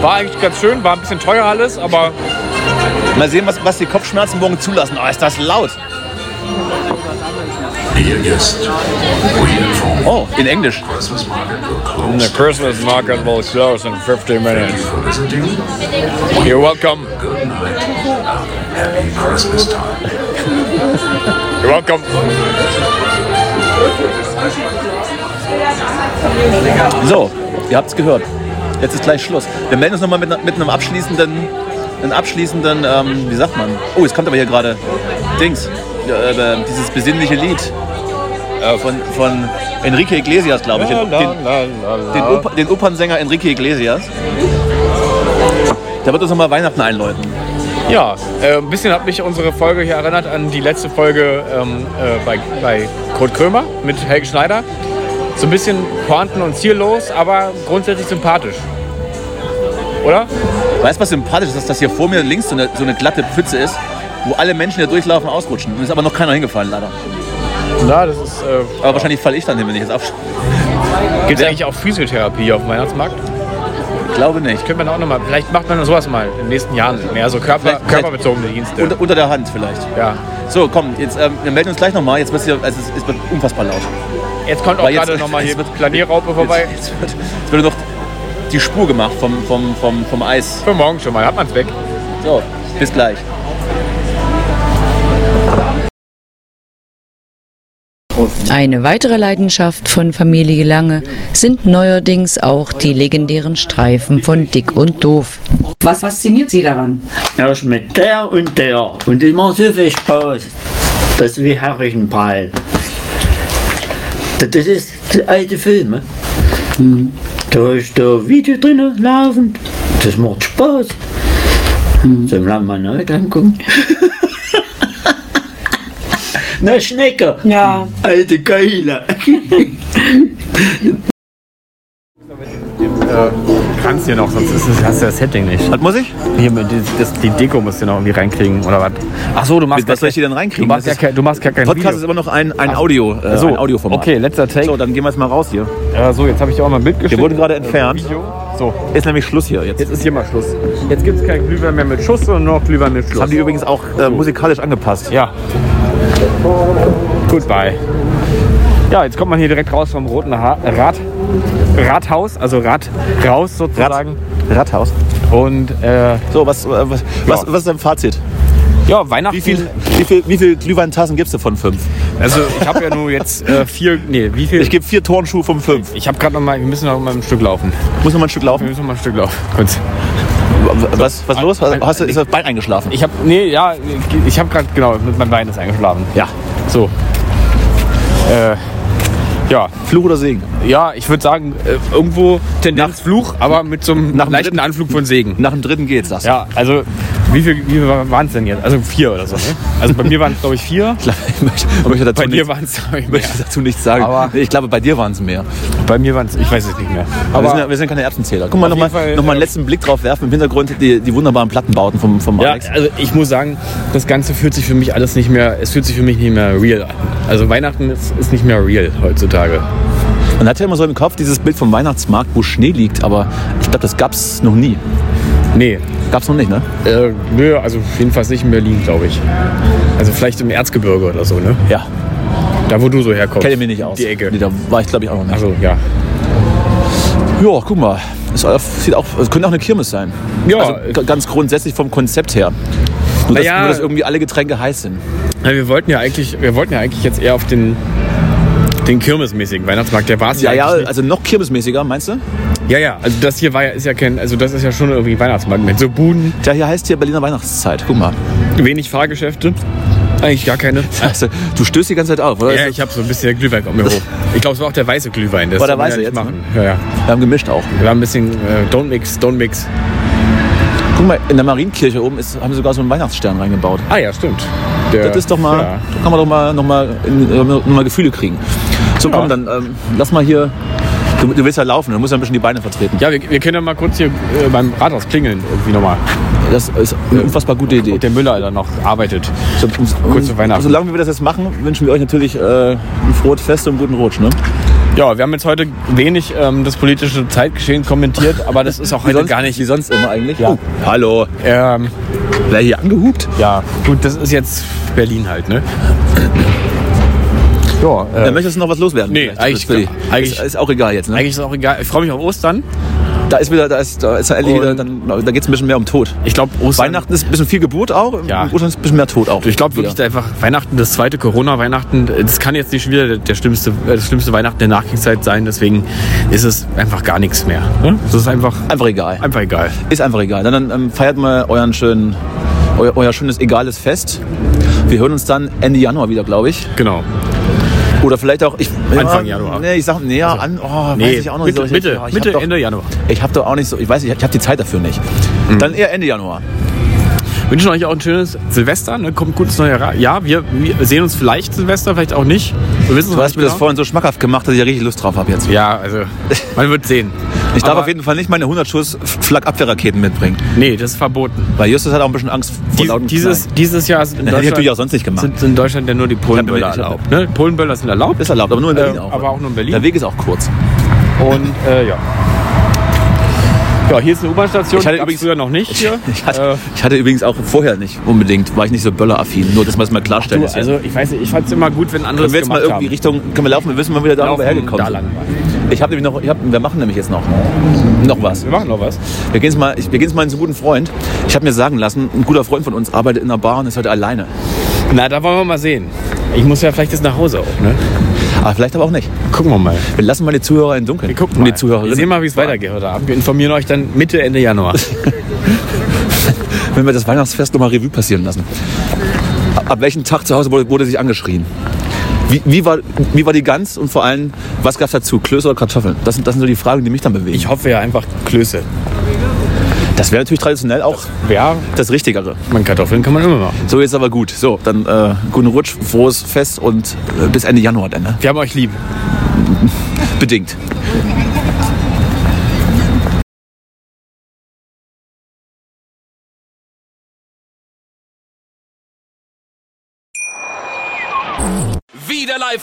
Speaker 4: War eigentlich ganz schön, war ein bisschen teuer alles, aber
Speaker 1: Mal sehen, was, was die Kopfschmerzen morgen zulassen. Oh, ist das laut. Oh, in Englisch.
Speaker 4: The Christmas market will close in 50 minutes. You're welcome. You're welcome.
Speaker 1: So, ihr habt es gehört. Jetzt ist gleich Schluss. Wir melden uns nochmal mit, mit einem abschließenden, einem abschließenden, ähm, wie sagt man? Oh, es kommt aber hier gerade Dings, äh, äh, dieses besinnliche Lied äh, von, von Enrique Iglesias, glaube ich. Den, den, den, Oper, den Opernsänger Enrique Iglesias. Der wird uns nochmal Weihnachten einläuten.
Speaker 4: Ja, äh, ein bisschen hat mich unsere Folge hier erinnert an die letzte Folge ähm, äh, bei, bei Kurt Krömer mit Helge Schneider. So ein bisschen pointen und ziellos, aber grundsätzlich sympathisch. Oder?
Speaker 1: Weißt du, was sympathisch ist, dass das hier vor mir links so eine, so eine glatte Pfütze ist, wo alle Menschen, die da durchlaufen, ausrutschen. Und ist aber noch keiner hingefallen, leider.
Speaker 4: Ja, das ist. Äh,
Speaker 1: Aber wahrscheinlich falle ich dann hin, wenn ich jetzt absch...
Speaker 4: Gibt es eigentlich auch Physiotherapie auf dem Weihnachtsmarkt?
Speaker 1: Ich glaube nicht.
Speaker 4: Könnte man auch nochmal, vielleicht macht man sowas mal in den nächsten Jahren. Mehr so Körper,
Speaker 1: Vielleicht-
Speaker 4: körperbezogene Dienste.
Speaker 1: Unter, unter der Hand vielleicht.
Speaker 4: Ja.
Speaker 1: So, komm, jetzt ähm, wir melden uns gleich nochmal. Jetzt wird's hier, also es, es wird unfassbar laut.
Speaker 4: Jetzt kommt auch
Speaker 1: Weil jetzt-
Speaker 4: gerade nochmal hier
Speaker 1: jetzt wird-
Speaker 4: Planierraupe vorbei.
Speaker 1: Jetzt, jetzt, wird, jetzt wird noch die Spur gemacht vom, vom, vom, vom Eis.
Speaker 4: Für morgen schon mal, hat man's weg.
Speaker 1: So, bis gleich.
Speaker 13: Eine weitere Leidenschaft von Familie Lange sind neuerdings auch die legendären Streifen von Dick und Doof.
Speaker 7: Was fasziniert Sie daran?
Speaker 12: Erst mit der und der. Und immer so viel Spaß. Das ist wie Heringsball. Das ist die alte Filme. Da ist der Video drin laufend. Das macht Spaß. So lange mal neu angucken. Na Schnecke. Ja. Alte Keule.
Speaker 4: Kannst hier noch, sonst ist es, hast du das Setting nicht.
Speaker 1: Was muss ich?
Speaker 4: Hier, mit- die, das, die Deko musst du noch irgendwie reinkriegen, oder was? Ach so, du machst
Speaker 1: Mit was
Speaker 4: gar
Speaker 1: soll ich
Speaker 4: kein-
Speaker 1: die denn reinkriegen?
Speaker 4: Du machst, ja
Speaker 1: Das ist-
Speaker 4: kein, du machst gar kein
Speaker 1: Podcast
Speaker 4: Video.
Speaker 1: ist immer noch ein, ein
Speaker 4: Ach,
Speaker 1: Audio, äh,
Speaker 4: so.
Speaker 1: ein Audioformat.
Speaker 4: Okay, letzter Take.
Speaker 1: So, dann gehen wir jetzt mal raus hier.
Speaker 4: Ja, äh, so, jetzt habe ich ja auch mal ein Bild geschickt.
Speaker 1: Wir wurden gerade entfernt.
Speaker 4: So,
Speaker 1: Ist nämlich Schluss hier jetzt.
Speaker 4: jetzt ist hier mal Schluss. Jetzt gibt es keinen Glühwein mehr mit Schuss, sondern nur noch Glühwein mit Schluss.
Speaker 1: Das haben die übrigens auch äh, musikalisch angepasst.
Speaker 4: Ja. Goodbye. Ja, jetzt kommt man hier direkt raus vom Roten ha Rad Rathaus, also Rad raus sozusagen.
Speaker 1: Rathaus.
Speaker 4: Und äh,
Speaker 1: So, was, äh, was, was, was ist dein Fazit?
Speaker 4: ja, Weihnachten.
Speaker 1: Wie viel, wie viel, wie viel Glühweintassen gibst du von fünf?
Speaker 4: Also ich habe ja nur jetzt äh, vier, nee, wie viel?
Speaker 1: Ich gebe vier Turnschuhe von fünf.
Speaker 4: Ich habe gerade noch mal, wir müssen noch mal ein Stück laufen.
Speaker 1: Muss noch mal ein Stück
Speaker 4: Wir
Speaker 1: laufen.
Speaker 4: müssen noch mal ein Stück laufen. Kurz.
Speaker 1: Was, was los?
Speaker 4: ein-
Speaker 1: Hast du, ist das Bein eingeschlafen?
Speaker 4: Ich habe, nee, ja, ich habe gerade genau, mit meinem Bein ist eingeschlafen.
Speaker 1: Ja.
Speaker 4: So. Äh, ja,
Speaker 1: Fluch oder Segen?
Speaker 4: ja, ich würde sagen, äh, irgendwo Tendenz Fluch, aber mit so einem
Speaker 1: nach dem
Speaker 4: leichten
Speaker 1: dritten-
Speaker 4: Anflug von Segen.
Speaker 1: Nach dem dritten geht's, sagst du?
Speaker 4: Ja, also wie viel, wie viel waren es denn jetzt? Also vier oder so. Ne? Also bei mir waren es glaube ich vier.
Speaker 1: Ich möchte, möchte dazu
Speaker 4: Bei dir
Speaker 1: nichts-
Speaker 4: waren es glaube ich mehr.
Speaker 1: möchte dazu nichts sagen.
Speaker 4: Aber-
Speaker 1: ich glaube, bei dir waren es mehr.
Speaker 4: Bei mir waren es, ich weiß es nicht mehr.
Speaker 1: wir, sind,
Speaker 4: Aber
Speaker 1: ja- wir sind keine Erbsenzähler. Guck mal,
Speaker 4: Auf
Speaker 1: nochmal
Speaker 4: jeden Fall,
Speaker 1: noch mal einen
Speaker 4: äh,
Speaker 1: letzten Blick drauf werfen. Im Hintergrund die, die wunderbaren Plattenbauten vom, vom
Speaker 4: ja,
Speaker 1: Alex.
Speaker 4: also ich muss sagen, das Ganze fühlt sich für mich alles nicht mehr, es fühlt sich für mich nicht mehr real an. Also Weihnachten ist, ist nicht mehr real heutzutage.
Speaker 1: Man hat ja immer so im Kopf dieses Bild vom Weihnachtsmarkt, wo Schnee liegt, aber ich glaube, das gab's noch nie.
Speaker 4: Nee,
Speaker 1: Gab's noch nicht, ne?
Speaker 4: äh, nö, also jedenfalls nicht in Berlin, glaube ich. Also vielleicht im Erzgebirge oder so, ne?
Speaker 1: Ja.
Speaker 4: Da, wo du so herkommst.
Speaker 1: Kenne mich nicht aus.
Speaker 4: Die Ecke.
Speaker 1: Nee, da war ich, glaube ich, auch noch nicht.
Speaker 4: Also ja.
Speaker 1: Ja, guck mal. Es sieht auch, es könnte auch eine Kirmes sein.
Speaker 4: Ja.
Speaker 1: Also, g- ganz grundsätzlich vom Konzept her. Nur, dass,
Speaker 4: Naja.
Speaker 1: nur, dass irgendwie alle Getränke heiß sind.
Speaker 4: Ja, wir wollten ja eigentlich, wir wollten ja eigentlich jetzt eher auf den, den kirmesmäßigen Weihnachtsmarkt. Der war es
Speaker 1: Ja, ja,
Speaker 4: eigentlich
Speaker 1: also noch kirmesmäßiger, meinst du?
Speaker 4: nicht. ja, ja. Also das hier war ja, ist ja kein, also das ist ja schon irgendwie ein Weihnachtsmarkt mit so Buden,
Speaker 1: Der hier heißt hier Berliner Weihnachtszeit. Guck mal.
Speaker 4: wenig Fahrgeschäfte, eigentlich gar keine.
Speaker 1: Also, du stößt die ganze Zeit auf, oder?
Speaker 4: Ja, ich habe so ein bisschen Glühwein kommt mir hoch. Ich glaube, es war auch der weiße Glühwein. Das
Speaker 1: War der
Speaker 4: kann man ja
Speaker 1: weiße
Speaker 4: nicht
Speaker 1: jetzt, ne?
Speaker 4: Machen. Ja, ja.
Speaker 1: Wir haben gemischt auch.
Speaker 4: Wir haben ein bisschen äh, Don't Mix, Don't Mix.
Speaker 1: Guck mal, in der Marienkirche oben ist, haben sie sogar so einen Weihnachtsstern reingebaut.
Speaker 4: Ah ja, stimmt. Der-
Speaker 1: Das ist doch mal,
Speaker 4: Ja.
Speaker 1: da kann man doch mal nochmal noch mal Gefühle kriegen. So, komm, dann ähm, lass mal hier. Du, du willst ja laufen, du musst ja ein bisschen die Beine vertreten.
Speaker 4: Ja, wir, wir können ja mal kurz hier äh, beim Rathaus klingeln irgendwie nochmal.
Speaker 1: Das ist eine unfassbar gute Idee.
Speaker 4: Und der Müller dann noch arbeitet.
Speaker 1: So,
Speaker 4: Kurz zu Weihnachten.
Speaker 1: Solange wir das jetzt machen, wünschen wir euch natürlich äh, ein frohes Fest und einen guten Rutsch. Ne?
Speaker 4: Ja, wir haben jetzt heute wenig ähm, das politische Zeitgeschehen kommentiert, aber das ist auch
Speaker 1: Wie
Speaker 4: heute
Speaker 1: sonst,
Speaker 4: gar nicht.
Speaker 1: Wie sonst immer eigentlich.
Speaker 4: Ja.
Speaker 1: Oh, hallo.
Speaker 4: Ähm,
Speaker 1: Wer hier angehupt?
Speaker 4: ja, gut, das ist jetzt Berlin halt, ne? Ja,
Speaker 1: Äh,
Speaker 4: äh,
Speaker 1: möchtest du noch was loswerden?
Speaker 4: Nee,
Speaker 1: Vielleicht?
Speaker 4: eigentlich-
Speaker 1: Das ist-
Speaker 4: eigentlich-
Speaker 1: ist, ist auch egal jetzt. Ne?
Speaker 4: eigentlich ist auch egal. Ich freue mich auf Ostern.
Speaker 1: Da ist wieder, da ist, da ist ja endlich
Speaker 4: Und-
Speaker 1: wieder, dann, da geht es ein bisschen mehr um Tod.
Speaker 4: Ich glaube, Ostern.
Speaker 1: Weihnachten ist ein bisschen viel Geburt auch,
Speaker 4: Ja.
Speaker 1: Ostern ist ein bisschen mehr Tod auch.
Speaker 4: Ich glaube wirklich
Speaker 1: Wieder.
Speaker 4: einfach Weihnachten, das zweite Corona-Weihnachten, das kann jetzt nicht schon wieder der, der schlimmste, äh, das schlimmste Weihnachten der Nachkriegszeit sein. Deswegen ist es einfach gar nichts mehr. Ne? Das ist einfach
Speaker 1: Einfach egal.
Speaker 4: einfach egal.
Speaker 1: Ist einfach egal. Dann, dann ähm, feiert mal euren schönen, euer, euer schönes, egales Fest. Wir hören uns dann Ende Januar wieder, glaube ich.
Speaker 4: Genau.
Speaker 1: Oder vielleicht auch. Ich,
Speaker 4: Anfang Januar. Also,
Speaker 1: Nee, ich sag, nee, ja, an, oh, weiß ich auch noch
Speaker 4: Mitte,
Speaker 1: nicht. so richtig.
Speaker 4: Mitte,
Speaker 1: Ja, ich
Speaker 4: Mitte
Speaker 1: hab doch,
Speaker 4: Ende Januar.
Speaker 1: Ich habe doch auch nicht so, ich weiß nicht, ich habe die Zeit dafür nicht.
Speaker 4: Mhm.
Speaker 1: Dann eher Ende Januar.
Speaker 4: wünschen euch auch ein schönes Silvester, ne? kommt gutes neues Ra- Jahr. Wir, wir sehen uns vielleicht Silvester, vielleicht auch nicht. Wir wissen es
Speaker 1: Du hast
Speaker 4: noch nicht genau.
Speaker 1: mir das vorhin so schmackhaft gemacht, dass ich ja richtig Lust drauf habe jetzt.
Speaker 4: Ja, also man wird sehen.
Speaker 1: Ich darf
Speaker 4: Aber-
Speaker 1: auf jeden Fall nicht meine 100 Schuss Flakabwehrraketen mitbringen.
Speaker 4: Nee, das ist verboten.
Speaker 1: Weil Justus hat auch ein bisschen Angst vor
Speaker 4: Dies,
Speaker 1: lauten
Speaker 4: dieses,
Speaker 1: Knallen.
Speaker 4: dieses Jahr sind in,
Speaker 1: Hätte ich natürlich auch
Speaker 4: Deutschland,
Speaker 1: sonst nicht gemacht.
Speaker 4: sind, sind in Deutschland ja nur die Polenböller
Speaker 1: Ich hab-
Speaker 4: erlaubt. Ne? Polenböller sind erlaubt.
Speaker 1: Ist erlaubt, aber nur in Berlin
Speaker 4: Ähm,
Speaker 1: auch.
Speaker 4: aber auch nur in Berlin.
Speaker 1: Der Weg ist auch kurz.
Speaker 4: Und äh, ja. Ja, hier ist eine U-Bahn-Station.
Speaker 1: Ich hatte
Speaker 4: gab's
Speaker 1: übrigens-
Speaker 4: früher noch nicht hier.
Speaker 1: Ich
Speaker 4: Äh.
Speaker 1: hatte, ich hatte übrigens auch vorher nicht unbedingt, war ich nicht so bölleraffin. Nur, dass man es mal
Speaker 4: äh,
Speaker 1: klarstellen
Speaker 4: du,
Speaker 1: ist hier.
Speaker 4: also ich weiß nicht, ich fand es immer gut, wenn
Speaker 1: Können
Speaker 4: andere es
Speaker 1: wir jetzt mal
Speaker 4: gemacht
Speaker 1: irgendwie Richtung, können wir laufen, wir wissen mal wieder da, wo
Speaker 4: Laufen,
Speaker 1: wir hergekommen
Speaker 4: da lang.
Speaker 1: sind. Ich habe nämlich noch, ich hab, wir machen nämlich jetzt noch, noch was.
Speaker 4: haben. Wir machen noch was.
Speaker 1: Wir gehen jetzt mal, ich- wir gehen jetzt mal in so einen guten Freund. Ich habe mir sagen lassen, ein guter Freund von uns arbeitet in einer Bar und ist heute alleine.
Speaker 4: Na, da wollen wir mal sehen. Ich muss ja vielleicht jetzt nach Hause auch, ne?
Speaker 1: Aber vielleicht aber auch nicht.
Speaker 4: Gucken wir mal.
Speaker 1: Wir lassen mal die Zuhörer im Dunkeln. Wir
Speaker 4: gucken mal. Wir sehen mal, wie es weitergeht heute Abend. Wir informieren euch dann Mitte, Ende Januar.
Speaker 1: Wenn wir das Weihnachtsfest nochmal Revue passieren lassen. Ab welchem Tag zu Hause wurde, wurde sich angeschrien? Wie, wie, war, wie war die Gans und vor allem, was gab es dazu? Klöße oder Kartoffeln? Das sind, das sind so die Fragen, die mich dann bewegen.
Speaker 4: Ich hoffe ja einfach Klöße.
Speaker 1: Das wäre natürlich traditionell auch
Speaker 4: Ja,
Speaker 1: das Richtigere.
Speaker 4: man Kartoffeln kann man immer machen.
Speaker 1: So, jetzt aber gut. So, dann äh, guten Rutsch, frohes Fest und äh, bis Ende Januar dann, ne?
Speaker 4: Wir haben euch lieb.
Speaker 1: Bedingt.
Speaker 15: Wieder live